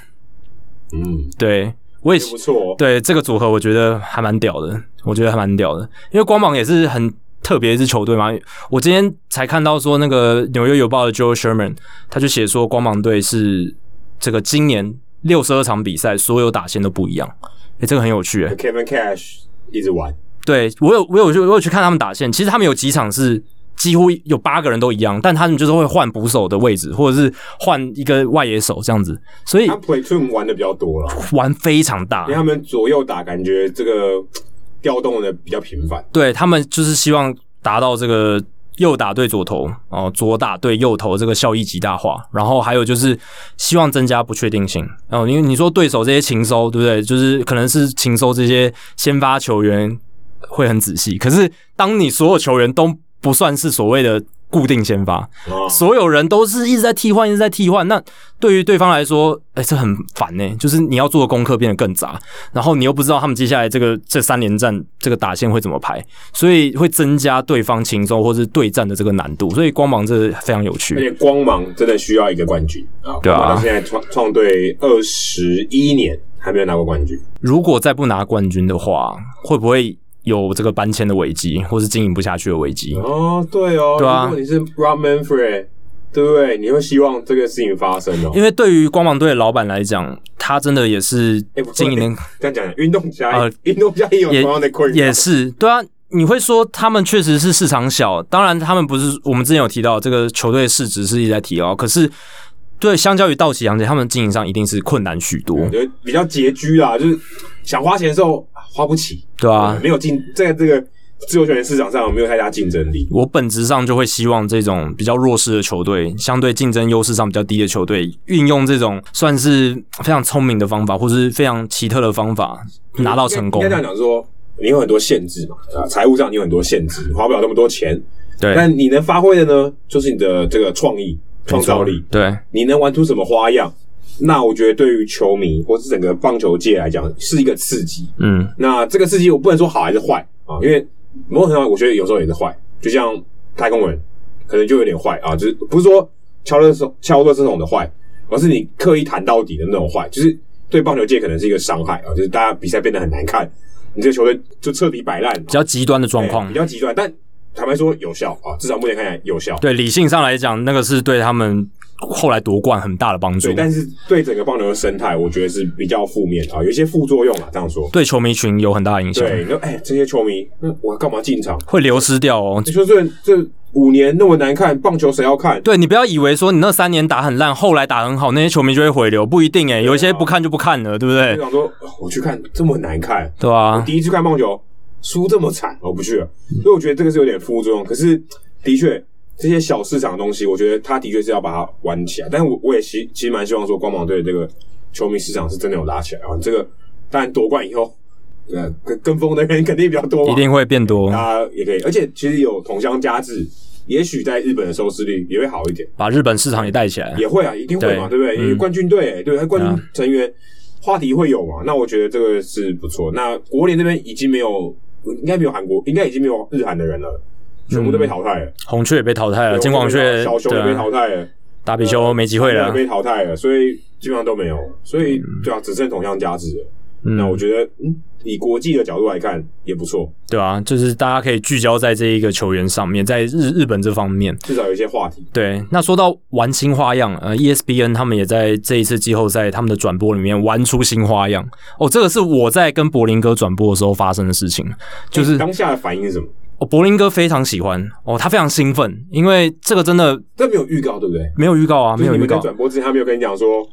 Speaker 1: 嗯，
Speaker 2: 对我也
Speaker 1: 也不错、哦。
Speaker 2: 对这个组合，我觉得还蛮屌的，我觉得还蛮屌的，因为光芒也是很。特别一支球队嘛，我今天才看到说那个纽约邮报的 Joe Sherman，他就写说光芒队是这个今年六十二场比赛所有打线都不一样，诶、这个很有趣、诶
Speaker 1: Kevin Cash 一直玩，
Speaker 2: 对我有我有去我有去看他们打线，其实他们有几场是几乎有八个人都一样，但他们就是会换捕手的位置，或者是换一个外野手这样子，所以
Speaker 1: 他啊 Platoon 玩的比较多了，
Speaker 2: 玩非常大
Speaker 1: 因为。他们左右打，感觉这个调动的比较频繁。
Speaker 2: 对他们就是希望达到这个右打对左投哦，左打对右投这个效益极大化，然后还有就是希望增加不确定性哦，因为你说对手这些情收，对不对？就是可能是情收这些先发球员会很仔细，可是当你所有球员都不算是所谓的固定先发，
Speaker 1: 哦
Speaker 2: 所有人都是一直在替换，一直在替换。那对于对方来说，哎、这很烦呢、就是你要做的功课变得更杂，然后你又不知道他们接下来这个这三连战这个打线会怎么排，所以会增加对方秦州或是对战的这个难度。所以光芒这非常有
Speaker 1: 而
Speaker 2: 趣，
Speaker 1: 且光芒真的需要一个冠军啊！
Speaker 2: 对啊
Speaker 1: 光芒到现在创创队二十一年还没有拿过冠军，
Speaker 2: 如果再不拿冠军的话，会不会有这个搬迁的危机，或是经营不下去的危机？
Speaker 1: 哦，对哦，
Speaker 2: 对啊
Speaker 1: 如果你是 Rob Manfred，对不对？你会希望这个事情发生哦。
Speaker 2: 因为对于光芒队的老板来讲，他真的也是
Speaker 1: 哎不错
Speaker 2: 经营的、
Speaker 1: 这样讲，运动家也
Speaker 2: 呃
Speaker 1: 运动家也有
Speaker 2: 也
Speaker 1: 同样的困扰
Speaker 2: 也，是对啊。你会说他们确实是市场小，当然他们不是我们之前有提到这个球队市值是一直在提高，可是对相较于道奇、杨杰，他们经营上一定是困难许多，
Speaker 1: 就比较拮据啦，就是想花钱的时候啊花不起
Speaker 2: 对啊
Speaker 1: 没有竞在这个自由球员市场上没有太大竞争力。
Speaker 2: 我本质上就会希望这种比较弱势的球队，相对竞争优势上比较低的球队，运用这种算是非常聪明的方法，或是非常奇特的方法拿到成
Speaker 1: 嗯
Speaker 2: 功
Speaker 1: 应该。这样讲说，你有很多限制嘛，啊，财务上你有很多限制，你花不了那么多钱，
Speaker 2: 对，
Speaker 1: 但你能发挥的呢，就是你的这个创意、创造力，
Speaker 2: 对，
Speaker 1: 你能玩出什么花样？那我觉得对于球迷或是整个棒球界来讲，是一个刺激。
Speaker 2: 嗯，
Speaker 1: 那这个刺激我不能说好还是坏啊，因为某种程度上我觉得有时候也是坏，就像太空人可能就有点坏啊，就是不是说敲乐手敲乐这种的坏，而是你刻意弹到底的那种坏，就是对棒球界可能是一个伤害啊，就是大家比赛变得很难看，你这个球队就彻底摆烂，
Speaker 2: 比较极端的状
Speaker 1: 哎
Speaker 2: 况
Speaker 1: 比。较极端，但坦白说有效啊，至少目前看起来有效。
Speaker 2: 对，理性上来讲，那个是对他们后来夺冠很大的帮助
Speaker 1: 对，。但是对整个棒球的生态，我觉得是比较负面啊，有一些副作用啊，这样说。
Speaker 2: 对球迷群有很大的影响，
Speaker 1: 对，那哎、这些球迷，那我干嘛进场？
Speaker 2: 会流失掉哦
Speaker 1: 你。说这这五年那么难看，棒球谁要看？
Speaker 2: 对你不要以为说你那三年打很烂，后来打很好，那些球迷就会回流，不一定欸诶，有一些不看就不看了，对不
Speaker 1: 就
Speaker 2: 对？
Speaker 1: 想说，哦我去看这么难看，
Speaker 2: 对啊，
Speaker 1: 第一次看棒球输这么惨，我不去了。
Speaker 2: 嗯
Speaker 1: 所以我觉得这个是有点副作用。可是的确，这些小市场的东西，我觉得他的确是要把它玩起来。但我我也希其实蛮希望说，光芒队这个球迷市场是真的有拉起来啊。这个当然夺冠以后，呃，跟跟风的人肯定比较多嘛，
Speaker 2: 一定会变多。
Speaker 1: 大家也可以。而且其实有同乡加制，也许在日本的收视率也会好一点。
Speaker 2: 把日本市场也带起来。
Speaker 1: 也会啊，一定会嘛，对
Speaker 2: 对
Speaker 1: 不对？因为
Speaker 2: 嗯
Speaker 1: 冠军队、欸，对，他冠
Speaker 2: 对
Speaker 1: 军
Speaker 2: 啊
Speaker 1: 成员、话题会有嘛？那我觉得这个是不错。那国联这边已经没有，应该没有韩国，应该已经没有日韩的人了，全部都被淘汰了。
Speaker 2: 红雀也被淘汰了，
Speaker 1: 对
Speaker 2: 嗯呃金广雀
Speaker 1: 小熊也被
Speaker 2: 对啊，
Speaker 1: 淘汰了，啊
Speaker 2: 打比丘没机会
Speaker 1: 也
Speaker 2: 了。
Speaker 1: 被淘汰了，所以基本上都没有。所以对啊，只剩同样价值了。那我
Speaker 2: 嗯，
Speaker 1: 觉得，嗯，以国际的角度来看也不错，
Speaker 2: 对啊，就是大家可以聚焦在这一个球员上面，在日日本这方面。
Speaker 1: 至少有一些话题。
Speaker 2: 对，那说到玩新花样，呃，ESPN 他们也在这一次季后赛他们的转播里面玩出新花样。哦，这个是我在跟柏林哥转播的时候发生的事情，就是
Speaker 1: 欸当下的反应是什么？
Speaker 2: 哦，柏林哥非常喜欢，哦，他非常兴奋，因为这个真的
Speaker 1: 这没有预告，对不对？
Speaker 2: 没有预告啊，
Speaker 1: 就
Speaker 2: 没
Speaker 1: 是
Speaker 2: 有
Speaker 1: 你
Speaker 2: 预
Speaker 1: 们在
Speaker 2: 告，
Speaker 1: 转播之前，他没有跟你讲说，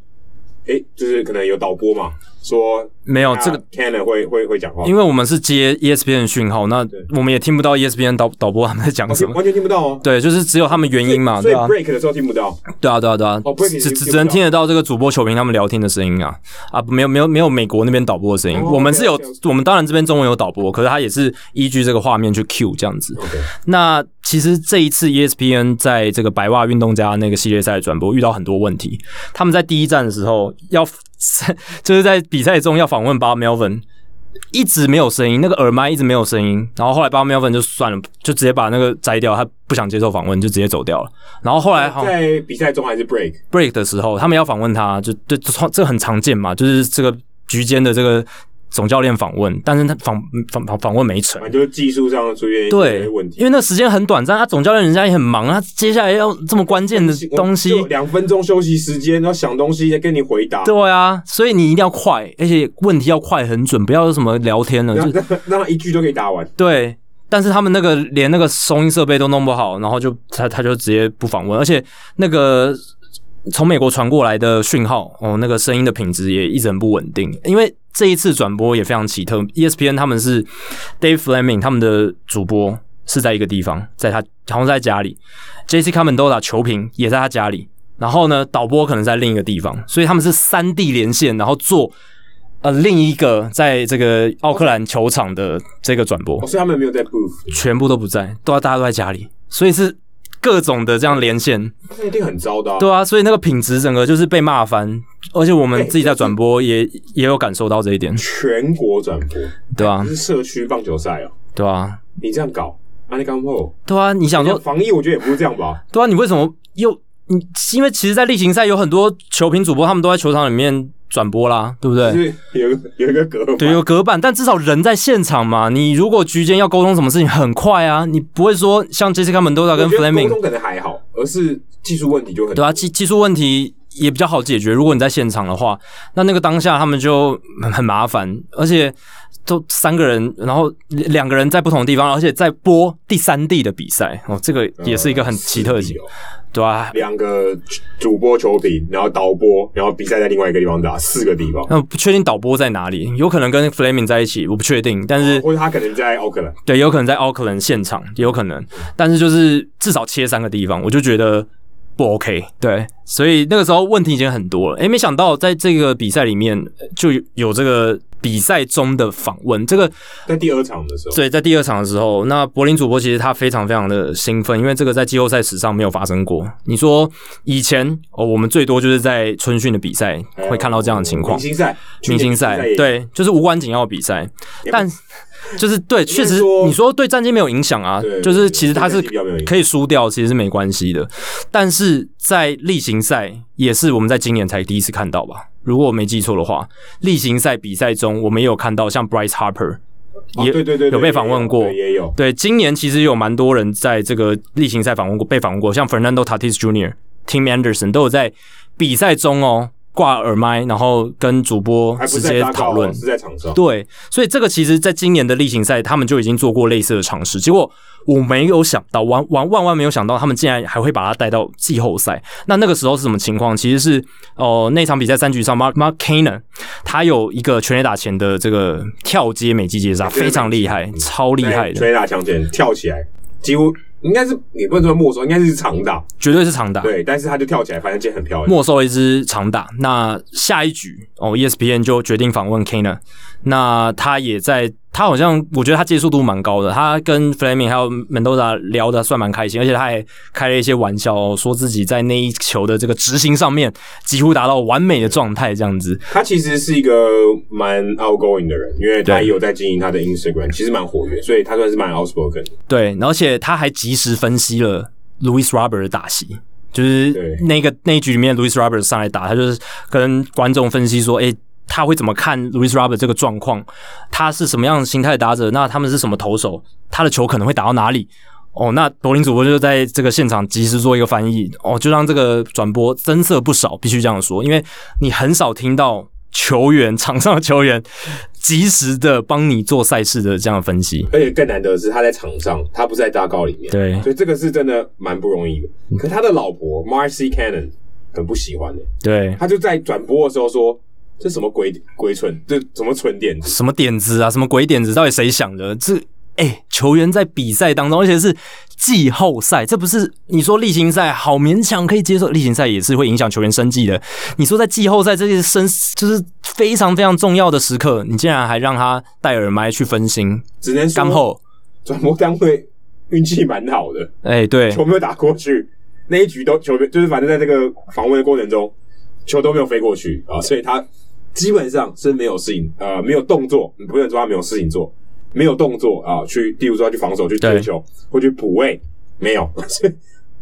Speaker 1: 哎、就是可能有导播嘛，说
Speaker 2: 没有哦这个
Speaker 1: Canon 会会会讲话，
Speaker 2: 因为我们是接 E ESPN 的讯号，那我们也听不到 E ESPN 导导播他们在讲
Speaker 1: 完
Speaker 2: 什
Speaker 1: 全
Speaker 2: 么。
Speaker 1: 完全听不到哦。
Speaker 2: 对，就是只有他们原因嘛，
Speaker 1: 所
Speaker 2: 对
Speaker 1: 以
Speaker 2: 啊，
Speaker 1: break 的时候听不到，
Speaker 2: 对啊，对啊，对啊
Speaker 1: 哦，break
Speaker 2: 只
Speaker 1: 已经
Speaker 2: 只
Speaker 1: 听不
Speaker 2: 只能
Speaker 1: 到
Speaker 2: 听得到这个主播、球评他们聊天的声音啊啊，没有没有没有美国那边导播的声音，
Speaker 1: 哦
Speaker 2: 我们是有
Speaker 1: OK，OK，OK，
Speaker 2: 我们当然这边中文有导播，可是他也是依据这个画面去 cue 这样子。
Speaker 1: OK，
Speaker 2: 那其实这一次 E ESPN 在这个白袜运动家那个系列赛的转播遇到很多问题，他们在第一站的时候要 *laughs* 就是在比赛中要访问巴 Melvin。一直没有声音，那个耳麦一直没有声音，然后后来巴 Melvin 就算了，就直接把那个摘掉，他不想接受访问，就直接走掉了。然后后来好像
Speaker 1: 在比赛中还是 break，
Speaker 2: break 的时候，他们要访问他，就对，这这很常见嘛，就是这个局间的这个总教练访问，但是他访访访访问没成
Speaker 1: 反，正就是技术上出现一
Speaker 2: 对
Speaker 1: 些问，题。
Speaker 2: 因为那时间很短暂，他总教练人家也很忙，他接下来要这么关键的东西，
Speaker 1: 就两分钟休息时间，然后想东西再跟你回答，
Speaker 2: 对啊，所以你一定要快，而且问题要快很准，不要有什么聊天了，
Speaker 1: 让
Speaker 2: 就
Speaker 1: 让让他一句都可以答完。
Speaker 2: 对。但是他们那个连那个收音设备都弄不好，然后就他他就直接不访问，而且那个从美国传过来的讯号，哦，那个声音的品质也一直很不稳定。因为这一次转播也非常奇特，ESPN E 他们是 Dave Fleming 他们的主播是在一个地方，在他好像是在家里，JC Comendola 球评也在他家里，然后呢，导播可能在另一个地方，所以他们是三地连线，然后做。呃，另一个在这个奥克兰球场的这个转播
Speaker 1: 哦，，所以他们没有在 booth，
Speaker 2: 全部都不在，都要大家都在家里，所以是各种的这样连线，
Speaker 1: 那一定很糟的、啊。
Speaker 2: 对啊，所以那个品质整个就是被骂翻，而且我们自己在转播也、 *laughs* 也有感受到这一点，
Speaker 1: 全国转播，
Speaker 2: 对啊
Speaker 1: 这，是社区棒球赛哦、
Speaker 2: 对啊，
Speaker 1: 你这样搞，安利刚破，
Speaker 2: 对啊，你想说
Speaker 1: 防疫，我觉得也不是这样吧？
Speaker 2: 对啊，你为什么又你？因为其实，在例行赛有很多球评主播，他们都在球场里面转播啦，对不
Speaker 1: 就
Speaker 2: 对？
Speaker 1: 是有一个有一个隔板
Speaker 2: 对，有隔板，但至少人在现场嘛。你如果局间要沟通什么事情，很快啊，你不会说像 Jessica Mendoza 跟
Speaker 1: 我觉得沟
Speaker 2: Fleming，
Speaker 1: 通可能还好，而是技术问题就很
Speaker 2: 对啊，技技术问题也比较好解决。如果你在现场的话，那那个当下他们就很很麻烦，而且都三个人，然后两个人在不同的地方，而且在播第三地的比赛哦，这个
Speaker 1: 呃
Speaker 2: 也是一个很奇特的情
Speaker 1: 情
Speaker 2: 况，对啊，
Speaker 1: 两个主播球评，然后导播，然后比赛在另外一个地方打，四个地方，
Speaker 2: 那我不确定导播在哪里，有可能跟 Flaming 在一起，我不确定，但是、
Speaker 1: 或者他可能在奥克兰，
Speaker 2: 对，有可能在 Auckland 现场，也有可能，但是就是至少切三个地方，我就觉得不 OK。对，所以那个时候问题已经很多了。诶，没想到在这个比赛里面就有这个比赛中的访问，这个
Speaker 1: 在第二场的时候，
Speaker 2: 对，在第二场的时候，那柏林主播其实他非常非常的兴奋，因为这个在季后赛史上没有发生过。你说以前哦，我们最多就是在春训的比赛会看到这样的情况
Speaker 1: 明。星赛，
Speaker 2: 明星
Speaker 1: 呃
Speaker 2: 赛
Speaker 1: 去年，也，
Speaker 2: 对，就是无关紧要的比赛，
Speaker 1: *laughs*
Speaker 2: 但就是对，确实
Speaker 1: 说
Speaker 2: 你说对战绩没有影响啊
Speaker 1: 对，
Speaker 2: 就是其实它是
Speaker 1: 对战绩比较没有影响
Speaker 2: 可以输掉，其实是没关系的。但是在例行赛也是我们在今年才第一次看到吧，如果我没记错的话，例行赛比赛中我们也有看到像 Bryce Harper
Speaker 1: 哦
Speaker 2: 也
Speaker 1: 对对对，
Speaker 2: 有
Speaker 1: 对
Speaker 2: 被访问过
Speaker 1: 对也有，
Speaker 2: 对，今年其实有蛮多人在这个例行赛访问过，被访问过，像 Fernando Tatis Jr.、Tim Anderson 都有在比赛中哦挂耳麦，然后跟主播
Speaker 1: 还不
Speaker 2: 直
Speaker 1: 是在
Speaker 2: 接
Speaker 1: 打
Speaker 2: 讨
Speaker 1: 稿
Speaker 2: 论
Speaker 1: 哦，。是在场上，
Speaker 2: 对，所以这个其实在今年的例行赛，他们就已经做过类似的尝试，结果我没有想到，完完万万没有想到，他们竟然还会把它带到季后赛。那那个时候是什么情况？其实是哦、呃那场比赛三局上，Mark Mark Cannon 他有一个全垒打前的这个跳接美击接杀，非常厉害，超厉害的，
Speaker 1: 捶打墙前跳起来，几乎应该是也不能说没收，应该是长打，
Speaker 2: 绝对是长打。
Speaker 1: 对，但是他就跳起来，反正今天很漂亮，
Speaker 2: 没收一支长打。那下一局哦，ESPN 就决定访问 Kana，那他也在，他好像我觉得他接触度蛮高的，他跟 Fleming 还有 Mendoza 聊的算蛮开心，而且他还开了一些玩笑、哦，说自己在那一球的这个执行上面几乎达到完美的状态，这样子。
Speaker 1: 他其实是一个蛮 outgoing 的人，因为他
Speaker 2: 对
Speaker 1: 也有在经营他的 Instagram，其实蛮活跃，所以他算是蛮 outspoken 的。
Speaker 2: 对，而且他还及时分析了 Louis Robert 的打席，就
Speaker 1: 对
Speaker 2: 是那个那一局里面 Louis Robert 上来打，他就是跟观众分析说，诶、他会怎么看 Louis Robert 这个状况？他是什么样的心态的打者？那他们是什么投手？他的球可能会打到哪里？哦，那柏林主播就在这个现场及时做一个翻译，哦，就让这个转播增色不少，必须这样说，因为你很少听到球员场上的球员及时的帮你做赛事的这样的分析。
Speaker 1: 而且更难得的是，他在场上，他不是在大高里面，
Speaker 2: 对
Speaker 1: 所以这个是真的蛮不容易的。可他的老婆 Marcy Cannon 很不喜欢的、
Speaker 2: 对，
Speaker 1: 他就在转播的时候说：“这什么鬼鬼蠢，这什么蠢点子？
Speaker 2: 什么点子啊，什么鬼点子，到底谁想的？这哎、球员在比赛当中，而且是季后赛，这不是你说例行赛好勉强可以接受，例行赛也是会影响球员生计的。你说在季后赛这些生就是非常非常重要的时刻，你竟然还让他戴耳麦去分心，
Speaker 1: 只能
Speaker 2: 干
Speaker 1: 说
Speaker 2: 后
Speaker 1: 转播单位运气蛮好的，
Speaker 2: 哎、
Speaker 1: *laughs*
Speaker 2: 对
Speaker 1: 球没有打过去，那一局都球没就是反正在这个访问的过程中，球都没有飞过去啊，所以他基本上是没有事情呃没有动作，你不能说他没有事情做，没有动作啊，去例如说他去防守去接
Speaker 2: 对
Speaker 1: 球或去补位，没有， *laughs* 所以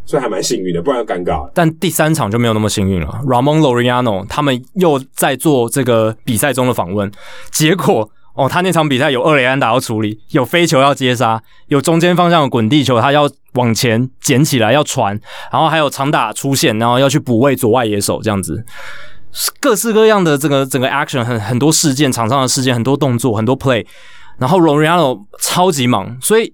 Speaker 1: 所以还蛮幸运的，不然就尴尬了。
Speaker 2: 但第三场就没有那么幸运了。Ramon Loriano 他们又在做这个比赛中的访问，结果哦，他那场比赛有二垒安打要处理，有飞球要接杀，有中间方向的滚地球，他要往前捡起来要传，然后还有长打出现，然后要去补位左外野手这样子。各式各样的这个整个 action 很很多事件，场上的事件很多动作，很多 play，然后 Loriano 超级忙，所以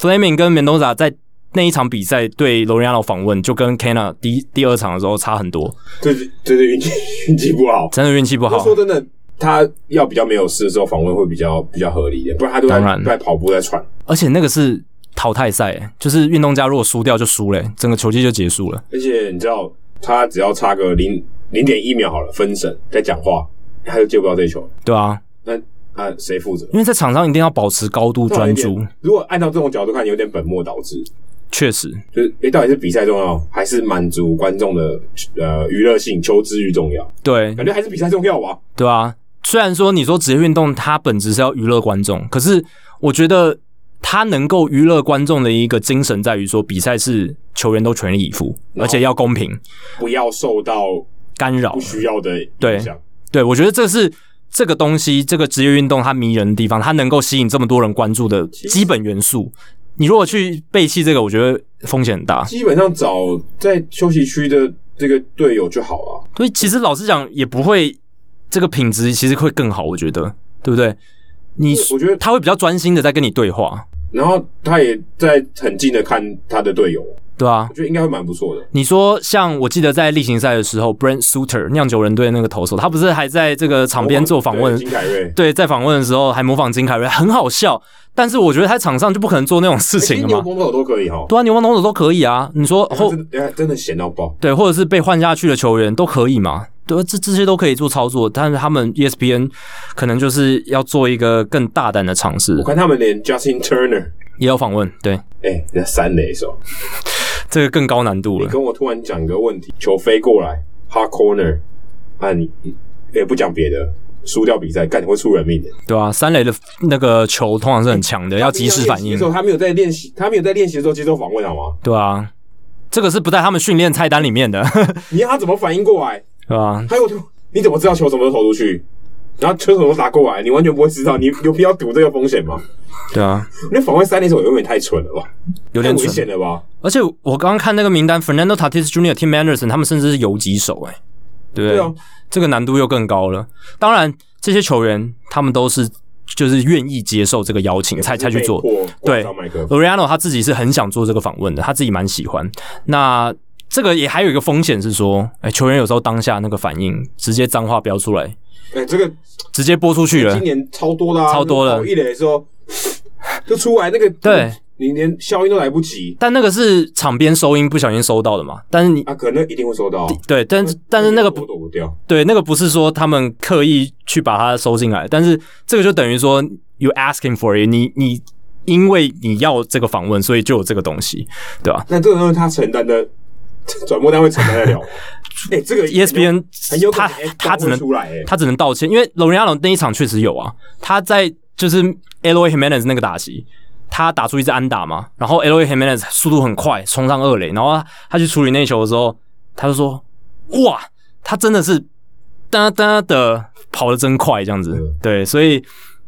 Speaker 2: Flaming 跟 Mendoza 在那一场比赛对 Loriano 访问，就跟 Kana 第一第二场的时候差很多，
Speaker 1: 就是就是运气 *laughs* 运气不好，
Speaker 2: 真的运气
Speaker 1: 不
Speaker 2: 不好
Speaker 1: 说。真的。他要比较没有事的时候访问会比较比较合理一点，不然他都在
Speaker 2: 当然
Speaker 1: 都在跑步在喘。
Speaker 2: 而且那个是淘汰赛、就是运动家如果输掉就输了、整个球季就结束了。
Speaker 1: 而且你知道，他只要差个零零点一秒好了，分神在讲话，他就接不到这球了。
Speaker 2: 对啊，
Speaker 1: 那啊，谁负责？啊
Speaker 2: 因为在场上一定要保持高度专注，
Speaker 1: 如果按照这种角度看，有点本末倒置。
Speaker 2: 确实，
Speaker 1: 就是诶、到底是比赛重要，还是满足观众的呃娱乐性、求知欲重要？
Speaker 2: 对
Speaker 1: 感觉还是比赛重要吧。
Speaker 2: 对啊。虽然说你说职业运动它本质是要娱乐观众，可是我觉得它能够娱乐观众的一个精神在于说，比赛是球员都全力以赴，而且要公平
Speaker 1: 不要受到
Speaker 2: 干扰
Speaker 1: 不。需要的
Speaker 2: 对
Speaker 1: 影响。
Speaker 2: 对，我觉得这是这个东西，这个职业运动它迷人的地方，它能够吸引这么多人关注的基本元素。你如果去背弃这个，我觉得风险很大。
Speaker 1: 基本上找在休息区的这个队友就好了。
Speaker 2: 所以其实老实讲，也不会这个品质其实会更好，我觉得，对不对？你
Speaker 1: 我觉得，
Speaker 2: 他会比较专心的在跟你对话，
Speaker 1: 然后他也在很近的看他的队友，
Speaker 2: 对啊
Speaker 1: 我。觉得应该会蛮不错的。
Speaker 2: 你说像我记得在例行赛的时候，Brent Suter 酿酒人队那个投手，他不是还在这个场边做访问
Speaker 1: 对金凯瑞，
Speaker 2: 对，在访问的时候还模仿金凯瑞，很好笑。但是我觉得他场上就不可能做那种事
Speaker 1: 其
Speaker 2: 情
Speaker 1: 实
Speaker 2: 了
Speaker 1: 牛
Speaker 2: 嘛。
Speaker 1: 工头都可以哈。
Speaker 2: 对啊，牛王投手都可以啊。你说
Speaker 1: 他
Speaker 2: 后
Speaker 1: 真的哎真的闲到爆，
Speaker 2: 对，或者是被换下去的球员都可以嘛？对，这这些都可以做操作，但是他们 E ESPN 可能就是要做一个更大胆的尝试
Speaker 1: 我，看他们连 Justin Turner，
Speaker 2: 也有访问。对，
Speaker 1: 哎，那三垒手，
Speaker 2: 这个更高难度
Speaker 1: 你
Speaker 2: 了。
Speaker 1: 跟我突然讲一个问题，球飞过来，hard corner，啊你你也不讲别的，输掉比赛，干你会出人命的。
Speaker 2: 对啊，三垒的那个球通常是很强的，要及时反应
Speaker 1: 的时。候，他没有在练习，他没有在练习的时候接受访问好吗？
Speaker 2: 对啊，这个是不在他们训练菜单里面的， *laughs*
Speaker 1: 你让他怎么反应过来？
Speaker 2: 对啊吧？
Speaker 1: 还有，你怎么知道球什么时候投出去？然后球什么时候打过来？你完全不会知道，你有必要赌这个风险吗？
Speaker 2: 对啊，
Speaker 1: 那访问三垒手有点太蠢了吧？有
Speaker 2: 有点
Speaker 1: 危
Speaker 2: 蠢。
Speaker 1: 险了吧？
Speaker 2: 而且我刚刚看那个名单，Fernando Tatis Jr.、Tim Anderson 他们甚至是游击手、哎，对不对？
Speaker 1: 对啊，
Speaker 2: 这个难度又更高了。当然，这些球员他们都是就是愿意接受这个邀请才才去做。
Speaker 1: 被迫
Speaker 2: 对
Speaker 1: 挂上麦克风，
Speaker 2: Loriano 他自己是很想做这个访问的，他自己蛮喜欢。那这个也还有一个风险是说，哎、球员有时候当下那个反应，直接脏话飙出来，
Speaker 1: 哎，这个
Speaker 2: 直接播出去了
Speaker 1: 今。年超多的啊，
Speaker 2: 超多了
Speaker 1: 跑一垒的时候 *sniffs* 就出来那个，
Speaker 2: 对，
Speaker 1: 你连消音都来不及
Speaker 2: 但那个是场边收音不小心收到的嘛？但是你
Speaker 1: 啊，可能一定会收到。
Speaker 2: 对，但但是那个不
Speaker 1: 躲躲不掉，
Speaker 2: 对，那个不是说他们刻意去把它收进来，但是这个就等于说 you asking for it，你你因为你要这个访问，所以就有这个东西，对吧
Speaker 1: 那这个东西他承担的 *laughs* 转播单位承担
Speaker 2: *laughs*
Speaker 1: 得了吗？哎，这
Speaker 2: E
Speaker 1: 个
Speaker 2: ？ESPN
Speaker 1: 很有可
Speaker 2: 他
Speaker 1: 能哎
Speaker 2: 他只能
Speaker 1: 出来哎。
Speaker 2: 他只能道歉，因为 l o r i a n o 那一场确实有啊，他在就是 Eloy Jimenez 那个打席，他打出一支安打嘛，然后 Eloy Jimenez 速度很快，冲上二垒，然后他他去处理那球的时候，他就说：“哇，他真的是哒哒的跑得真快，这样子。”对，所以。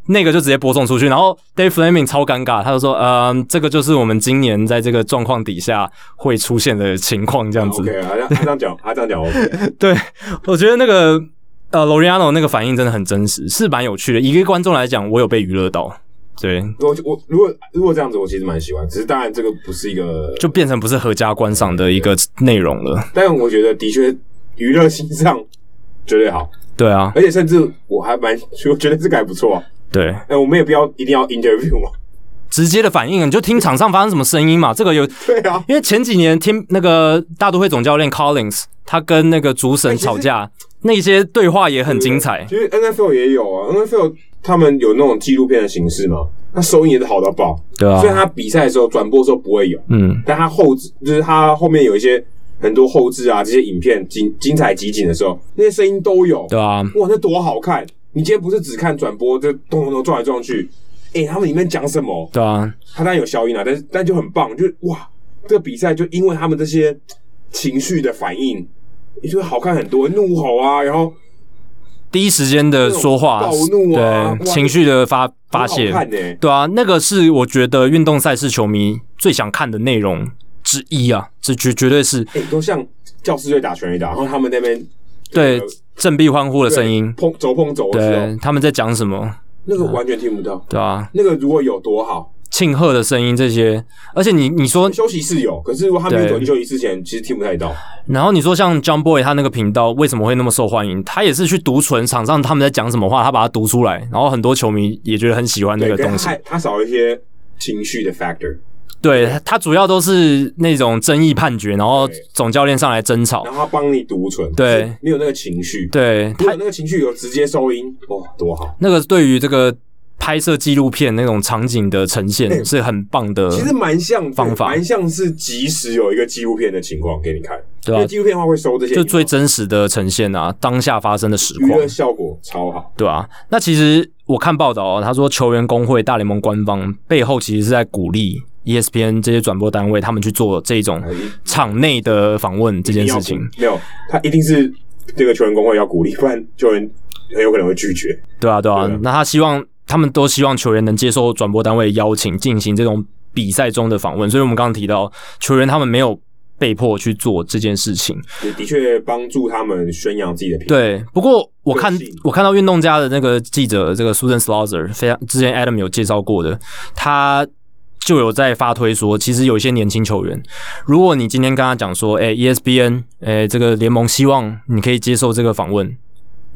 Speaker 2: 那个就直接播送出去，然后 Dave Fleming 超尴尬，他就说：“嗯、这个就是我们今年在这个状况底下会出现的情况，这样子。
Speaker 1: OK，他这样他这样讲，他这样讲 OK，
Speaker 2: 对，我觉得那个呃 l o r i a n o 那个反应真的很真实，是蛮有趣的。一个观众来讲，我有被娱乐到，对，
Speaker 1: 我我如果如果这样子，我其实蛮喜欢。只是当然这个不是一个，
Speaker 2: 就变成不是合家观赏的一个内容了。
Speaker 1: 但我觉得的确娱乐性上绝对好，
Speaker 2: 对啊，
Speaker 1: 而且甚至我还蛮，我觉得这个还不错、啊。
Speaker 2: 对，
Speaker 1: 哎、我们也不要一定要 interview 嘛， *laughs*
Speaker 2: 直接的反应，你就听场上发生什么声音嘛。这个有，
Speaker 1: 对啊，
Speaker 2: 因为前几年听那个大都会总教练 Collins，他跟那个主审吵
Speaker 1: 哎
Speaker 2: 架， *laughs* 那些对话也很精彩。
Speaker 1: 其实 NFL 也有啊，NFL 他们有那种纪录片的形式嘛，那收音也是好到爆。
Speaker 2: 对啊
Speaker 1: 虽，然他比赛的时候转播的时候不会有，
Speaker 2: 嗯，
Speaker 1: 但他后置就是他后面有一些很多后置啊，这些影片精精彩集锦的时候，那些声音都有。
Speaker 2: 对啊，
Speaker 1: 哇，那多好看！你今天不是只看转播，就咚咚咚撞来撞去，哎、他们里面讲什么？
Speaker 2: 对啊，
Speaker 1: 他当然有消音啊，但是但就很棒，就哇，这个比赛就因为他们这些情绪的反应，你就会好看很多，怒吼啊，然后
Speaker 2: 第一时间的说话，
Speaker 1: 那种暴怒啊
Speaker 2: 对
Speaker 1: 哇
Speaker 2: 情绪的发发
Speaker 1: 很
Speaker 2: 泄，
Speaker 1: 好看呢、欸。
Speaker 2: 对啊，那个是我觉得运动赛事球迷最想看的内容之一啊，这绝绝对是
Speaker 1: 哎、都像教师队打拳击打，然后他们那边
Speaker 2: 对
Speaker 1: 呃
Speaker 2: 振臂欢呼的声音，
Speaker 1: 碰走碰走的时候，
Speaker 2: 对他们在讲什么，
Speaker 1: 那个完全听不到。
Speaker 2: 对啊，
Speaker 1: 那个如果有多好，
Speaker 2: 庆贺的声音这些，而且你你说，
Speaker 1: 休息室有，可是如果他没有
Speaker 2: 对
Speaker 1: 走进休息室前，其实听不太到。
Speaker 2: 然后你说像 John Boy 他那个频道为什么会那么受欢迎？他也是去读存场上他们在讲什么话，他把它读出来，然后很多球迷也觉得很喜欢那
Speaker 1: 对，
Speaker 2: 个
Speaker 1: 跟
Speaker 2: 东西哦
Speaker 1: 他。他少一些情绪的 factor，
Speaker 2: *laughs* 对他他主要都是那种争议判决，然后
Speaker 1: 对
Speaker 2: 总教练上来争吵
Speaker 1: 然。后他帮你读存，
Speaker 2: 对，
Speaker 1: 没有那个情绪，
Speaker 2: 对，
Speaker 1: 如果那个情绪有直接收音，哇，多好！
Speaker 2: 那个对于这个拍摄纪录片那种场景的呈
Speaker 1: 哎
Speaker 2: 现是很棒的。
Speaker 1: 其实蛮像
Speaker 2: 呃方法
Speaker 1: 蛮像是即时有一个纪录片的情况给你看，
Speaker 2: 对啊
Speaker 1: 因为纪录片的话会收这些，
Speaker 2: 就最真实的呈现啊，当下发生的实
Speaker 1: 娱
Speaker 2: 况
Speaker 1: 乐，效果超好。
Speaker 2: 对啊，那其实我看报道、哦，他说球员工会、大联盟官方背后其实是在鼓励 E ESPN 这些转播单位他们去做这种
Speaker 1: 哎
Speaker 2: 场内的访问这件事情。
Speaker 1: 没有，他一定是这个球员工会要鼓励，不然球员很有可能会拒绝。
Speaker 2: 对啊，对啊，
Speaker 1: 对啊
Speaker 2: 那他希望他们都希望球员能接受转播单位邀请，进行这种比赛中的访问。所以我们刚刚提到，球员他们没有被迫去做这件事情。
Speaker 1: 也的确帮助他们宣扬自己的品牌。
Speaker 2: 对，不过我看
Speaker 1: 个性
Speaker 2: 我看到运动家的那个记者，这个 Susan Slaughter，非常之前 Adam 有介绍过的，他就有在发推说，其实有一些年轻球员，如果你今天跟他讲说，哎、e s p n 哎、这个联盟希望你可以接受这个访问，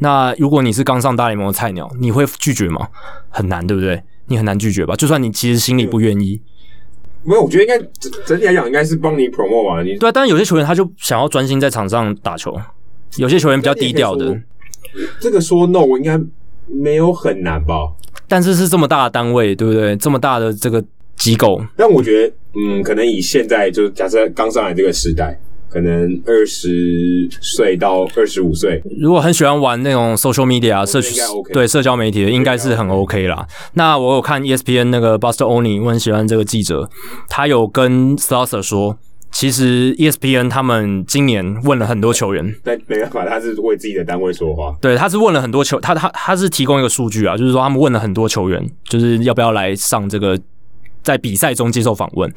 Speaker 2: 那如果你是刚上大联盟的菜鸟，你会拒绝吗？很难，对不对？你很难拒绝吧？就算你其实心里不愿意，
Speaker 1: 没有，我觉得应该整整体来讲应该是帮你 promote 啊，你
Speaker 2: 对啊。但是有些球员他就想要专心在场上打球，有些球员比较低调
Speaker 1: 啊那你也
Speaker 2: 的
Speaker 1: 可以，这个说 no 应该没有很难吧？
Speaker 2: 但是是这么大的单位，对不对？这么大的这个机构，
Speaker 1: 但我觉得，嗯，可能以现在就是假设刚上来这个时代，可能二十岁到二十五岁，
Speaker 2: 如果很喜欢玩那种 social media 社区
Speaker 1: 应该 OK 啊
Speaker 2: 对社交媒体的，应该是很 OK 啦。那我有看 E ESPN 那个 Buster Oni，我很喜欢这个记者，他有跟 s l a s e r 说，其实 E ESPN 他们今年问了很多球员，
Speaker 1: 但没办法，他是为自己的单位说话。
Speaker 2: 对，他是问了很多球，他他他是提供一个数据啊，就是说他们问了很多球员，就是要不要来上这个在比赛中接受访问。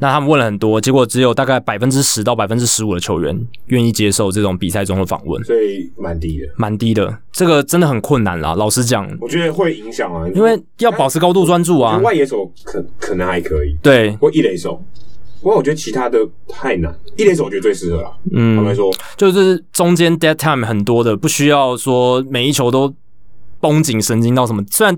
Speaker 2: 那他们问了很多，结果只有大概百分之十到百分之十五的球员愿意接受这种比赛中的访问，
Speaker 1: 所以蛮低的，
Speaker 2: 蛮低的。这个真的很困难啦，老实讲，
Speaker 1: 我觉得会影响啊，
Speaker 2: 因为要保持高度专注
Speaker 1: 我觉
Speaker 2: 啊
Speaker 1: 得。外野手可可能还可以，
Speaker 2: 对，
Speaker 1: 或一垒手，不过我觉得其他的太难，一垒手我觉得最适合啦。坦白
Speaker 2: 嗯，
Speaker 1: 说，
Speaker 2: 就是中间 dead time 很多的，不需要说每一球都绷紧神经到什么。虽然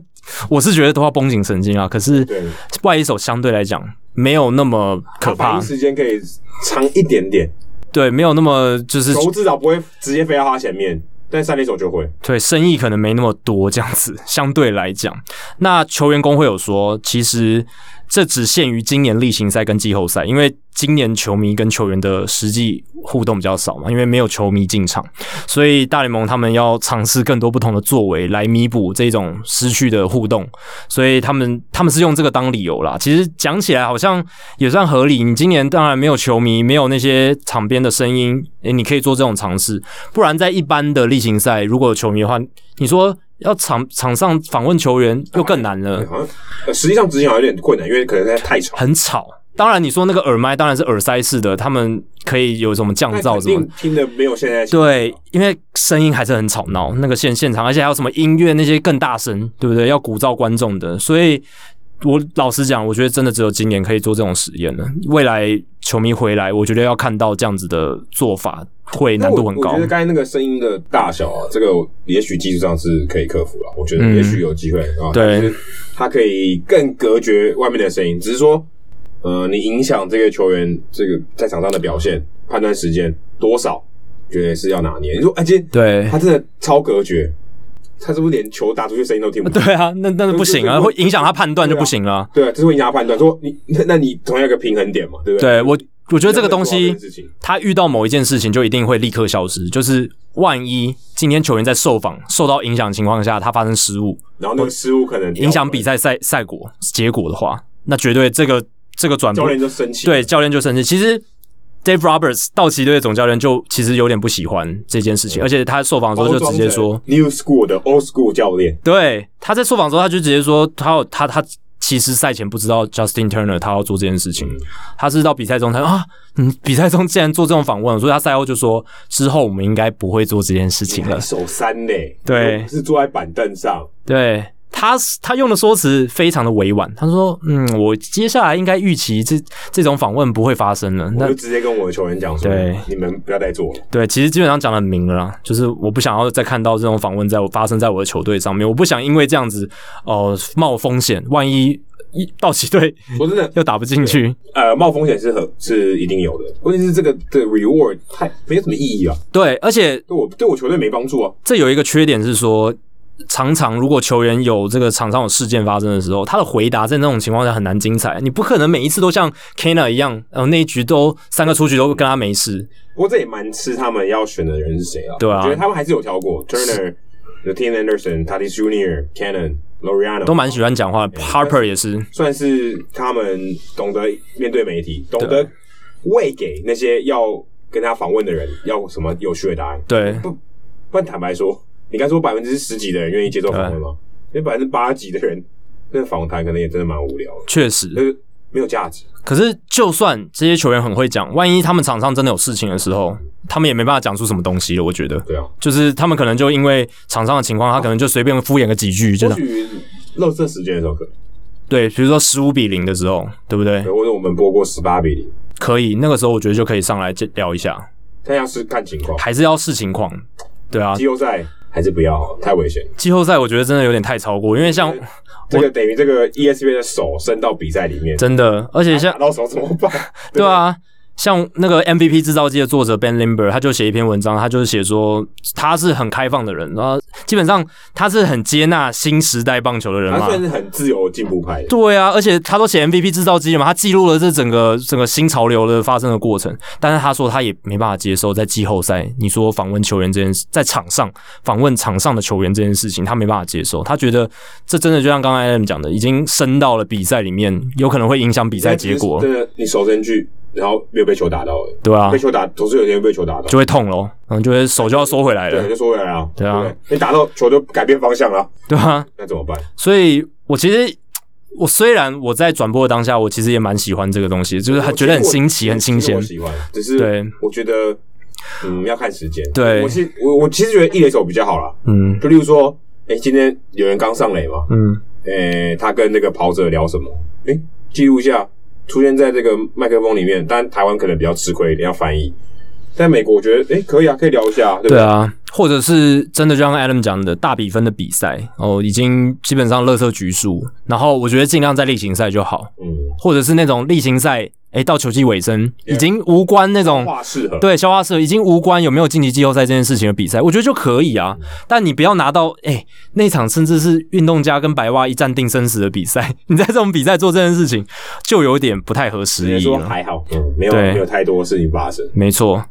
Speaker 2: 我是觉得都要绷紧神经啊，可是
Speaker 1: 对。
Speaker 2: 外一手相对来讲没有那么可
Speaker 1: 反
Speaker 2: 怕
Speaker 1: 应，时间可以长一点点，
Speaker 2: 对，没有那么就是
Speaker 1: 手至少不会直接飞到他前面，但三垒手就会。
Speaker 2: 对生意可能没那么多这样子，相对来讲，那球员工会有说，其实这只限于今年例行赛跟季后赛，因为今年球迷跟球员的实际互动比较少嘛，因为没有球迷进场，所以大联盟他们要尝试更多不同的作为来弥补这种失去的互动，所以他们他们是用这个当理由啦。其实讲起来好像也算合理。你今年当然没有球迷，没有那些场边的声音，诶你可以做这种尝试。不然在一般的例行赛，如果有球迷的话，你说要场场上访问球员又更难了
Speaker 1: 对，好像呃实际上执行好像有点困难，因为可能太吵。
Speaker 2: 很吵。当然，你说那个耳麦当然是耳塞式的，他们可以有什么降
Speaker 1: 但
Speaker 2: 噪
Speaker 1: 肯
Speaker 2: 什么
Speaker 1: 定。听的没有现在
Speaker 2: 对，因为声音还是很吵闹，那个现现场，而且还有什么音乐那些更大声，对不对？要鼓噪观众的，所以我老实讲，我觉得真的只有今年可以做这种实验了。未来球迷回来，我觉得要看到这样子的做法会
Speaker 1: 那
Speaker 2: 难
Speaker 1: 我
Speaker 2: 度很
Speaker 1: 我
Speaker 2: 高
Speaker 1: 觉得。刚才那个声音的大小啊，这个也许技术上是可以克服了，我觉得
Speaker 2: 嗯
Speaker 1: 也许有机会啊。
Speaker 2: 对，
Speaker 1: 它可以更隔绝外面的声音，只是说，呃，你影响这个球员这个在场上的表现、判断时间多少，觉得是要拿捏。你说，哎、今天
Speaker 2: 对 *laughs*
Speaker 1: 他真的超隔绝，他是不是连球打出去声音都听不到？
Speaker 2: 对啊，那那不行啊，
Speaker 1: 就是
Speaker 2: 会影响他判断就不行了啊。
Speaker 1: 对，这是会压判断。说你那那你同样一个平衡点嘛，对不对？
Speaker 2: 对我，我觉得这个东
Speaker 1: 你要
Speaker 2: 西
Speaker 1: 做好件事情
Speaker 2: 他遇到某一件事情就一定会立刻消失。就是万一今天球员在受访受到影响的情况下，他发生失误，
Speaker 1: 然后那个失误可能
Speaker 2: 影响比赛赛赛果结果的话，那绝对这个这个转播
Speaker 1: 教练就生气。
Speaker 2: 对教练就生气。其实 Dave Roberts 道奇队的总教练就其实有点不喜欢这件事情，而且他受访的时候就直接
Speaker 1: 哦
Speaker 2: 说，
Speaker 1: New School 的 Old School 教练，
Speaker 2: 对，他在受访的时候，他就直接说，他有他他其实赛前不知道 Justin Turner 他要做这件事情，他是到比赛中他说啊，你比赛中竟然做这种访问，所以他赛后就说，之后我们应该不会做这件
Speaker 1: *laughs*
Speaker 2: 事情了
Speaker 1: 还。手三嘞，
Speaker 2: 对
Speaker 1: 又不是坐在板凳上，
Speaker 2: 对他是，他用的说辞非常的委婉，他说，嗯，我接下来应该预期这这种访问不会发生了。
Speaker 1: 我
Speaker 2: 那
Speaker 1: 就直接跟我的球员讲说
Speaker 2: 对，
Speaker 1: 你们不要再做了。
Speaker 2: 对，其实基本上讲的很明了啦，就是我不想要再看到这种访问在我发生在我的球队上面，我不想因为这样子哦、呃冒风险，万一一道奇队
Speaker 1: *laughs* 说真的，
Speaker 2: 又打不进去。
Speaker 1: 呃，冒风险是很是一定有的，问题是这个的 reward 太没有什么意义啊，
Speaker 2: 对，而且
Speaker 1: 对我对我球队没帮助啊。
Speaker 2: 这有一个缺点是说，常常如果球员有这个场上有事件发生的时候，他的回答在那种情况下很难精彩。你不可能每一次都像 Kana 一样，呃，那一局都三个出局都跟他没事。
Speaker 1: 不过这也蛮吃他们要选的人是谁啊？
Speaker 2: 对啊
Speaker 1: 我觉得他们还是有挑过 Turner、有 Tim Anderson、Tatis Junior、Cannon、Loriano，
Speaker 2: 都蛮喜欢讲话的。Harper 也是，
Speaker 1: 算是他们懂得面对媒体，懂得喂给那些要跟他访问的人要什么有趣的答案。
Speaker 2: 对
Speaker 1: 不，不然坦白说，你刚说百分之十几的人愿意接受访问吗？因为百分之八几的人，那访谈可能也真的蛮无聊的，
Speaker 2: 确实。
Speaker 1: 就是没有价值。
Speaker 2: 可是就算这些球员很会讲，万一他们场上真的有事情的时候，他们也没办法讲出什么东西了。我觉得，
Speaker 1: 对啊，
Speaker 2: 就是他们可能就因为场上的情况，他可能就随便敷衍个几句，就
Speaker 1: 或
Speaker 2: 是
Speaker 1: 许乐色时间的时候可能，
Speaker 2: 对，比如说十五比零的时候，对不对
Speaker 1: 对？或者我们播过十八比零，
Speaker 2: 可以，那个时候我觉得就可以上来聊一下。
Speaker 1: 但要是看情况，
Speaker 2: 还是要视情况。对啊，
Speaker 1: 季后赛还是不要，太危险。
Speaker 2: 季后赛我觉得真的有点太超过，因为像
Speaker 1: 这个等于这个 E ESPN 的手伸到比赛里面，
Speaker 2: 真的，而且像
Speaker 1: 打到手怎么
Speaker 2: *laughs*
Speaker 1: 办？
Speaker 2: 对啊，像那个 MVP 制造机的作者 Ben Limber，他就写一篇文章，他就是写说他是很开放的人，然后基本上他是很接纳新时代棒球的人
Speaker 1: 他
Speaker 2: 嘛。
Speaker 1: 算是很自由进步派的，
Speaker 2: 对啊，而且他都写 MVP 制造机了嘛，他记录了这整个整个新潮流的发生的过程。但是他说他也没办法接受在季后赛，你说访问球员这件事，在场上访问场上的球员这件事情，他没办法接受。他觉得这真的就像刚才 Adam 讲的，已经升到了比赛里面，有可能会影响比赛结果，
Speaker 1: 真的，你手伸去，然后没有被球打到了，
Speaker 2: 对啊
Speaker 1: 被，球打总是有一天会被球打到，
Speaker 2: 就会痛咯，嗯，就会手就要收回来
Speaker 1: 对，
Speaker 2: 了，
Speaker 1: 就说回来啊，
Speaker 2: 对啊
Speaker 1: 不你打到球就改变方向了，
Speaker 2: 对啊。
Speaker 1: 那怎么办？
Speaker 2: 所以我其实。我虽然我在转播的当下，我其实也蛮喜欢这个东西，就是很觉得很新奇、很新
Speaker 1: 其实
Speaker 2: 鲜
Speaker 1: 我。喜欢，只是
Speaker 2: 对
Speaker 1: 我觉得，嗯，要看时间。
Speaker 2: 对
Speaker 1: 我是我我其实觉得一垒手比较好啦，
Speaker 2: 嗯
Speaker 1: 就例如说，哎，今天有人刚上垒嘛，
Speaker 2: 嗯，
Speaker 1: 诶、他跟那个跑者聊什么？诶、记录一下，出现在这个麦克风里面。但台湾可能比较吃亏，一定要翻译。在美国，我觉得诶、可以啊，可以聊一下，对不
Speaker 2: 对
Speaker 1: 对？
Speaker 2: 啊，或者是真的就像 Adam 讲的，大比分的比赛哦，已经基本上乐色局数，然后我觉得尽量在例行赛就好，
Speaker 1: 嗯，
Speaker 2: 或者是那种例行赛，诶，到球季尾声已经无关那种。
Speaker 1: 话适合。
Speaker 2: 对，消化社已经无关有没有晋级季后赛这件事情的比赛，我觉得就可以啊。但你不要拿到诶那场甚至是运动家跟白袜一战定生死的比赛， *laughs* 你在这种比赛做这件事情，就有点不太合
Speaker 1: 直
Speaker 2: 时
Speaker 1: 接
Speaker 2: 宜
Speaker 1: 说
Speaker 2: 了。
Speaker 1: 还好，嗯，没有
Speaker 2: 对
Speaker 1: 没有太多事情发生。
Speaker 2: 没错。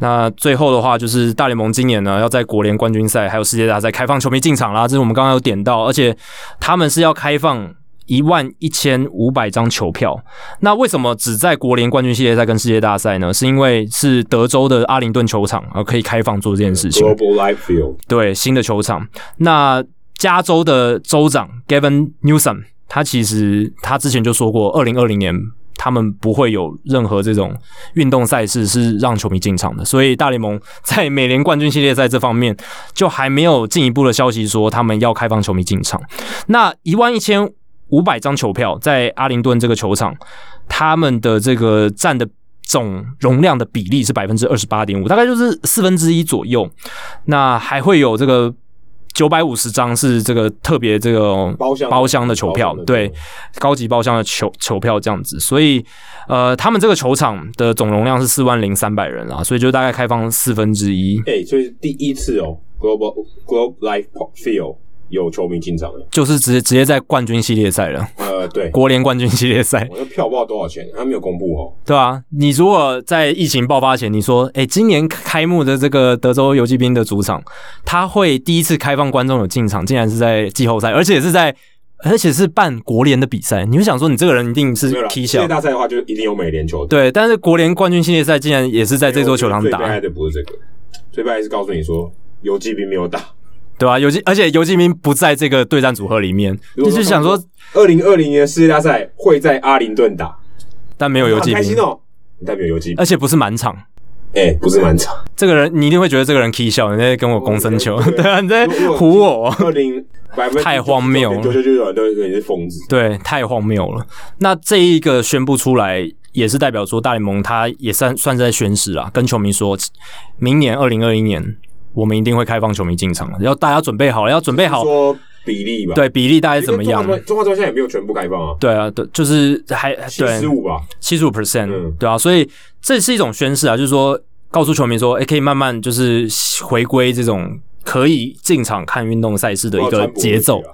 Speaker 2: 那最后的话，就是大联盟今年呢要在国联冠军赛还有世界大赛开放球迷进场啦，这是我们刚刚有点到，而且他们是要开放一万一千五百张球票。那为什么只在国联冠军系列赛跟世界大赛呢？是因为是德州的阿灵顿球场啊可以开放做这件事情。
Speaker 1: Global Life Field，
Speaker 2: 对新的球场。那加州的州长 Gavin Newsom，他其实他之前就说过，二零二零年他们不会有任何这种运动赛事是让球迷进场的，所以大联盟在美联冠军系列赛这方面就还没有进一步的消息说他们要开放球迷进场。那一万一千五百张球票在阿灵顿这个球场，他们的这个占的。总容量的比例是百分之二十八点五，大概就是四分之一左右。那还会有这个九百五十张是这个特别这个
Speaker 1: 包厢
Speaker 2: 包厢的球
Speaker 1: 包
Speaker 2: 票
Speaker 1: 厢的，
Speaker 2: 对
Speaker 1: 球，
Speaker 2: 高级包厢的球球票这样子。所以呃，他们这个球场的总容量是四万零三百人啊啦，所以就大概开放四分之一，
Speaker 1: 哎、所以第一次哦，Global Global Life Field 有球迷进场了。
Speaker 2: 就是直接直接在冠军系列赛了，
Speaker 1: 呃，对，
Speaker 2: 国联冠军系列赛。
Speaker 1: 我那票不知道多少钱，他没有公布哦。
Speaker 2: 对啊，你如果在疫情爆发前，你说，哎、今年开幕的这个德州游骑兵的主场，他会第一次开放观众有进场，竟然是在季后赛，而且是在，而且是办国联的比赛，你会想说，你这个人一定
Speaker 1: 没有
Speaker 2: 是
Speaker 1: 啦，世
Speaker 2: 踢
Speaker 1: 界
Speaker 2: 笑，
Speaker 1: 大赛的话，就一定有美联球队。
Speaker 2: 对，但是国联冠军系列赛竟然也是在这座球场
Speaker 1: 最悲
Speaker 2: 打
Speaker 1: 哀，的不是这个，最悲哀是告诉你说，游击兵没有打。
Speaker 2: 对吧、啊？游骑，而且游骑兵不在这个对战组合里面，
Speaker 1: 如
Speaker 2: 就
Speaker 1: 果
Speaker 2: 是想说，，
Speaker 1: 二零二零年世界大赛会在阿灵顿打，
Speaker 2: 但没有游
Speaker 1: 好
Speaker 2: 骑
Speaker 1: 开
Speaker 2: 兵
Speaker 1: 心，哦！代表游击兵，
Speaker 2: 而且不是满场，
Speaker 1: 哎，不是满场。
Speaker 2: 这个人你一定会觉得这个人踢笑，你在跟我攻身球，
Speaker 1: 哦对
Speaker 2: *laughs* 对啊，你在
Speaker 1: 如果
Speaker 2: 唬我。
Speaker 1: 二零百分
Speaker 2: 太荒谬了
Speaker 1: 九九九九都有人是疯子。
Speaker 2: 对，太荒谬了。那这一个宣布出来，也是代表说大联盟它也算算是在宣示啦，跟球迷说，明年二零二一年我们一定会开放球迷进场了，要大家准备好了，要准备好
Speaker 1: 说比例吧，，
Speaker 2: 对比例大概怎么样？
Speaker 1: 中华中华现在也没有全部开放啊，
Speaker 2: 对啊，对，就是还
Speaker 1: 七
Speaker 2: 对
Speaker 1: 十五吧，
Speaker 2: 七十五 percent，
Speaker 1: 嗯
Speaker 2: 对啊，所以这是一种宣示啊，就是说告诉球迷说，哎、可以慢慢就是回归这种可以进场看运动赛事的一
Speaker 1: 不知道
Speaker 2: 个
Speaker 1: 川普会
Speaker 2: 节
Speaker 1: 不会
Speaker 2: 奏
Speaker 1: 去。啊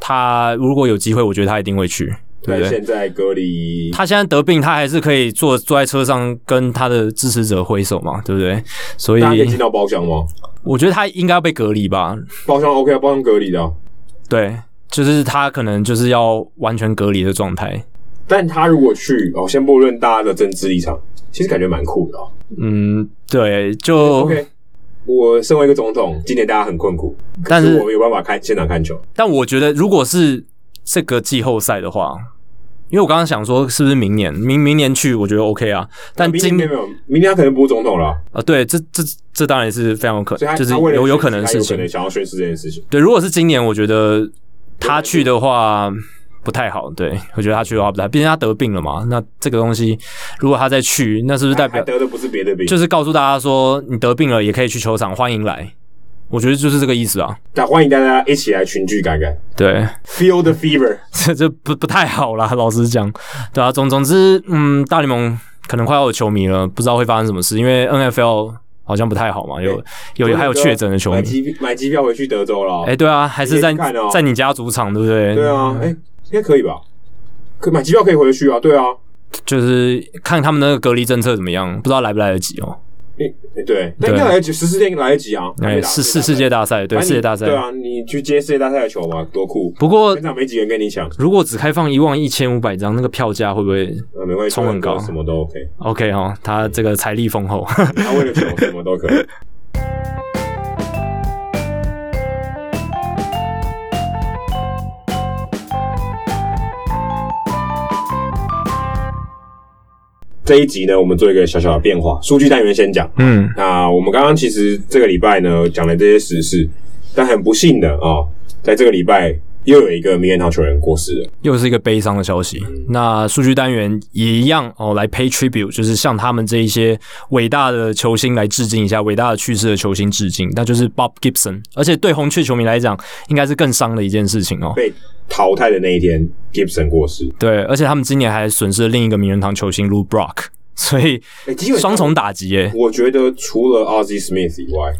Speaker 2: 他如果有机会，我觉得他一定会去，对
Speaker 1: 但
Speaker 2: 不对？
Speaker 1: 现在隔离，
Speaker 2: 他现在得病，他还是可以坐坐在车上跟他的支持者挥手嘛，对不对？所以
Speaker 1: 大家可以进到包厢吗？
Speaker 2: 我觉得他应该要被隔离吧，
Speaker 1: 包厢 OK 啊，包厢隔离的啊、
Speaker 2: 对，就是他可能就是要完全隔离的状态。
Speaker 1: 但他如果去哦，先不论大家的政治立场，其实感觉蛮酷的、哦。
Speaker 2: 嗯，对，就
Speaker 1: OK，我身为一个总统，今年大家很困苦，可
Speaker 2: 但是
Speaker 1: 我有办法看现场看球。
Speaker 2: 但我觉得如果是这个季后赛的话，因为我刚刚想说是不是明年明明年去，我觉得 OK 啊。但
Speaker 1: 明年
Speaker 2: 今
Speaker 1: 没有，没有明天他可能不是总统了啊，
Speaker 2: 啊，对，这这这当然也是非常有可
Speaker 1: 所以他
Speaker 2: 就是
Speaker 1: 他为了
Speaker 2: 有有
Speaker 1: 选
Speaker 2: 可
Speaker 1: 举
Speaker 2: 能
Speaker 1: 他
Speaker 2: 事
Speaker 1: 有可
Speaker 2: 情
Speaker 1: 能。想要宣誓这件事情。
Speaker 2: 对，如果是今年，我觉得他去的话不太好。对，我觉得他去的话不太好，毕竟他得病了嘛。那这个东西，如果他再去，那是不是代
Speaker 1: 还
Speaker 2: 表
Speaker 1: 得的不是别的病，
Speaker 2: 就是告诉大家说你得病了也可以去球场，欢迎来？我觉得就是这个意思啊。
Speaker 1: 但欢迎大家一起来群聚感染
Speaker 2: 对， *laughs*
Speaker 1: ，Feel the fever。
Speaker 2: 这这不不太好啦， *laughs* 老实讲，对啊，总总之，嗯，大联盟可能快要有球迷了，不知道会发生什么事，因为 N F L 好像不太好嘛，有有还有
Speaker 1: 啊
Speaker 2: 确诊的球
Speaker 1: 买
Speaker 2: 迷，
Speaker 1: 机买机票回去德州了。哦
Speaker 2: 哎、对啊，还是在
Speaker 1: 你可以看哦
Speaker 2: 在你家主场，对不对？
Speaker 1: 对啊，哎、应该可以吧？可买机票可以回去啊，对啊，
Speaker 2: 就是看他们那个隔离政策怎么样，不知道来不来得及哦。
Speaker 1: 诶诶对，但应
Speaker 2: 对
Speaker 1: 该来得及，十四天来得及啊。还
Speaker 2: 哎，
Speaker 1: 没打
Speaker 2: 是
Speaker 1: 还
Speaker 2: 是
Speaker 1: 没打
Speaker 2: 世界大赛，对
Speaker 1: 反正
Speaker 2: 世界
Speaker 1: 你
Speaker 2: 大赛
Speaker 1: 对。啊，你去接世界大赛的球嘛，多酷！
Speaker 2: 不过
Speaker 1: 现场没几个人跟你抢，
Speaker 2: 如果只开放一万一千五百张，那个票价会不会
Speaker 1: 呃，没关系，
Speaker 2: 冲很高
Speaker 1: 什么都 OK，
Speaker 2: OK 哦？他这个财力丰厚。
Speaker 1: 他为了球什么都可
Speaker 2: *laughs*
Speaker 1: 以。这一集呢，我们做一个小小的变化，数据单元先讲。
Speaker 2: 嗯，
Speaker 1: 那我们刚刚其实这个礼拜呢讲了这些时事，但很不幸的啊、在这个礼拜又有一个名人堂球员过世了。
Speaker 2: 又是一个悲伤的消息。那数据单元也一样哦，来 pay tribute，就是向他们这一些伟大的球星来致敬一下，伟大的去世的球星致敬，那就是 Bob Gibson。而且对红雀球迷来讲，应该是更伤的一件事情哦。
Speaker 1: 被淘汰的那一天，Gibson 过世，
Speaker 2: 对，而且他们今年还损失了另一个名人堂球星 Lou Brock，所以
Speaker 1: 哎基本上
Speaker 2: 双重打击耶。
Speaker 1: 我觉得除了 Ozzy Smith 以外，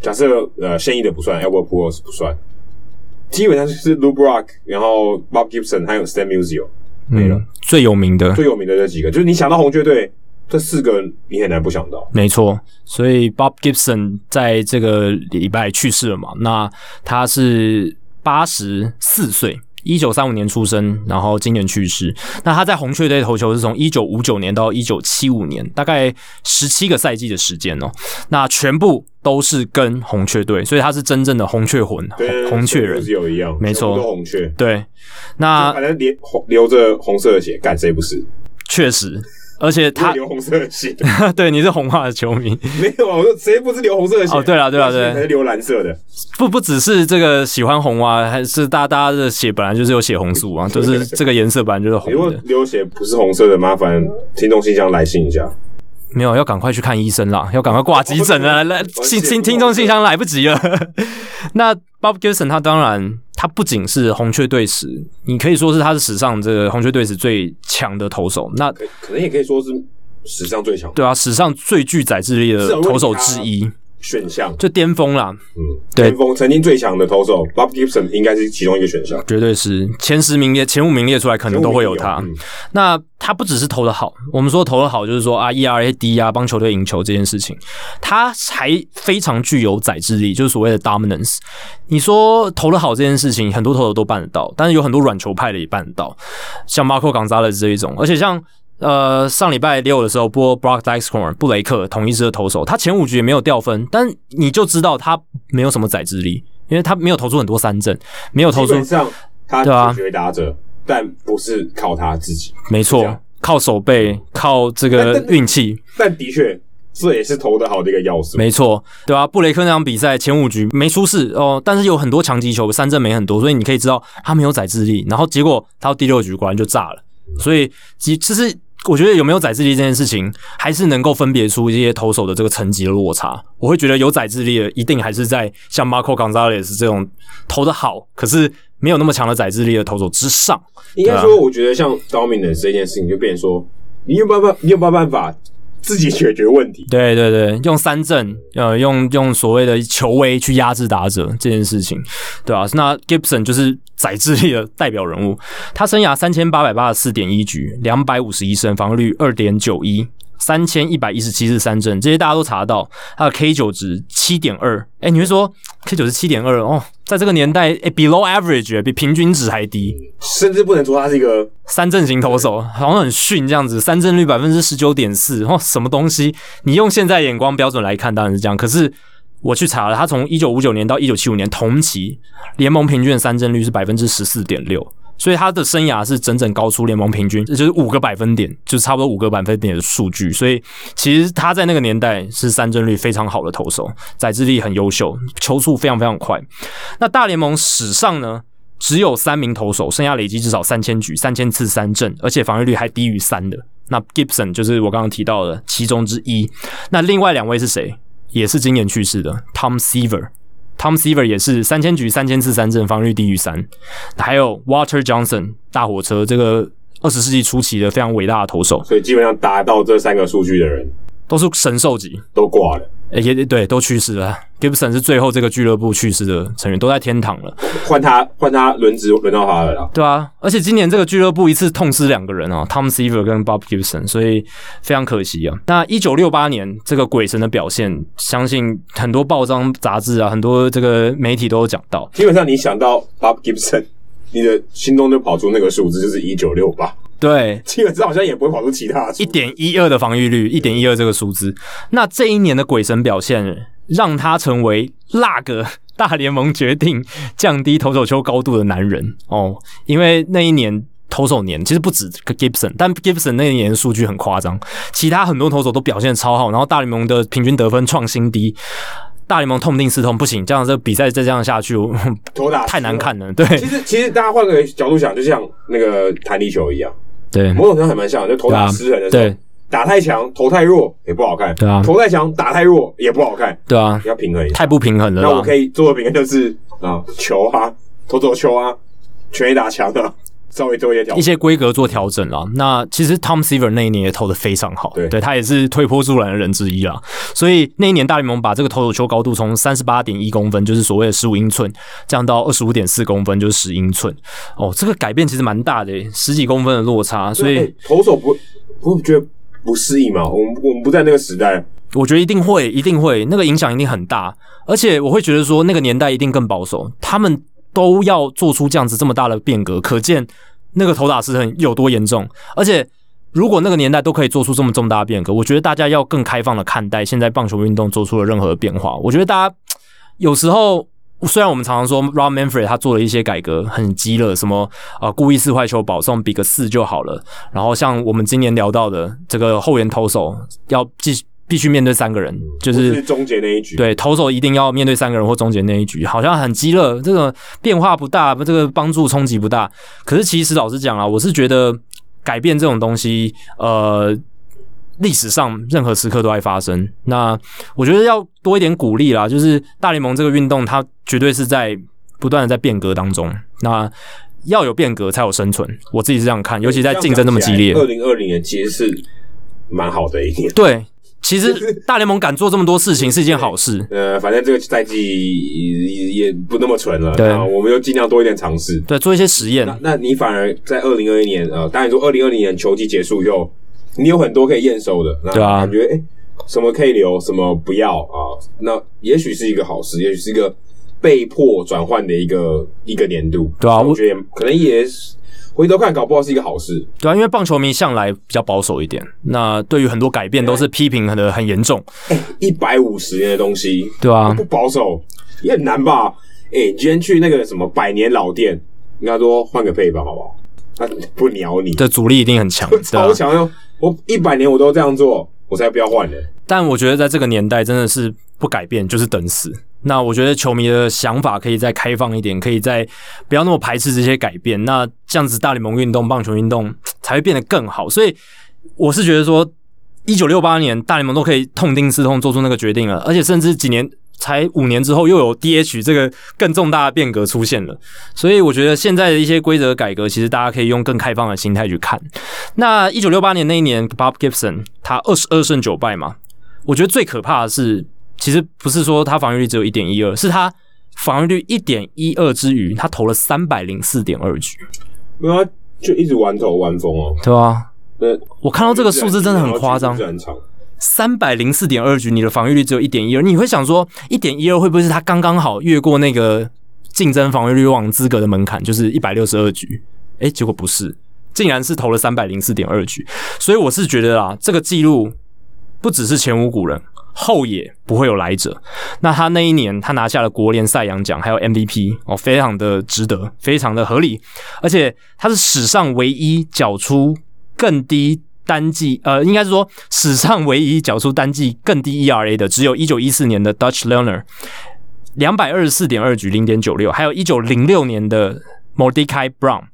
Speaker 1: 假设呃现役的不算，Albert Pujols 不算，基本上就是 Lou Brock，然后 Bob Gibson 还有 Stan Musial 没了
Speaker 2: 嗯，最有名的，
Speaker 1: 最有名的这几个，就是你想到红雀队这四个，你很难不想到。
Speaker 2: 没错，所以 Bob Gibson 在这个礼拜去世了嘛？那他是八十四岁，一九三五年出生，然后今年去世。那他在红雀队投球是从一九五九年到一九七五年，大概十七个赛季的时间哦。那全部都是跟红雀队，所以他是真正的红雀魂，
Speaker 1: 跟
Speaker 2: 红红雀人。
Speaker 1: Musial 一样，
Speaker 2: 没
Speaker 1: 全
Speaker 2: 错
Speaker 1: 部都红雀。
Speaker 2: 对，那
Speaker 1: 反正流红流着红色的血，干谁不是？
Speaker 2: 确实，而且
Speaker 1: 他
Speaker 2: 他
Speaker 1: 流红色的血，
Speaker 2: *laughs*
Speaker 1: *laughs*
Speaker 2: 对你是红袜的球迷，
Speaker 1: 没有啊！我说谁不是流红色的血？
Speaker 2: 哦对啦对啦对
Speaker 1: 还是流蓝色的，
Speaker 2: 不不只是这个喜欢红啊，还是大大家的血本来就是有血红素啊，就是这个颜色本来就是
Speaker 1: 如
Speaker 2: 红
Speaker 1: 果
Speaker 2: 的。
Speaker 1: 流血不是红色的，麻烦听众信箱来信一下。
Speaker 2: 没有，要赶快去看医生啦，要赶快挂急诊啊！来，
Speaker 1: 我
Speaker 2: 信
Speaker 1: 血
Speaker 2: 信
Speaker 1: 不
Speaker 2: 听众信箱来不及了。那 Bob Gibson 他当然，他不仅是红雀队史，你可以说是他是史上这个红雀队史最强的投手，那
Speaker 1: 可可能也可以说是史上最强
Speaker 2: 对啊，史上最具载智力的
Speaker 1: 是啊如果
Speaker 2: 投手
Speaker 1: 你
Speaker 2: 之
Speaker 1: 拿
Speaker 2: 一，
Speaker 1: 选项，
Speaker 2: 就巅峰啦，
Speaker 1: 嗯，
Speaker 2: 对
Speaker 1: 巅峰曾经最强的投手 Bob Gibson 应该是其中一个选项，
Speaker 2: 绝对是前十名列前五名列出来，可能都会有他。
Speaker 1: 嗯
Speaker 2: 那他不只是投的好，我们说投的好，就是说啊，ERA 低啊，帮球队赢球这件事情，他还非常具有宰制力，就是所谓的 dominance。你说投的好这件事情，很多投手都办得到，但是有很多软球派的也办得到，像 Marco Gonzalez 这一种，而且像。呃，上礼拜六的时候播 Brock Dixon 布雷克同一支的投手，他前五局也没有掉分，但你就知道他没有什么宰制力，因为他没有投出很多三振，没有投
Speaker 1: 基
Speaker 2: 出
Speaker 1: 本上他
Speaker 2: 对啊
Speaker 1: 解决打者，但不是靠他自己，
Speaker 2: 没
Speaker 1: 这
Speaker 2: 错
Speaker 1: 样，嗯哎
Speaker 2: 靠手背，靠这
Speaker 1: 但
Speaker 2: 个
Speaker 1: 但
Speaker 2: 运气，
Speaker 1: 但的确这也是投的好的一个要素。
Speaker 2: 没错，对啊，布雷克那场比赛前五局没出事哦，但是有很多强击球，三振没很多，所以你可以知道他没有宰制力。然后结果他到第六局果然就炸了，所以其其实我觉得有没有宰制力这件事情，还是能够分别出一些投手的这个层级的落差。我会觉得有宰制力的，一定还是在像 Marco Gonzalez 这种投的好，可是没有那么强的宰制力的投手之上。
Speaker 1: 应该说，我觉得像 dominance 这件事情，就变成说，你有没有办法，你有没有办法自己解决问题。
Speaker 2: 对对对，用三振，呃，用用所谓的球威去压制打者这件事情，对啊，那 Gibson 就是宰制力的代表人物，他生涯三千八百八十四点一局，两百五十一胜，防御率二点九一。三千一百一十七次三振，这些大家都查得到。他的 K 九值七点二，哎，你会说 K 九是七点二哦，在这个年代，哎，below average，比平均值还低。
Speaker 1: 甚至不能说他是一个
Speaker 2: 三振型投手，好像很逊这样子，三振率百分之十九点四，哦，什么东西？你用现在眼光标准来看，当然是这样。可是我去查了，他从一九五九年到一九七五年同期，联盟平均的三振率是百分之十四点六，所以他的生涯是整整高出联盟平均，这就是五个百分点，就是差不多五个百分点的数据。所以其实他在那个年代是三振率非常好的投手，载制力很优秀，球速非常非常快。那大联盟史上呢，只有三名投手生涯累积至少三千局、三千次三振，而且防御率还低于三的。那 Gibson 就是我刚刚提到的其中之一。那另外两位是谁？也是今年去世的 Tom Seaver。Tom Seaver 也是三千局、三千次三振，防御率低于三。还有 Walter Johnson 大火车这个二十世纪初期的非常伟大的投手，
Speaker 1: 所以基本上达到这三个数据的人
Speaker 2: 都是神兽级。
Speaker 1: 都挂了，
Speaker 2: 诶也也对，都去世了。Gibson 是最后这个俱乐部去世的成员，都在天堂了。
Speaker 1: 换他换他轮值轮到他了啦。
Speaker 2: 对啊，而且今年这个俱乐部一次痛失两个人啊，Tom Seaver 跟 Bob Gibson，所以非常可惜啊。那一九六八年这个鬼神的表现，相信很多报章杂志啊，很多这个媒体都有讲到。
Speaker 1: 基本上你想到 Bob Gibson，你的心中就跑出那个数字，就是一九六八。
Speaker 2: 对，
Speaker 1: 基本上好像也不会跑出其他的数
Speaker 2: 一点一二的防御率，一点一二这个数字。那这一年的鬼神表现，让他成为那个 *laughs* 大联盟决定降低投手丘高度的男人哦，因为那一年。投手年其实不止 Gibson，但 Gibson 那一年的数据很夸张，其他很多投手都表现得超好，然后大联盟的平均得分创新低，大联盟痛定思痛，不行，这样这个比赛再这样下去，我 *laughs*
Speaker 1: 投打
Speaker 2: 太难。看了。对
Speaker 1: 其实其实大家换个角度想，就像那个弹力球一样，
Speaker 2: 对
Speaker 1: 某种程度还蛮像，就投打失衡的时候，
Speaker 2: 对
Speaker 1: 打太强投太弱也不好看，
Speaker 2: 对啊
Speaker 1: 投太强打太弱也不好看，
Speaker 2: 对啊，
Speaker 1: 要平衡一下。
Speaker 2: 太不平衡了
Speaker 1: 那我
Speaker 2: 啦。
Speaker 1: 可以做的平衡就是啊，球啊，投走球啊，全力打强的，稍微做一些调整。
Speaker 2: 一些规格做调整啦。那其实 Tom Seaver 那一年也投的非常好，
Speaker 1: 对
Speaker 2: 他也是推波助澜的人之一啦。所以那一年大联盟把这个投手球高度从三十八点一公分，就是所谓的十五英寸，降到二十五点四公分，就是十英寸。哦，这个改变其实蛮大的耶，欸十几公分的落差。所
Speaker 1: 哎
Speaker 2: 以
Speaker 1: 投手不不觉得不适应嘛？我们我们不在那个时代，
Speaker 2: 我觉得一定会，一定会，那个影响一定很大。而且我会觉得说，那个年代一定更保守，他们都要做出这样子这么大的变革，可见那个头打失衡有多严重。而且，如果那个年代都可以做出这么重大的变革，我觉得大家要更开放的看待现在棒球运动做出了任何的变化。我觉得大家有时候。虽然我们常常说 Rob Manfred 他做了一些改革很激了，什么啊、呃、故意四坏球保送比个四就好了，然后像我们今年聊到的这个后援投手要继续必须面对三个人，
Speaker 1: 就
Speaker 2: 就
Speaker 1: 是是终结那一局。，
Speaker 2: 对，投手一定要面对三个人或终结那一局，好像很激烈，这个变化不大，这个帮助冲击不大。可是其实老实讲啊，我是觉得改变这种东西，呃，历史上任何时刻都会发生。那我觉得要多一点鼓励啦，就是大联盟这个运动，它绝对是在不断的在变革当中。那要有变革才有生存，我自己是这样看，尤其在竞争这么激烈。
Speaker 1: 二零二零年其实是蛮好的一年。
Speaker 2: 对，其实大联盟敢做这么多事情是一件好事。
Speaker 1: 呃，反正这个赛季也也不那么纯了，
Speaker 2: 对
Speaker 1: 然后我们就尽量多一点尝试。
Speaker 2: 对，做一些实验，
Speaker 1: 那那你反而在二零二一年，呃，当然说二零二零年球季结束以后，你有很多可以验收的，那
Speaker 2: 对啊
Speaker 1: 感觉哎、诶什么可以留，什么不要啊、那也许是一个好事，也许是一个被迫转换的一个一个年度，
Speaker 2: 对啊
Speaker 1: 我
Speaker 2: 我
Speaker 1: 觉得也可能也是回头看，搞不好是一个好事。
Speaker 2: 对啊，因为棒球迷向来比较保守一点，那对于很多改变都是批评的很严重，
Speaker 1: 一百五十年的东西，
Speaker 2: 对啊
Speaker 1: 不，保守也很难吧？哎、你今天去那个什么百年老店，跟他说换个配方好不好？他不鸟你，
Speaker 2: 这阻力一定很强，对啊
Speaker 1: *laughs* 超。强哟！我一百年我都这样做，我才不要换呢。
Speaker 2: 但我觉得在这个年代真的是不改变就是等死。那我觉得球迷的想法可以再开放一点，可以再不要那么排斥这些改变。那这样子大联盟运动、棒球运动才会变得更好。所以我是觉得说，一九六八年大联盟都可以痛定思痛做出那个决定了，而且甚至几年才五年之后又有 DH 这个更重大的变革出现了。所以我觉得现在的一些规则改革，其实大家可以用更开放的心态去看。那一九六八年那一年，Bob Gibson 他二十二胜九败嘛，我觉得最可怕的是，其实不是说他防御率只有一点一二，是他防御率一点一二之余，他投了三百零四点二局，
Speaker 1: 因为他啊就一直玩头玩疯哦。
Speaker 2: 对吧？
Speaker 1: 那
Speaker 2: 我看到这个数字真的很夸张
Speaker 1: 然后，很长。
Speaker 2: 三百零四点二局，你的防御率只有一点一二，你会想说一点一二会不会是他刚刚好越过那个竞争防御率王资格的门槛，就是一百六十二局？诶、结果不是，竟然是投了三百零四点二局，所以我是觉得啦，这个记录不只是前无古人，后也不会有来者。那他那一年他拿下了国联赛扬奖，还有 MVP 哦，非常的值得，非常的合理，而且他是史上唯一缴出更低单季，呃，应该是说史上唯一缴出单季更低 ERA 的，只有一九一四年的 Dutch Learner 两百二十四点二局零点九六，还有一九零六年的 Mordecai Brown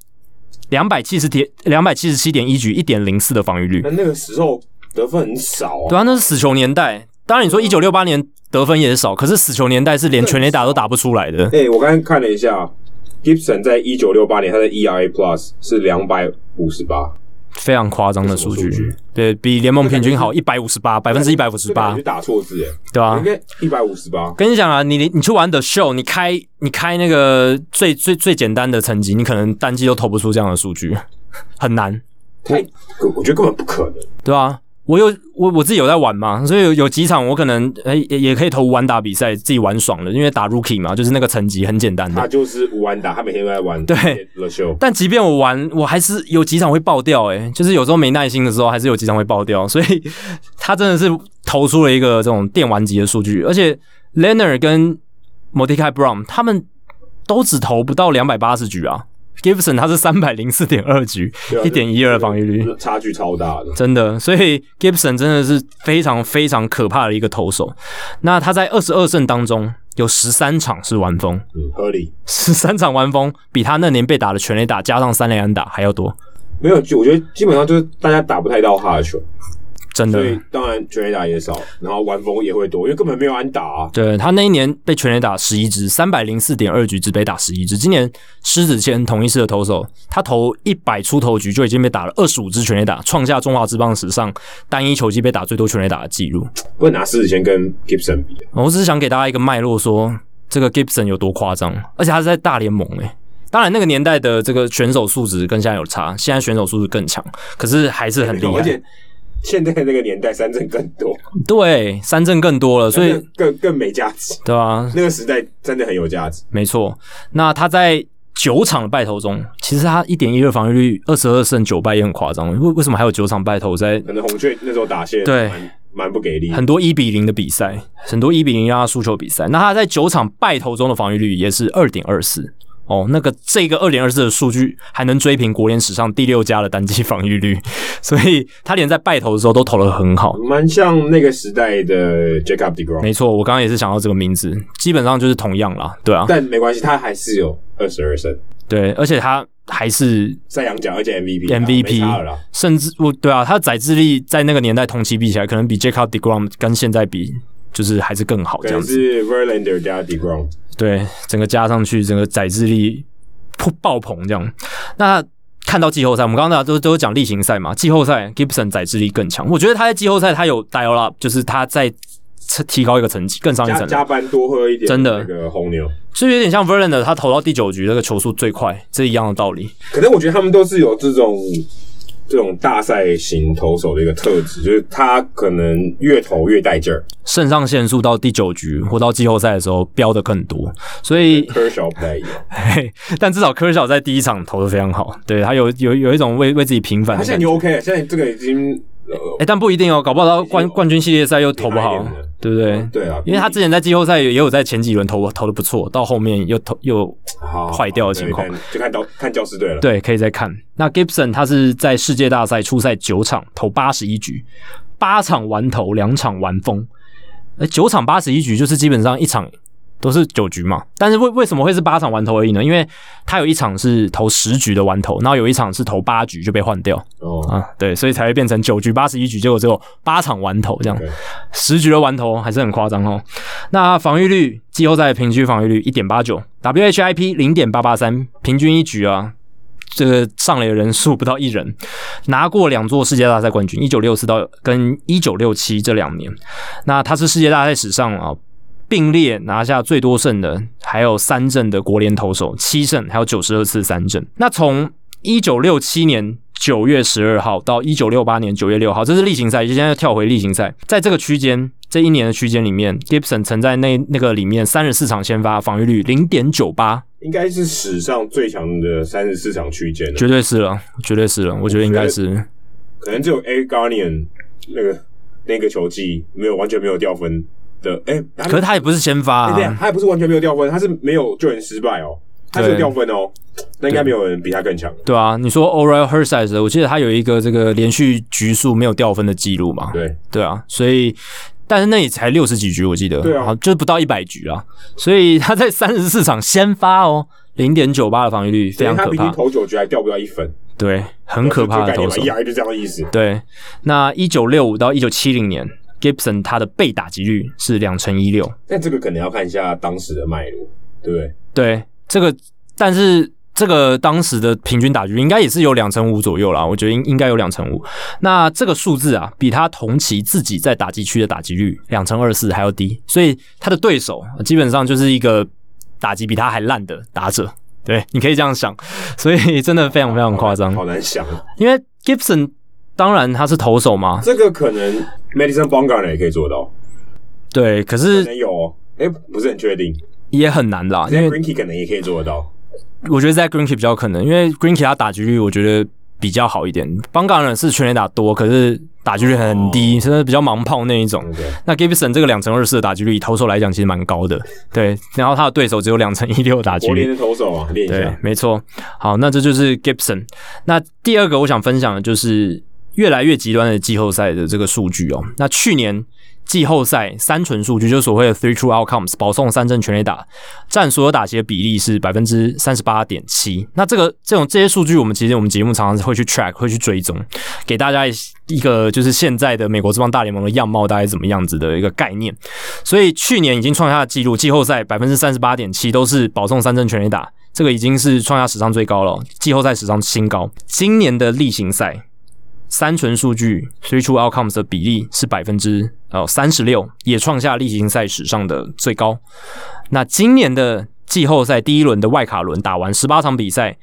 Speaker 2: 两百七十点两百七十七点一局一点零四的防御率
Speaker 1: 那。那个时候得分很少啊，
Speaker 2: 对啊，那是死球年代。当然，你说一九六八年得分也少，可是死球年代是连全垒打都打不出来的。
Speaker 1: 哎、我刚才看了一下，Gibson 在一九六八年他的 ERA Plus 是两百五十八，
Speaker 2: 非常夸张的数
Speaker 1: 这
Speaker 2: 据，
Speaker 1: 是什么数据
Speaker 2: 对比联盟平均好一百五十八，百分之一百五十八
Speaker 1: 就，打错字哎，
Speaker 2: 对吧、
Speaker 1: 应该一百五十八。
Speaker 2: 跟你讲啊，你你你去玩的 show，你开你开那个最最最简单的成绩，你可能单季都投不出这样的数据，很难，
Speaker 1: 太，我我觉得根本不可能。
Speaker 2: 对吧、我有我我自己有在玩嘛，所以有有几场我可能哎也也可以投完打比赛，自己玩爽了，因为打 rookie 嘛，就是那个成绩很简单的
Speaker 1: 他。就是无安打，他每天都在玩。
Speaker 2: 对
Speaker 1: ，The Show。
Speaker 2: 但即便我玩，我还是有几场会爆掉、欸，就是有时候没耐心的时候，还是有几场会爆掉，所以 *laughs* 他真的是投出了一个这种电玩级的数据，而且 Leonard 跟 m o d e c a i Brown 他们都只投不到两百八十局啊，Gibson 他是三百零四点二局，
Speaker 1: 对啊啊
Speaker 2: 一点一二防御率，
Speaker 1: 这差距超大的。
Speaker 2: 真的，所以 Gibson 真的是非常非常可怕的一个投手。那他在二十二胜当中有十三场是完封，
Speaker 1: 嗯，合理。
Speaker 2: 十三 *laughs* 场完封比他那年被打的全垒打加上三垒安打还要多。
Speaker 1: 没有，就我觉得基本上就是大家打不太到他的球，
Speaker 2: 真
Speaker 1: 所以
Speaker 2: 的。
Speaker 1: 当然全垒打也少，然后玩风也会多，因为根本没有安打啊。
Speaker 2: 对他那一年被全垒打十一支，三百零四点二局只被打十一支。今年狮子谦同一式的投手，他投一百出头局就已经被打了二十五支全垒打，创下中华职棒史上单一球季被打最多全垒打的记录。
Speaker 1: 不能拿狮子先跟 Gibson 比，啊
Speaker 2: 我只是想给大家一个脉络说，这个 Gibson 有多夸张，而且他是在大联盟诶、当然，那个年代的这个选手素质跟现在有差，现在选手素质更强，可是还是很厉
Speaker 1: 而
Speaker 2: 害。
Speaker 1: 且现在那个年代三振更多，
Speaker 2: 对，三振更多了，所以
Speaker 1: 更更没价值。
Speaker 2: 对啊，
Speaker 1: 那个时代真的很有价值，
Speaker 2: 没错，那他在九场的败投中，其实他一点一二防御率，二十二胜九败也很夸张。为为什么还有九场败投？在
Speaker 1: 可能红雀那时候打线
Speaker 2: 对
Speaker 1: 蛮蛮不给力，
Speaker 2: 很多一比零的比赛，很多一比零让他输球比赛。那他在九场败投中的防御率也是二点二四。哦，那个这个二点二四的数据还能追平国联史上第六家的单季防御率，所以他连在败投的时候都投得很好。
Speaker 1: 蛮像那个时代的 Jacob Degrom，
Speaker 2: 没错，我刚刚也是想到这个名字，基本上就是同样啦，对啊，
Speaker 1: 但没关系，他还是有二十二胜
Speaker 2: 对，而且他还是
Speaker 1: 赛扬奖，而且 MVP 啊
Speaker 2: MVP
Speaker 1: 没差了啦。
Speaker 2: 甚至我对啊，他的载智力在那个年代同期比起来，可能比 Jacob Degrom 跟现在比，就是还是更好
Speaker 1: 可
Speaker 2: 这样
Speaker 1: 能
Speaker 2: 子。
Speaker 1: 是 Verlander 加 Degrom，
Speaker 2: 对，整个加上去，整个载智力噗爆棚这样。那看到季后赛，我们刚刚大家都都有讲例行赛嘛，季后赛 Gibson 载智力更强，我觉得他在季后赛他有 dial up，就是他在提高一个层级，更上一
Speaker 1: 加
Speaker 2: 层楼。
Speaker 1: 加班多喝一点，
Speaker 2: 真的
Speaker 1: 那个红牛。
Speaker 2: 所以有点像 Verlander，他投到第九局那个球速最快，这一样的道理。
Speaker 1: 可能我觉得他们都是有这种这种大赛型投手的一个特质，就是他可能越投越带劲儿。
Speaker 2: 肾上腺素到第九局或到季后赛的时候飙的更多，所以
Speaker 1: Kershaw 不太
Speaker 2: *laughs*
Speaker 1: 一样，
Speaker 2: 嘿，但至少科小在第一场投的非常好，对他有有有一种为为自己平反
Speaker 1: 他
Speaker 2: 的
Speaker 1: 现在
Speaker 2: 感觉。
Speaker 1: 就 OK 了，现在这个已经呃
Speaker 2: 哎、但不一定哦，搞不好到
Speaker 1: 已
Speaker 2: 冠
Speaker 1: 经有
Speaker 2: 冠军系列赛又投不
Speaker 1: 厉
Speaker 2: 好
Speaker 1: 害一点的，
Speaker 2: 对不对？
Speaker 1: 对啊，
Speaker 2: 因为他之前在季后赛也有在前几轮投投的不错，到后面又投又
Speaker 1: 好
Speaker 2: 坏掉的情况，
Speaker 1: 对看就看到看教师队了。
Speaker 2: 对，可以再看。那 Gibson 他是在世界大赛初赛九场投八十一局，哎八场完投，两场完封，呃，九场八十一局就是基本上一场都是九局嘛。但是为为什么会是八场完投而已呢？因为他有一场是投十局的完投，然后有一场是投八局就被换掉
Speaker 1: 哦，
Speaker 2: 啊，对，所以才会变成九局八十一局，结果只有八场完投这样
Speaker 1: OK，
Speaker 2: 十局的完投还是很夸张哦。那防御率，季后赛平均防御率一点八九，WHIP 零点八八三，平均一局啊。这个上垒的人数不到一人，拿过两座世界大赛冠军，一九六四到跟一九六七这两年。那他是世界大赛史上啊并列拿下最多胜的，还有三振的国联投手，七胜，还有九十二次三振。那从一九六七年九月十二号到一九六八年九月六号，这是例行赛，就现在跳回例行赛，在这个区间。这一年的区间里面，Gibson 曾在那那个里面三十四场先发，防御率零点九八，
Speaker 1: 应该是史上最强的三十四场区间了，
Speaker 2: 绝对是了，绝对是了，我觉得应该是
Speaker 1: 可能只有 A Guardian 那个那个球季没有完全没有掉分的，哎、他
Speaker 2: 可是他也不是先发、
Speaker 1: 哎对啊
Speaker 2: 啊，
Speaker 1: 他也不是完全没有掉分，他是没有救援失败哦，他是有
Speaker 2: 对
Speaker 1: 掉分哦，那应该没有人比他更强。
Speaker 2: 对啊。你说 Oral h e r s i z e 我记得他有一个这个连续局数没有掉分的记录嘛？
Speaker 1: 对，
Speaker 2: 对啊，所以但是那也才六十几局，我记得，
Speaker 1: 对啊
Speaker 2: 好就是不到一百局啊，所以他在三十四场先发哦，零点九八的防御率非常
Speaker 1: 他
Speaker 2: 可
Speaker 1: 平均
Speaker 2: 怕，
Speaker 1: 投九局还掉不到一分，
Speaker 2: 对，很可怕
Speaker 1: 就
Speaker 2: 的
Speaker 1: 概念嘛，
Speaker 2: 投手
Speaker 1: 一。来就这样的意思。
Speaker 2: 对，那一九六五到一九七零年，Gibson 他的被打击率是两成一六，
Speaker 1: 但这个可能要看一下当时的脉络，对不对？
Speaker 2: 对，这个但是。这个当时的平均打击率应该也是有两成五左右啦，我觉得应应该有两成五。那这个数字啊，比他同期自己在打击区的打击率两成二四还要低，所以他的对手呃基本上就是一个打击比他还烂的打者。对，你可以这样想，所以真的非常非常夸张。
Speaker 1: 好难想。
Speaker 2: 因为 Gibson 当然他是投手嘛，
Speaker 1: 这个可能 Madison Bumgarner 也可以做到，
Speaker 2: 对，
Speaker 1: 可
Speaker 2: 可是
Speaker 1: 能有、哦，哎、不是很确定。
Speaker 2: 也很难啦，因
Speaker 1: Zach
Speaker 2: 为
Speaker 1: Greinke 可能也可以做得到，
Speaker 2: 我觉得在 Greenkey 比较可能，因为 Greenkey 他打击率我觉得比较好一点。邦港人是全垒打多，可是打击率很低，真的比较盲炮那一种。
Speaker 1: 对不对？
Speaker 2: 那 Gibson 这个两成二四的打击率，以投手来讲其实蛮高的，对。然后他的对手只有两成一六打击
Speaker 1: 国
Speaker 2: 率
Speaker 1: 联，的投手啊，练一
Speaker 2: 对
Speaker 1: 下，。
Speaker 2: 没错。好，那这就是 Gibson。那第二个我想分享的就是越来越极端的季后赛的这个数据哦。那去年季后赛三纯数据，就是所谓的 three true outcomes，保送、三振、全垒打，占所有打击的比例是百分之三十八点七。那这个这种这些数据，我们其实我们节目常常会去 track，会去追踪，给大家一一个就是现在的美国这帮大联盟的样貌大概是怎么样子的一个概念。所以去年已经创下纪录，季后赛百分之三十八点七都是保送三振全垒打，这个已经是创下史上最高了，季后赛史上新高。今年的例行赛三纯数据 three true outcomes 的比例是百分之呃三十六，也创下例行赛史上的最高。那今年的季后赛第一轮的外卡轮打完十八场比赛。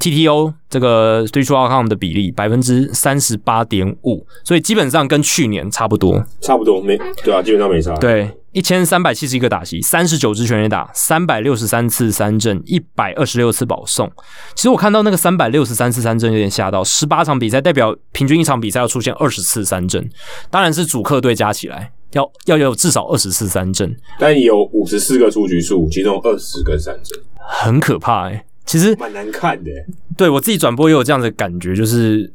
Speaker 2: TTO 这个 three true outcome 的比例百分之三十八点五，所以基本上跟去年差不多。
Speaker 1: 差不多没对啊，基本上没差。，
Speaker 2: 对，一千三百七十一个打席，三十九支全垒打，三百六十三次三振，一百二十六次保送。其实我看到那个三百六十三次三振有点吓到，十八场比赛代表平均一场比赛要出现二十次三振，当然是主客队加起来要要有至少二十次三振，
Speaker 1: 但你有五十四个出局数，其中二十个三振，
Speaker 2: 很可怕哎、其实
Speaker 1: 蛮难看的。
Speaker 2: 对我自己转播也有这样的感觉，就是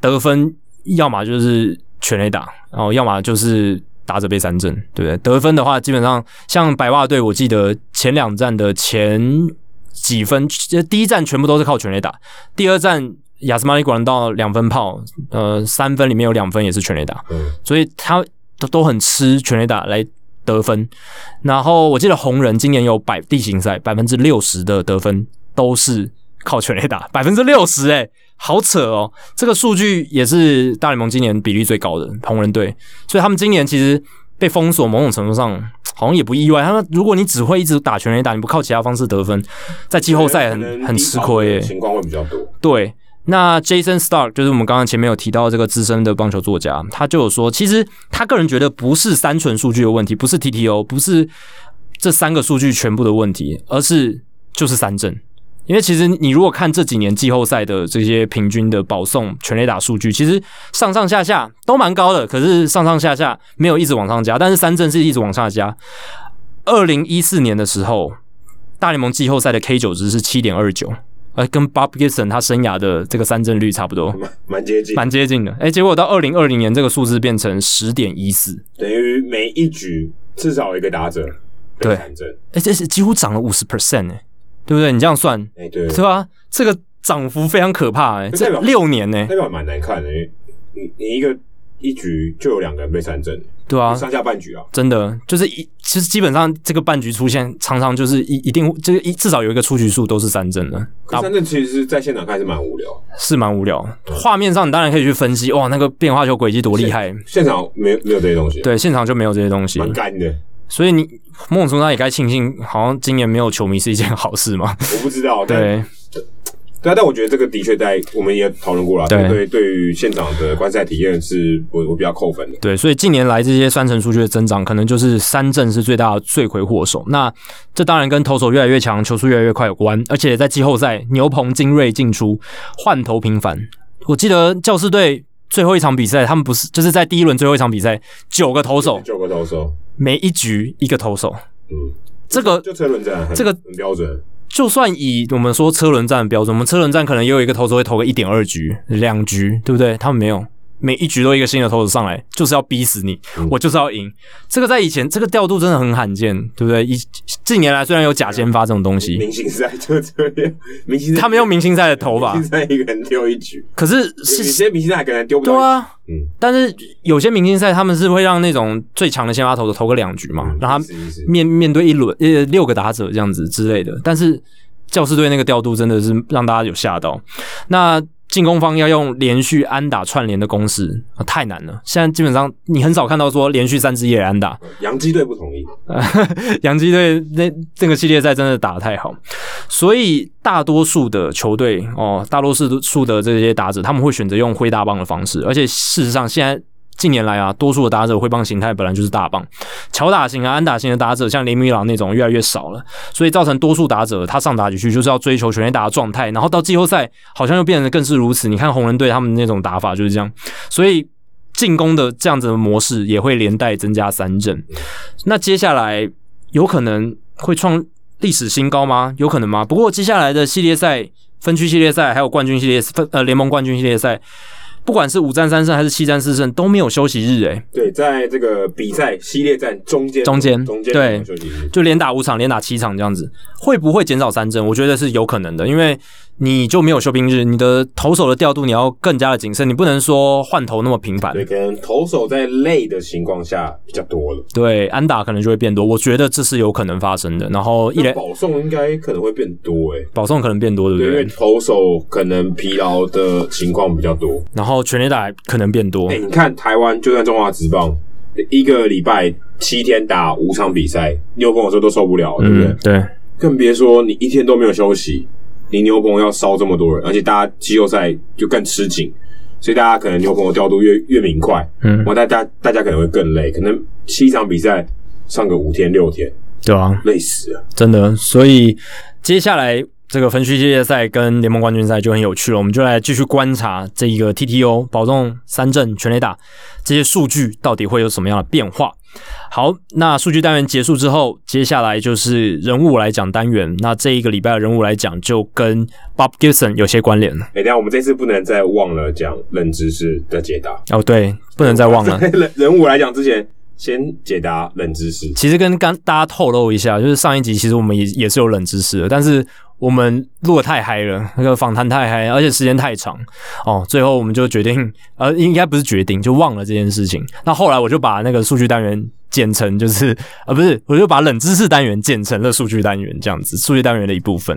Speaker 2: 得分要么就是全垒打，然后要么就是打者被三振，对不对？得分的话，基本上像白袜队，我记得前两站的前几分，呃第一站全部都是靠全垒打，第二站亚斯马利果然到两分炮，呃，三分里面有两分也是全垒打，
Speaker 1: 嗯，
Speaker 2: 所以他都都很吃全垒打来得分。然后我记得红人今年有百地形赛百分之六十的得分都是靠全垒打，百 *laughs* 分之六十哎，好扯哦！这个数据也是大联盟今年比率最高的红人队，所以他们今年其实被封锁，某种程度上。好像也不意外，他们如果你只会一直打全垒打，你不靠其他方式得分，在季后赛
Speaker 1: 可
Speaker 2: 很
Speaker 1: 能
Speaker 2: 很
Speaker 1: 低
Speaker 2: 吃
Speaker 1: 潮
Speaker 2: 亏、
Speaker 1: 的
Speaker 2: 欸。
Speaker 1: 情况会比较多。
Speaker 2: 对，那 Jason Stark 就是我们刚刚前面有提到这个资深的棒球作家，他就有说，其实他个人觉得不是单纯数据的问题，不是 TTO，不是这三个数据全部的问题，而是就是三振。因为其实你如果看这几年季后赛的这些平均的保送、全垒打数据，其实上上下下都蛮高的，可是上上下下没有一直往上加，但是三振是一直往下加。二零一四年的时候，大联盟季后赛的 K 九值是七点二九，呃，跟 Bob Gibson 他生涯的这个三振率差不多，
Speaker 1: 蛮蛮接近，
Speaker 2: 蛮接近的。哎、结果到二零二零年，这个数字变成十点一四，
Speaker 1: 等于每一局至少有一个打者，
Speaker 2: 对
Speaker 1: 战争，
Speaker 2: 哎、这是几乎涨了五十 percent 哎，对不对？你这样算，
Speaker 1: 哎、对，
Speaker 2: 对吧？这个涨幅非常可怕哎、
Speaker 1: 这代
Speaker 2: 这
Speaker 1: 表
Speaker 2: 六年呢、
Speaker 1: 那表蛮难看的，因为你你一个一局就有两个人被三振，
Speaker 2: 对啊，
Speaker 1: 上下半局啊，
Speaker 2: 真的就是一，其实基本上这个半局出现，常常就是一一定就是一至少有一个出局数都是三振的，
Speaker 1: 可是三振其实是在现场看是蛮无聊，
Speaker 2: 是蛮无聊。画面上你当然可以去分析，哇，那个变化球轨迹多厉害，
Speaker 1: 现场没有没有这些东西，，
Speaker 2: 对，现场就没有这些东西，
Speaker 1: 蛮干的。
Speaker 2: 所以你某种程度上也该庆幸，好像今年没有球迷是一件好事嘛。
Speaker 1: 我不知道，但
Speaker 2: 对，
Speaker 1: 对啊，但我觉得这个的确在我们也讨论过了，
Speaker 2: 对
Speaker 1: 对对，对于现场的观赛体验是我我比较扣分的。
Speaker 2: 对，所以近年来这些三成数据的增长，可能就是三振是最大的罪魁祸首。那这当然跟投手越来越强、球速越来越快有关，而且在季后赛牛棚精锐进出，换投频繁。我记得教士队最后一场比赛，他们不是就是在第一轮最后一场比赛，九个投手，
Speaker 1: 九个投手，
Speaker 2: 每一局一个投手，
Speaker 1: 嗯，
Speaker 2: 这个
Speaker 1: 就车轮战很，
Speaker 2: 呃这个
Speaker 1: 很标准，
Speaker 2: 就算以我们说车轮战的标准，我们车轮战可能也有一个投手会投个一点二局、两局，对不对？他们没有，每一局都一个新的投手上来，就是要逼死你，
Speaker 1: 嗯
Speaker 2: 我就是要赢。这个在以前这个调度真的很罕见，对不对？以近年来虽然有假先发这种东西，
Speaker 1: 明星赛就这样， *laughs* 明星赛
Speaker 2: 他们用明星赛的投法
Speaker 1: 明，星赛一个人丢一局，
Speaker 2: 可是
Speaker 1: 有
Speaker 2: 是
Speaker 1: 些明星赛可能丢不
Speaker 2: 对
Speaker 1: 到，
Speaker 2: 啊，
Speaker 1: 嗯
Speaker 2: 但是有些明星赛他们是会让那种最强的先发投手投个两局嘛，
Speaker 1: 嗯
Speaker 2: 让啊他
Speaker 1: 意思意思
Speaker 2: 面面对一轮呃六个打者这样子之类的，但是教士队那个调度真的是让大家有吓到。那进攻方要用连续安打串联的攻势、啊太难了。现在基本上你很少看到说连续三支野安打，
Speaker 1: 洋基队不同意，
Speaker 2: 洋基队那这个系列赛真的打得太好，所以大多数的球队哦，大多数数的这些打者，他们会选择用挥大棒的方式，而且事实上现在。近年来啊，多数的打者挥棒形态本来就是大棒，巧打型啊、安打型的打者，像林米朗那种越来越少了，所以造成多数打者他上打击区就是要追求全垒打的状态，然后到季后赛好像又变得更是如此。你看红人队他们那种打法就是这样，所以进攻的这样子的模式也会连带增加三振。那接下来有可能会创历史新高吗？有可能吗？不过接下来的系列赛、分区系列赛还有冠军系列分呃联盟冠军系列赛，不管是五战三胜还是七战四胜，都没有休息日诶、欸
Speaker 1: 对，在这个比赛系列战中间
Speaker 2: 中间
Speaker 1: 中间
Speaker 2: 对
Speaker 1: 休息日
Speaker 2: 就连打五场，连打七场这样子，会不会减少三振？我欸觉得是有可能的，因为你就没有休兵日，你的投手的调度你要更加的谨慎，你不能说换投那么频繁
Speaker 1: 对，，可能投手在累的情况下比较多了，
Speaker 2: 对，安打可能就会变多，我觉得这是有可能发生的。然后一
Speaker 1: 那
Speaker 2: 连
Speaker 1: 保送应该可能会变多诶、欸
Speaker 2: 保送可能变多，对不
Speaker 1: 对，因为
Speaker 2: 对？
Speaker 1: 投手可能疲劳的情况比较多。
Speaker 2: 然后全垒打可能变多
Speaker 1: 哎、，你看台湾就算中华职棒，一个礼拜七天打五场比赛，你有跟我说都受不了，对不对？
Speaker 2: 嗯，对。
Speaker 1: 更别说你一天都没有休息，你牛棚要烧这么多人，而且大家季后赛就更吃紧，所以大家可能牛棚的调度越越明快，
Speaker 2: 嗯
Speaker 1: 然后大家大家可能会更累，可能七场比赛上个五天六天，
Speaker 2: 对啊，
Speaker 1: 累死了。
Speaker 2: 真的。所以接下来这个分区系列赛跟联盟冠军赛就很有趣了，我们就来继续观察这一个 TTO 保送三振全垒打这些数据到底会有什么样的变化。好，那数据单元结束之后，接下来就是人物来讲单元。那这一个礼拜的人物来讲，就跟 Bob Gibson 有些关联了。
Speaker 1: 哎、等一下我们这次不能再忘了讲冷知识的解答，
Speaker 2: 哦，对，不能再忘
Speaker 1: *laughs*
Speaker 2: 了。
Speaker 1: 人人物来讲之前，先解答冷知识。
Speaker 2: 其实跟刚大家透露一下，就是上一集其实我们也也是有冷知识的，但是我们录的太嗨了，那个访谈太嗨，而且时间太长哦，最后我们就决定，呃，应该不是决定，就忘了这件事情。那后来我就把那个数据单元剪成，就是呃，不是，我就把冷知识单元剪成了数据单元这样子，数据单元的一部分。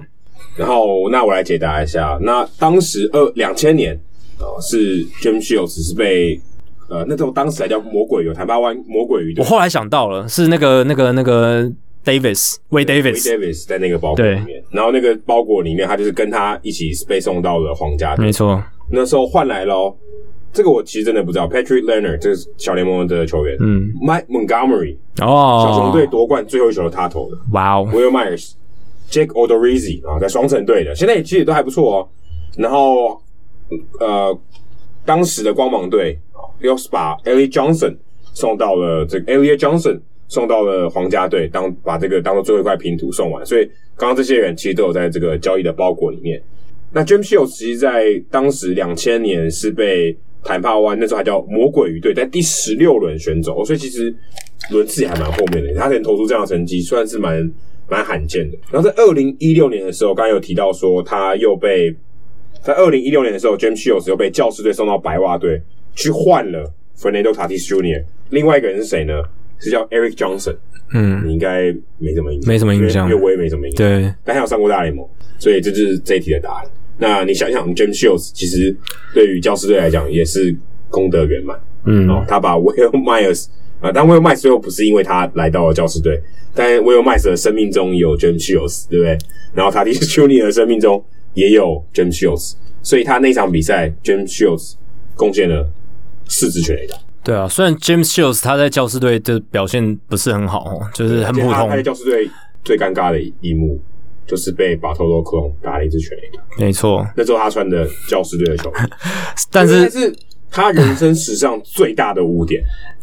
Speaker 1: 然后，那我来解答一下。那当时二两千年，呃，是 James Shields 是被呃，那时候当时还叫魔鬼鱼，坦巴湾魔鬼鱼的
Speaker 2: 我后来想到了，是那个那个那个 Davis，Way Davis，
Speaker 1: Ray Davis 在那个包裹里面，然后那个包裹里面，他就是跟他一起被送到了皇家队
Speaker 2: 没错，
Speaker 1: 那时候换来了哦，这个我其实真的不知道，Patrick Leonard 这是小联盟的球员、
Speaker 2: 嗯，
Speaker 1: m i k e Montgomery 小熊
Speaker 2: 哦
Speaker 1: 队，夺冠最后一球他投的
Speaker 2: 哇哦，
Speaker 1: ，Will Myers、Jake Odorizzi 啊，在双城队的，现在其实也都还不错哦。然后呃，当时的光芒队啊又把 Ellie Johnson 送到了这个 Ellie Johnson 送到了皇家队，当把这个当做最后一块拼图送完。所以刚刚这些人其实都有在这个交易的包裹里面。那 James Shields 其实在当时两千年是被坦帕湾那时候还叫魔鬼鱼队在第十六轮选走，所以其实轮次也还蛮后面的，他能投出这样的成绩，算是蛮蛮罕见的。然后在二零一六年的时候，刚刚有提到说他又被在二零一六年的时候，James Shields 又被教士队送到白袜队去换了 Fernando Tatis Jr.，另外一个人是谁呢？是叫 Eric Johnson，
Speaker 2: 嗯，
Speaker 1: 你应该没什么印象，
Speaker 2: 没什么印象
Speaker 1: 因为因为我也没什么印象。
Speaker 2: 对，
Speaker 1: 但他有上过大联盟，所以这就是这一题的答案。那你想想，James Shields 其实对于教师队来讲也是功德圆满
Speaker 2: 嗯，
Speaker 1: 哦，他把 Will Myers 啊、但 Will Myers 又不是因为他来到了教师队，但 Will Myers 的生命中有 James Shields，对不对？然后 Tatis Junior 的 *laughs* 生命中也有 James Shields，所以他那场比赛 James Shields 贡献了四支全垒打，
Speaker 2: 对啊，虽然 James Shields 他在教师队的表现不是很好哦，就是很
Speaker 1: 而且
Speaker 2: 普
Speaker 1: 他
Speaker 2: 通
Speaker 1: 他，在教师队最尴尬的一幕就是被 b a t o l o Colon 打了一支全垒打，
Speaker 2: 没错。
Speaker 1: 那时候他穿的教师队的球衣。
Speaker 2: 但
Speaker 1: 这
Speaker 2: 是
Speaker 1: 是他人生史上最大的污点。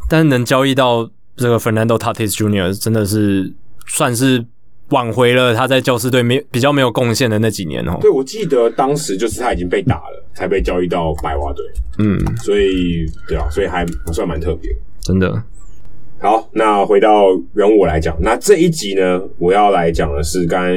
Speaker 2: 但是能交易到这个 Fernando Tatis Jr. 真的是算是挽回了他在教师队没比较没有贡献的那几年哦。
Speaker 1: 对，我记得当时就是他已经被打了，才被交易到白袜队，
Speaker 2: 嗯，
Speaker 1: 所以对啊，所以还算蛮特别。
Speaker 2: 真的，
Speaker 1: 好，那回到人物我来讲，那这一集呢，我要来讲的是刚刚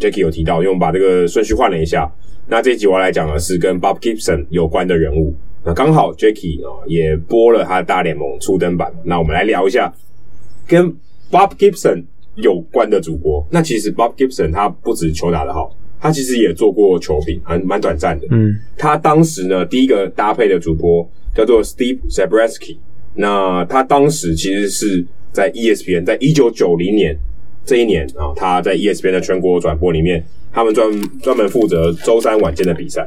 Speaker 1: Jackie 有提到，因为我们把这个顺序换了一下。那这一集我要来讲的是跟 Bob Gibson 有关的人物。那刚好 Jackie 啊、也播了他的大联盟初登版，那我们来聊一下跟 Bob Gibson 有关的主播。那其实 Bob Gibson 他不止球打得好，他其实也做过球评，很蛮短暂的。
Speaker 2: 嗯
Speaker 1: 他当时呢，第一个搭配的主播叫做 Steve Zabriskie。那他当时其实是在 E ESPN，在一九九零年这一年啊，他在 ESPN 的全国转播里面，他们专专门负责周三晚间的比赛，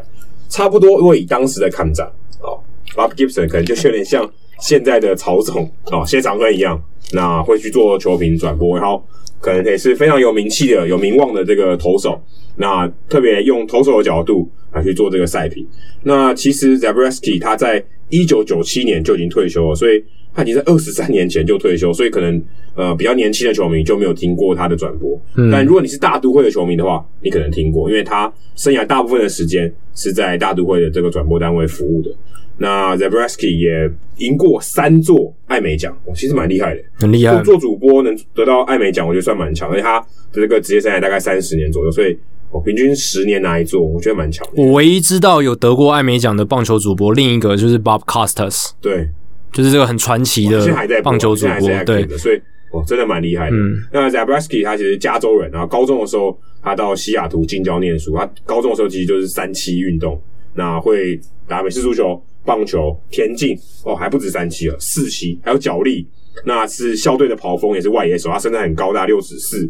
Speaker 1: 差不多如果以当时的看涨啊，Bob Gibson 可能就是有点像现在的曹总啊，谢长坤一样，那会去做球评转播，然后可能也是非常有名气的、有名望的这个投手。那特别用投手的角度来去做这个赛评。那其实 Zabriskie 他在一九九七年就已经退休了，所以他已经在二十三年前就退休，所以可能呃比较年轻的球迷就没有听过他的转播。
Speaker 2: 嗯
Speaker 1: 但如果你是大都会的球迷的话，你可能听过，因为他生涯大部分的时间是在大都会的这个转播单位服务的。那 Zabriskie 也赢过三座艾美奖，我其实蛮厉害的。
Speaker 2: 很厉害
Speaker 1: 做。做主播能得到艾美奖，我觉得算蛮强，而且他的这个职业生涯大概三十年左右，所以我平均十年拿一座，我觉得蛮强的。
Speaker 2: 我唯一知道有得过艾美奖的棒球主播，另一个就是 Bob Costas，
Speaker 1: 对，
Speaker 2: 就是这个很传奇
Speaker 1: 现
Speaker 2: 的
Speaker 1: 在哦还在播
Speaker 2: 棒球主
Speaker 1: 现在还
Speaker 2: 播
Speaker 1: 是 active。
Speaker 2: 对，
Speaker 1: 的，所以哦，真的蛮厉害的。
Speaker 2: 嗯
Speaker 1: 那 Zabriskie 他其实加州人，然后高中的时候他到西雅图近郊念书，他高中的时候其实就是三期运动，那会打美式足球、棒球、田径，哦，还不止三期了，四期还有脚力，那是校队的跑锋，也是外野手，他身材很高大，六尺四。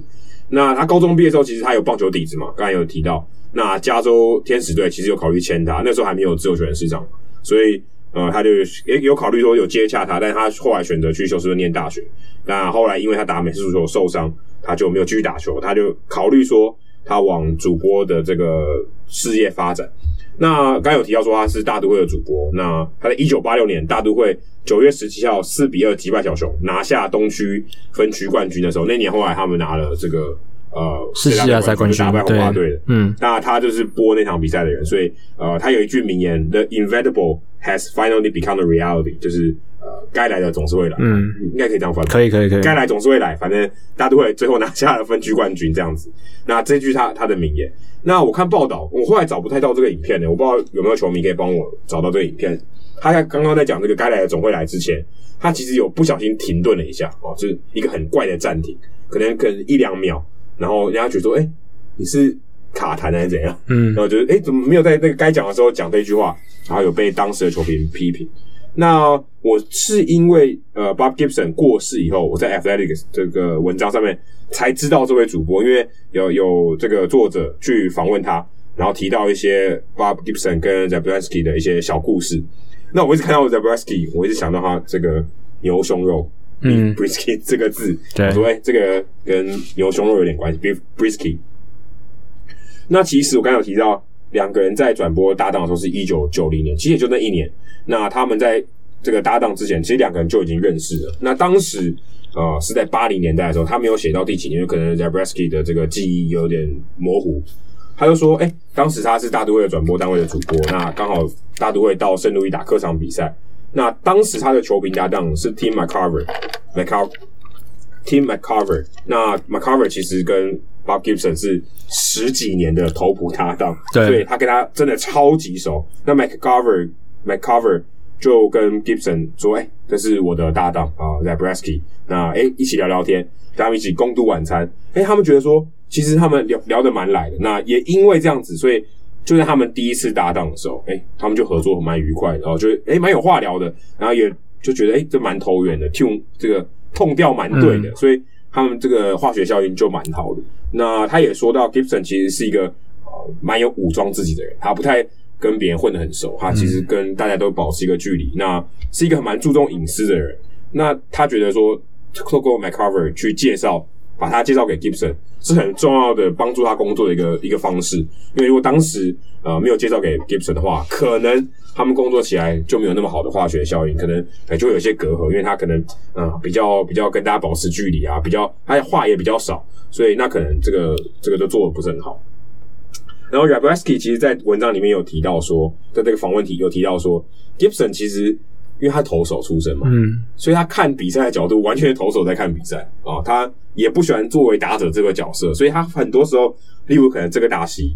Speaker 1: 那他高中毕业之后，其实他有棒球底子嘛，刚才有提到。那加州天使队其实有考虑签他，那时候还没有自由球员市场，所以呃，他就也有考虑说有接洽他，但他后来选择去休斯顿念大学。那后来因为他打美式足球受伤，他就没有继续打球，他就考虑说他往主播的这个事业发展。那刚有提到说他是大都会的主播，那他在一九八六年大都会九月十七号四比二击败小熊，拿下东区分区冠军的时候，那年后来他们拿了这个呃
Speaker 2: 世
Speaker 1: 最
Speaker 2: 界
Speaker 1: 大
Speaker 2: 大
Speaker 1: 赛
Speaker 2: 赛冠军
Speaker 1: 打败，红
Speaker 2: 对
Speaker 1: 袜队的。，
Speaker 2: 嗯，
Speaker 1: 那他就是播那场比赛的人，所以呃，他有一句名言：“The inevitable has finally become a reality”，就是呃，该来的总是会来。
Speaker 2: 嗯，
Speaker 1: 应该可以这样翻吧。
Speaker 2: 可以可以可以，
Speaker 1: 该来总是会来，反正大都会最后拿下了分区冠军这样子。那这句他他的名言。那我看报道，我后来找不太到这个影片呢，我不知道有没有球迷可以帮我找到这个影片。他在刚刚在讲这个该来的总会来之前，他其实有不小心停顿了一下哦，就是一个很怪的暂停，可能可能一两秒，然后人家觉得说，哎、你是卡痰还是怎样？
Speaker 2: 嗯
Speaker 1: 然后就是哎、诶怎么没有在那个该讲的时候讲这句话？然后有被当时的球评批评。那我是因为呃，Bob Gibson 过世以后，我在 Athletics 这个文章上面才知道这位主播，因为有有这个作者去访问他，然后提到一些 Bob Gibson 跟 Zabriskie 的一些小故事。那我一直看到 Zabriskie，我一直想到他这个牛胸肉， *laughs*
Speaker 2: 嗯
Speaker 1: b r i s k y 这个字，
Speaker 2: 对
Speaker 1: 我说哎、这个跟牛胸肉有点关系，beef brisky。那其实我刚才有提到，两个人在转播搭档的时候是一九九零年，其实也就那一年。那他们在这个搭档之前，其实两个人就已经认识了。那当时呃是在八零年代的时候，他没有写到第几年，有可能 Zabriskie 的这个记忆有点模糊。他就说，哎、当时他是大都会的转播单位的主播，那刚好大都会到圣路易打客场比赛。那当时他的球评搭档是 Tim McCarver，McCar Tim McCover。那 McCover 其实跟 Bob Gibson 是十几年的头仆搭档，
Speaker 2: 对
Speaker 1: 所以他跟他真的超级熟。那 McCover McCover 就跟 Gibson 说：“哎、这是我的搭档啊 z a b r a s k i 那哎、一起聊聊天，跟他们一起共度晚餐。哎、他们觉得说，其实他们聊聊得蛮来的。那也因为这样子，所以就在他们第一次搭档的时候，哎、他们就合作蛮愉快的，然后就哎蛮、有话聊的，然后也就觉得哎、这蛮投缘的，tune 这个痛调蛮对的，所以他们这个化学效应就蛮好的。那他也说到，Gibson 其实是一个呃蛮有武装自己的人，他不太跟别人混得很熟，他其实跟大家都保持一个距离，那是一个蛮注重隐私的人。那他觉得说，透过 McCover 去介绍，把他介绍给 Gibson 是很重要的，帮助他工作的一个一个方式。因为如果当时呃没有介绍给 Gibson 的话，可能他们工作起来就没有那么好的化学效应，可能呃就会有一些隔阂，因为他可能嗯、呃比较比较跟大家保持距离啊，比较他的话也比较少，所以那可能这个这个都做的不是很好。然后 Rabrowski 其实，在文章里面有提到说，在这个访问题有提到说，Gibson 其实因为他投手出身嘛，
Speaker 2: 嗯，
Speaker 1: 所以他看比赛的角度完全是投手在看比赛啊、他也不喜欢作为打者这个角色，所以他很多时候，例如可能这个打席，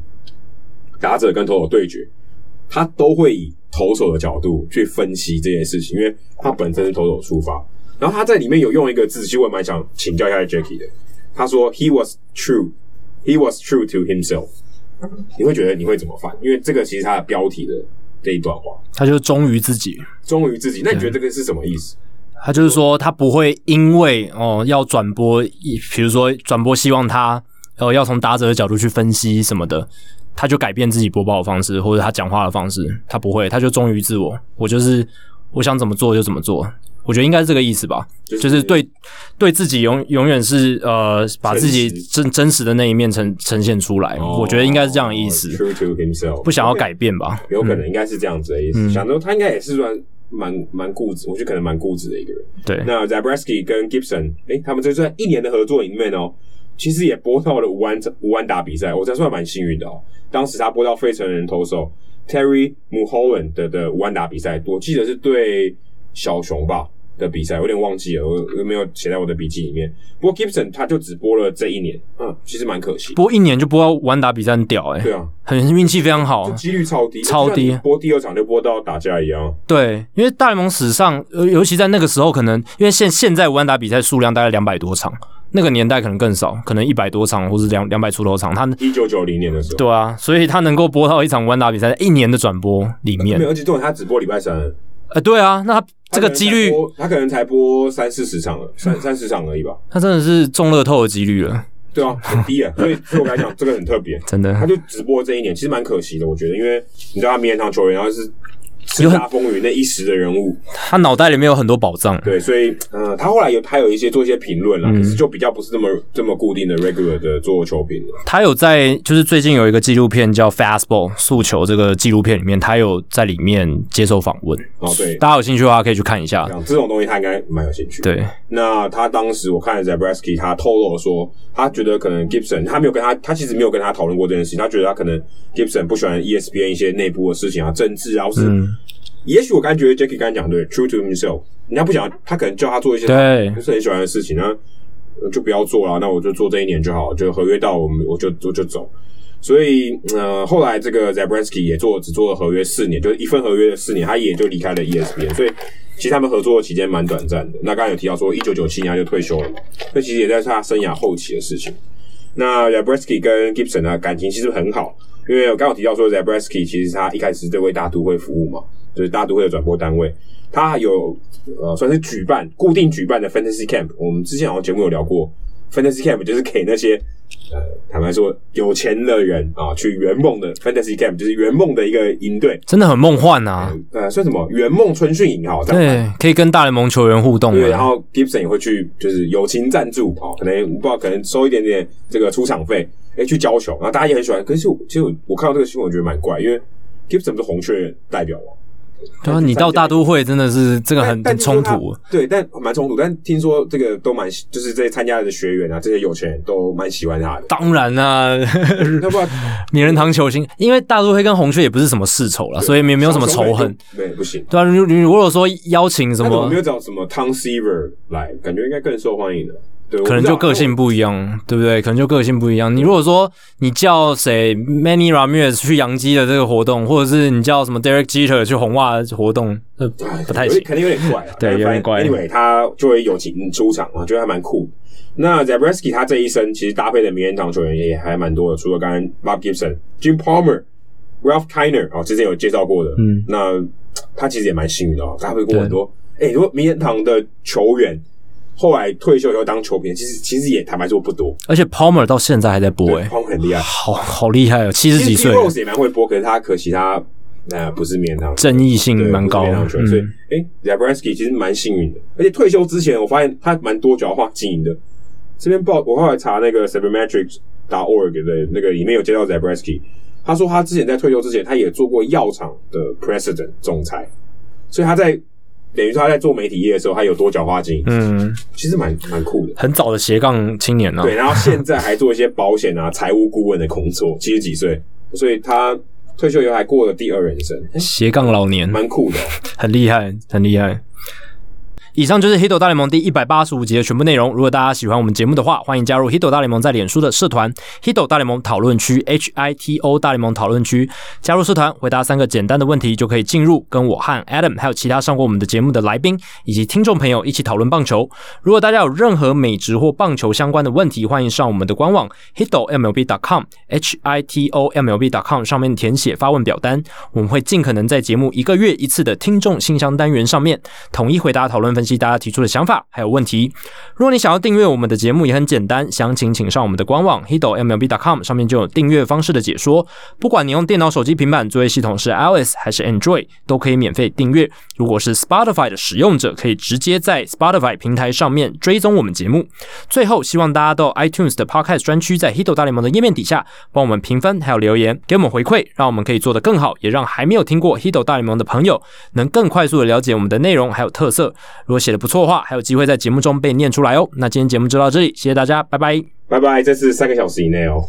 Speaker 1: 打者跟投手对决，他都会以投手的角度去分析这件事情，因为他本身是投手出发。然后他在里面有用一个字，其实我也蛮想请教一下 Jackie 的。他说：“He was true, he was true to himself。”你会觉得你会怎么翻？因为这个其实他的标题的这一段话，
Speaker 2: 他就是忠于自己，
Speaker 1: 忠于自己。那你觉得这个是什么意思？
Speaker 2: 他就是说他不会因为哦要转播一，比如说转播希望他呃要从打者的角度去分析什么的，他就改变自己播报的方式或者他讲话的方式，他不会，他就忠于自我，我就是我想怎么做就怎么做。我觉得应该是这个意思吧，
Speaker 1: 就是
Speaker 2: 就是对对自己永永远是呃把自己
Speaker 1: 诚实
Speaker 2: 真真实的那一面呈呈现出来，我觉得应该是这样的意
Speaker 1: 哦
Speaker 2: 思，
Speaker 1: True to himself，
Speaker 2: 不想要改变吧？
Speaker 1: 有可能应该是这样子的意思。
Speaker 2: 嗯
Speaker 1: 想说他应该也是算蛮蛮固执，我觉得可能蛮固执的一个人。
Speaker 2: 对，
Speaker 1: 那 Zabriskie 跟 Gibson，哎、他们这算一年的合作里面哦，其实也播到了五安五安打比赛，我才算蛮幸运的哦。当时他播到费城人投手 Terry Mulholland 的的五安打比赛，我记得是对小熊吧的比赛，我有点忘记了，我我没有写在我的笔记里面。不过 Gibson 他就只播了这一年，嗯，其实蛮可惜。
Speaker 2: 播一年就播到完打比赛很屌哎、
Speaker 1: 对啊，
Speaker 2: 很运气非常好
Speaker 1: 这，几率超低，
Speaker 2: 啊超低
Speaker 1: 就像你播第二场就播到打架一样。
Speaker 2: 对，因为大联盟史上，呃尤其在那个时候，可能因为现现在万打比赛数量大概两百多场，那个年代可能更少，可能一百多场或是两两百出头场，他
Speaker 1: 一九九零年的时候，
Speaker 2: 对啊，所以他能够播到一场万打比赛哎一年的转播里面
Speaker 1: 没，有，而且重点他只播礼拜三，
Speaker 2: 呃，对啊，那他
Speaker 1: 他可
Speaker 2: 这个
Speaker 1: 能
Speaker 2: 几
Speaker 1: 才
Speaker 2: 率，
Speaker 1: 播他可能才播三四十场了，三三十场而已吧。
Speaker 2: 他真的是中乐透的几率了，
Speaker 1: 对
Speaker 2: *laughs*
Speaker 1: 啊，很低啊，所以对我来讲，这个很特别。
Speaker 2: 真的
Speaker 1: 他就直播这一年，其实蛮可惜的，我觉得，因为你知道他名人堂球员，然后是叱
Speaker 2: 有很
Speaker 1: 咤风云那一时的人物，
Speaker 2: 他脑袋里面有很多宝藏，
Speaker 1: 对，所以呃，他后来有他有一些做一些评论啦，
Speaker 2: 嗯
Speaker 1: 可是就比较不是这么这么固定的 regular 的做球评了。
Speaker 2: 他有在，就是最近有一个纪录片叫《Fastball 速球》这个纪录片里面，他有在里面接受访问，
Speaker 1: 哦，对，
Speaker 2: 大家有兴趣的话可以去看一下
Speaker 1: 这，样这种东西他应该蛮有兴趣。。
Speaker 2: 对。
Speaker 1: 那他当时我看 Zabriskie，他透露说，他觉得可能 Gibson 他没有跟他，他其实没有跟他讨论过这件事情。他觉得他可能 Gibson 不喜欢 E ESPN 一些内部的事情啊、政治啊，或是、
Speaker 2: 嗯
Speaker 1: 也许我刚才觉得 Jackie 刚才讲对，true to himself，人家不想他可能叫他做一些
Speaker 2: 对啊
Speaker 1: 他不是很喜欢的事情，那呃就不要做了，那我就做这一年就好，就合约到我们我就我就走。所以呃，后来这个 Zabriskie 也做只做了合约四年，就是一份合约的四年，他也就离开了 E ESPN。所以其实他们合作的期间蛮短暂的。那刚才有提到说，一九九七年他就退休了嘛，这其实也在是他生涯后期的事情。那 Zabriskie 跟 Gibson 呢感情其实很好，因为我刚刚有提到说 Zabriskie 其实他一开始是对为大都会服务嘛，就是大都会的转播单位，他有呃算是举办固定举办的 Fantasy Camp，我们之前好像节目有聊过，Fantasy Camp 就是给那些呃坦白说有钱的人啊去圆梦的 Fantasy Camp，就是圆梦的一个营队，
Speaker 2: 真的很梦幻啊！
Speaker 1: 呃算什么圆梦春训营好，这样
Speaker 2: 对，可以跟大联盟球员互动
Speaker 1: 对，然
Speaker 2: 啊。
Speaker 1: 后 Gibson 也会去就是友情赞助哦，可能不知道可能收一点点这个出场费，哎去教球，然后大家也很喜欢。可是我其实我我看到这个新闻，我觉得蛮怪，因为 Gibson 不是红雀代表吗？
Speaker 2: 对啊，你到大都会真的是这个
Speaker 1: 但
Speaker 2: 很
Speaker 1: 但
Speaker 2: 很
Speaker 1: 听说
Speaker 2: 冲
Speaker 1: 他
Speaker 2: 突。
Speaker 1: 对，但蛮冲突。但听说这个都蛮，就是这些参加的学员啊，这些有钱人都蛮喜欢他的。
Speaker 2: 当然啦、
Speaker 1: 那不然
Speaker 2: *laughs* 名人堂球星，因为大都会跟红雀也不是什么世仇啦，所以也没有什么仇恨。，
Speaker 1: 对，不行。
Speaker 2: 对啊，你你如果说邀请什
Speaker 1: 那怎么
Speaker 2: 么
Speaker 1: 没有找什么 Tom Seaver 来？感觉应该更受欢迎的。对，
Speaker 2: 可能就个性不一样，对不对？可能就个性不一样。你如果说你叫谁 Manny Ramirez 去洋基的这个活动，或者是你叫什么 Derek Jeter 去红袜活动，这不太行。
Speaker 1: 肯哎定有点怪、啊。
Speaker 2: *laughs* 对
Speaker 1: 但是
Speaker 2: 有点怪
Speaker 1: 反正 Anyway，他就会有请出场，我觉得还蛮酷。那 Zabriskie 他这一生其实搭配的名人堂球员也还蛮多的，除了刚刚 Bob Gibson、Jim Palmer、Ralph Kiner 哦，之前有介绍过的。
Speaker 2: 嗯，
Speaker 1: 那他其实也蛮幸运的、哦，搭配过很多。哎，如果名人堂的球员后来退休以后当球评，其实其实也坦白说不多。
Speaker 2: 而且 Palmer 到现在还在播、
Speaker 1: 对
Speaker 2: 欸，
Speaker 1: ，Palmer 很厉害。
Speaker 2: 好好厉害哦，七十
Speaker 1: 其
Speaker 2: 几
Speaker 1: 实
Speaker 2: 岁
Speaker 1: Pete，Rose 也蛮会播，可是他可惜他呃不是名人堂球员
Speaker 2: 争议性蛮高
Speaker 1: 对
Speaker 2: 的
Speaker 1: 不是非常球员所以
Speaker 2: 嗯，，
Speaker 1: 哎、z a b r i s k y 其实蛮幸运的，而且退休之前，我发现他蛮多角化经营的。这边报我后来查那个 Sabermetrics org 的那个里面有介绍 z a b r i s k y 他说他之前在退休之前，他也做过药厂的 president 总裁，所以他在等于说他在做媒体业的时候，他有多角化经营，
Speaker 2: 嗯，
Speaker 1: 其实蛮蛮酷的。
Speaker 2: 很早的斜杠青年啊。
Speaker 1: 对，然后现在还做一些保险啊、财务顾问的工作，七十几岁，所以他退休以后还过了第二人生，
Speaker 2: 斜杠老年，
Speaker 1: 蛮酷的哦、
Speaker 2: 很厉害，很厉害。以上就是《Hito 大联盟》第一百八十五集的全部内容。如果大家喜欢我们节目的话，欢迎加入 Hito 大联盟在脸书的社团 Hito 大联盟讨论区 （H I T O 大联盟讨论区）。加入社团，回答三个简单的问题就可以进入，跟我和 Adam 还有其他上过我们的节目的来宾以及听众朋友一起讨论棒球。如果大家有任何美职或棒球相关的问题，欢迎上我们的官网 hito mlb.com h i t o mlb.com 上面填写发问表单，我们会尽可能在节目一个月一次的听众信箱单元上面统一回答、讨论、分析大家提出的想法还有问题。如果你想要订阅我们的节目，也很简单，详情请上我们的官网 hito mlb.com 上面就有订阅方式的解说。不管你用电脑、手机、平板，作业系统是 iOS 还是 Android，都可以免费订阅。如果是 Spotify 的使用者，可以直接在 Spotify 平台上面追踪我们节目。最后，希望大家到 iTunes 的 Podcast 专区，在 Hito 大联盟的页面底下帮我们评分，还有留言，给我们回馈，让我们可以做得更好，也让还没有听过 Hito 大联盟的朋友能更快速的了解我们的内容还有特色。如果写的不错的话，还有机会在节目中被念出来哦。那今天节目就到这里，谢谢大家，拜拜。
Speaker 1: 拜拜，这次三个小时以内哦。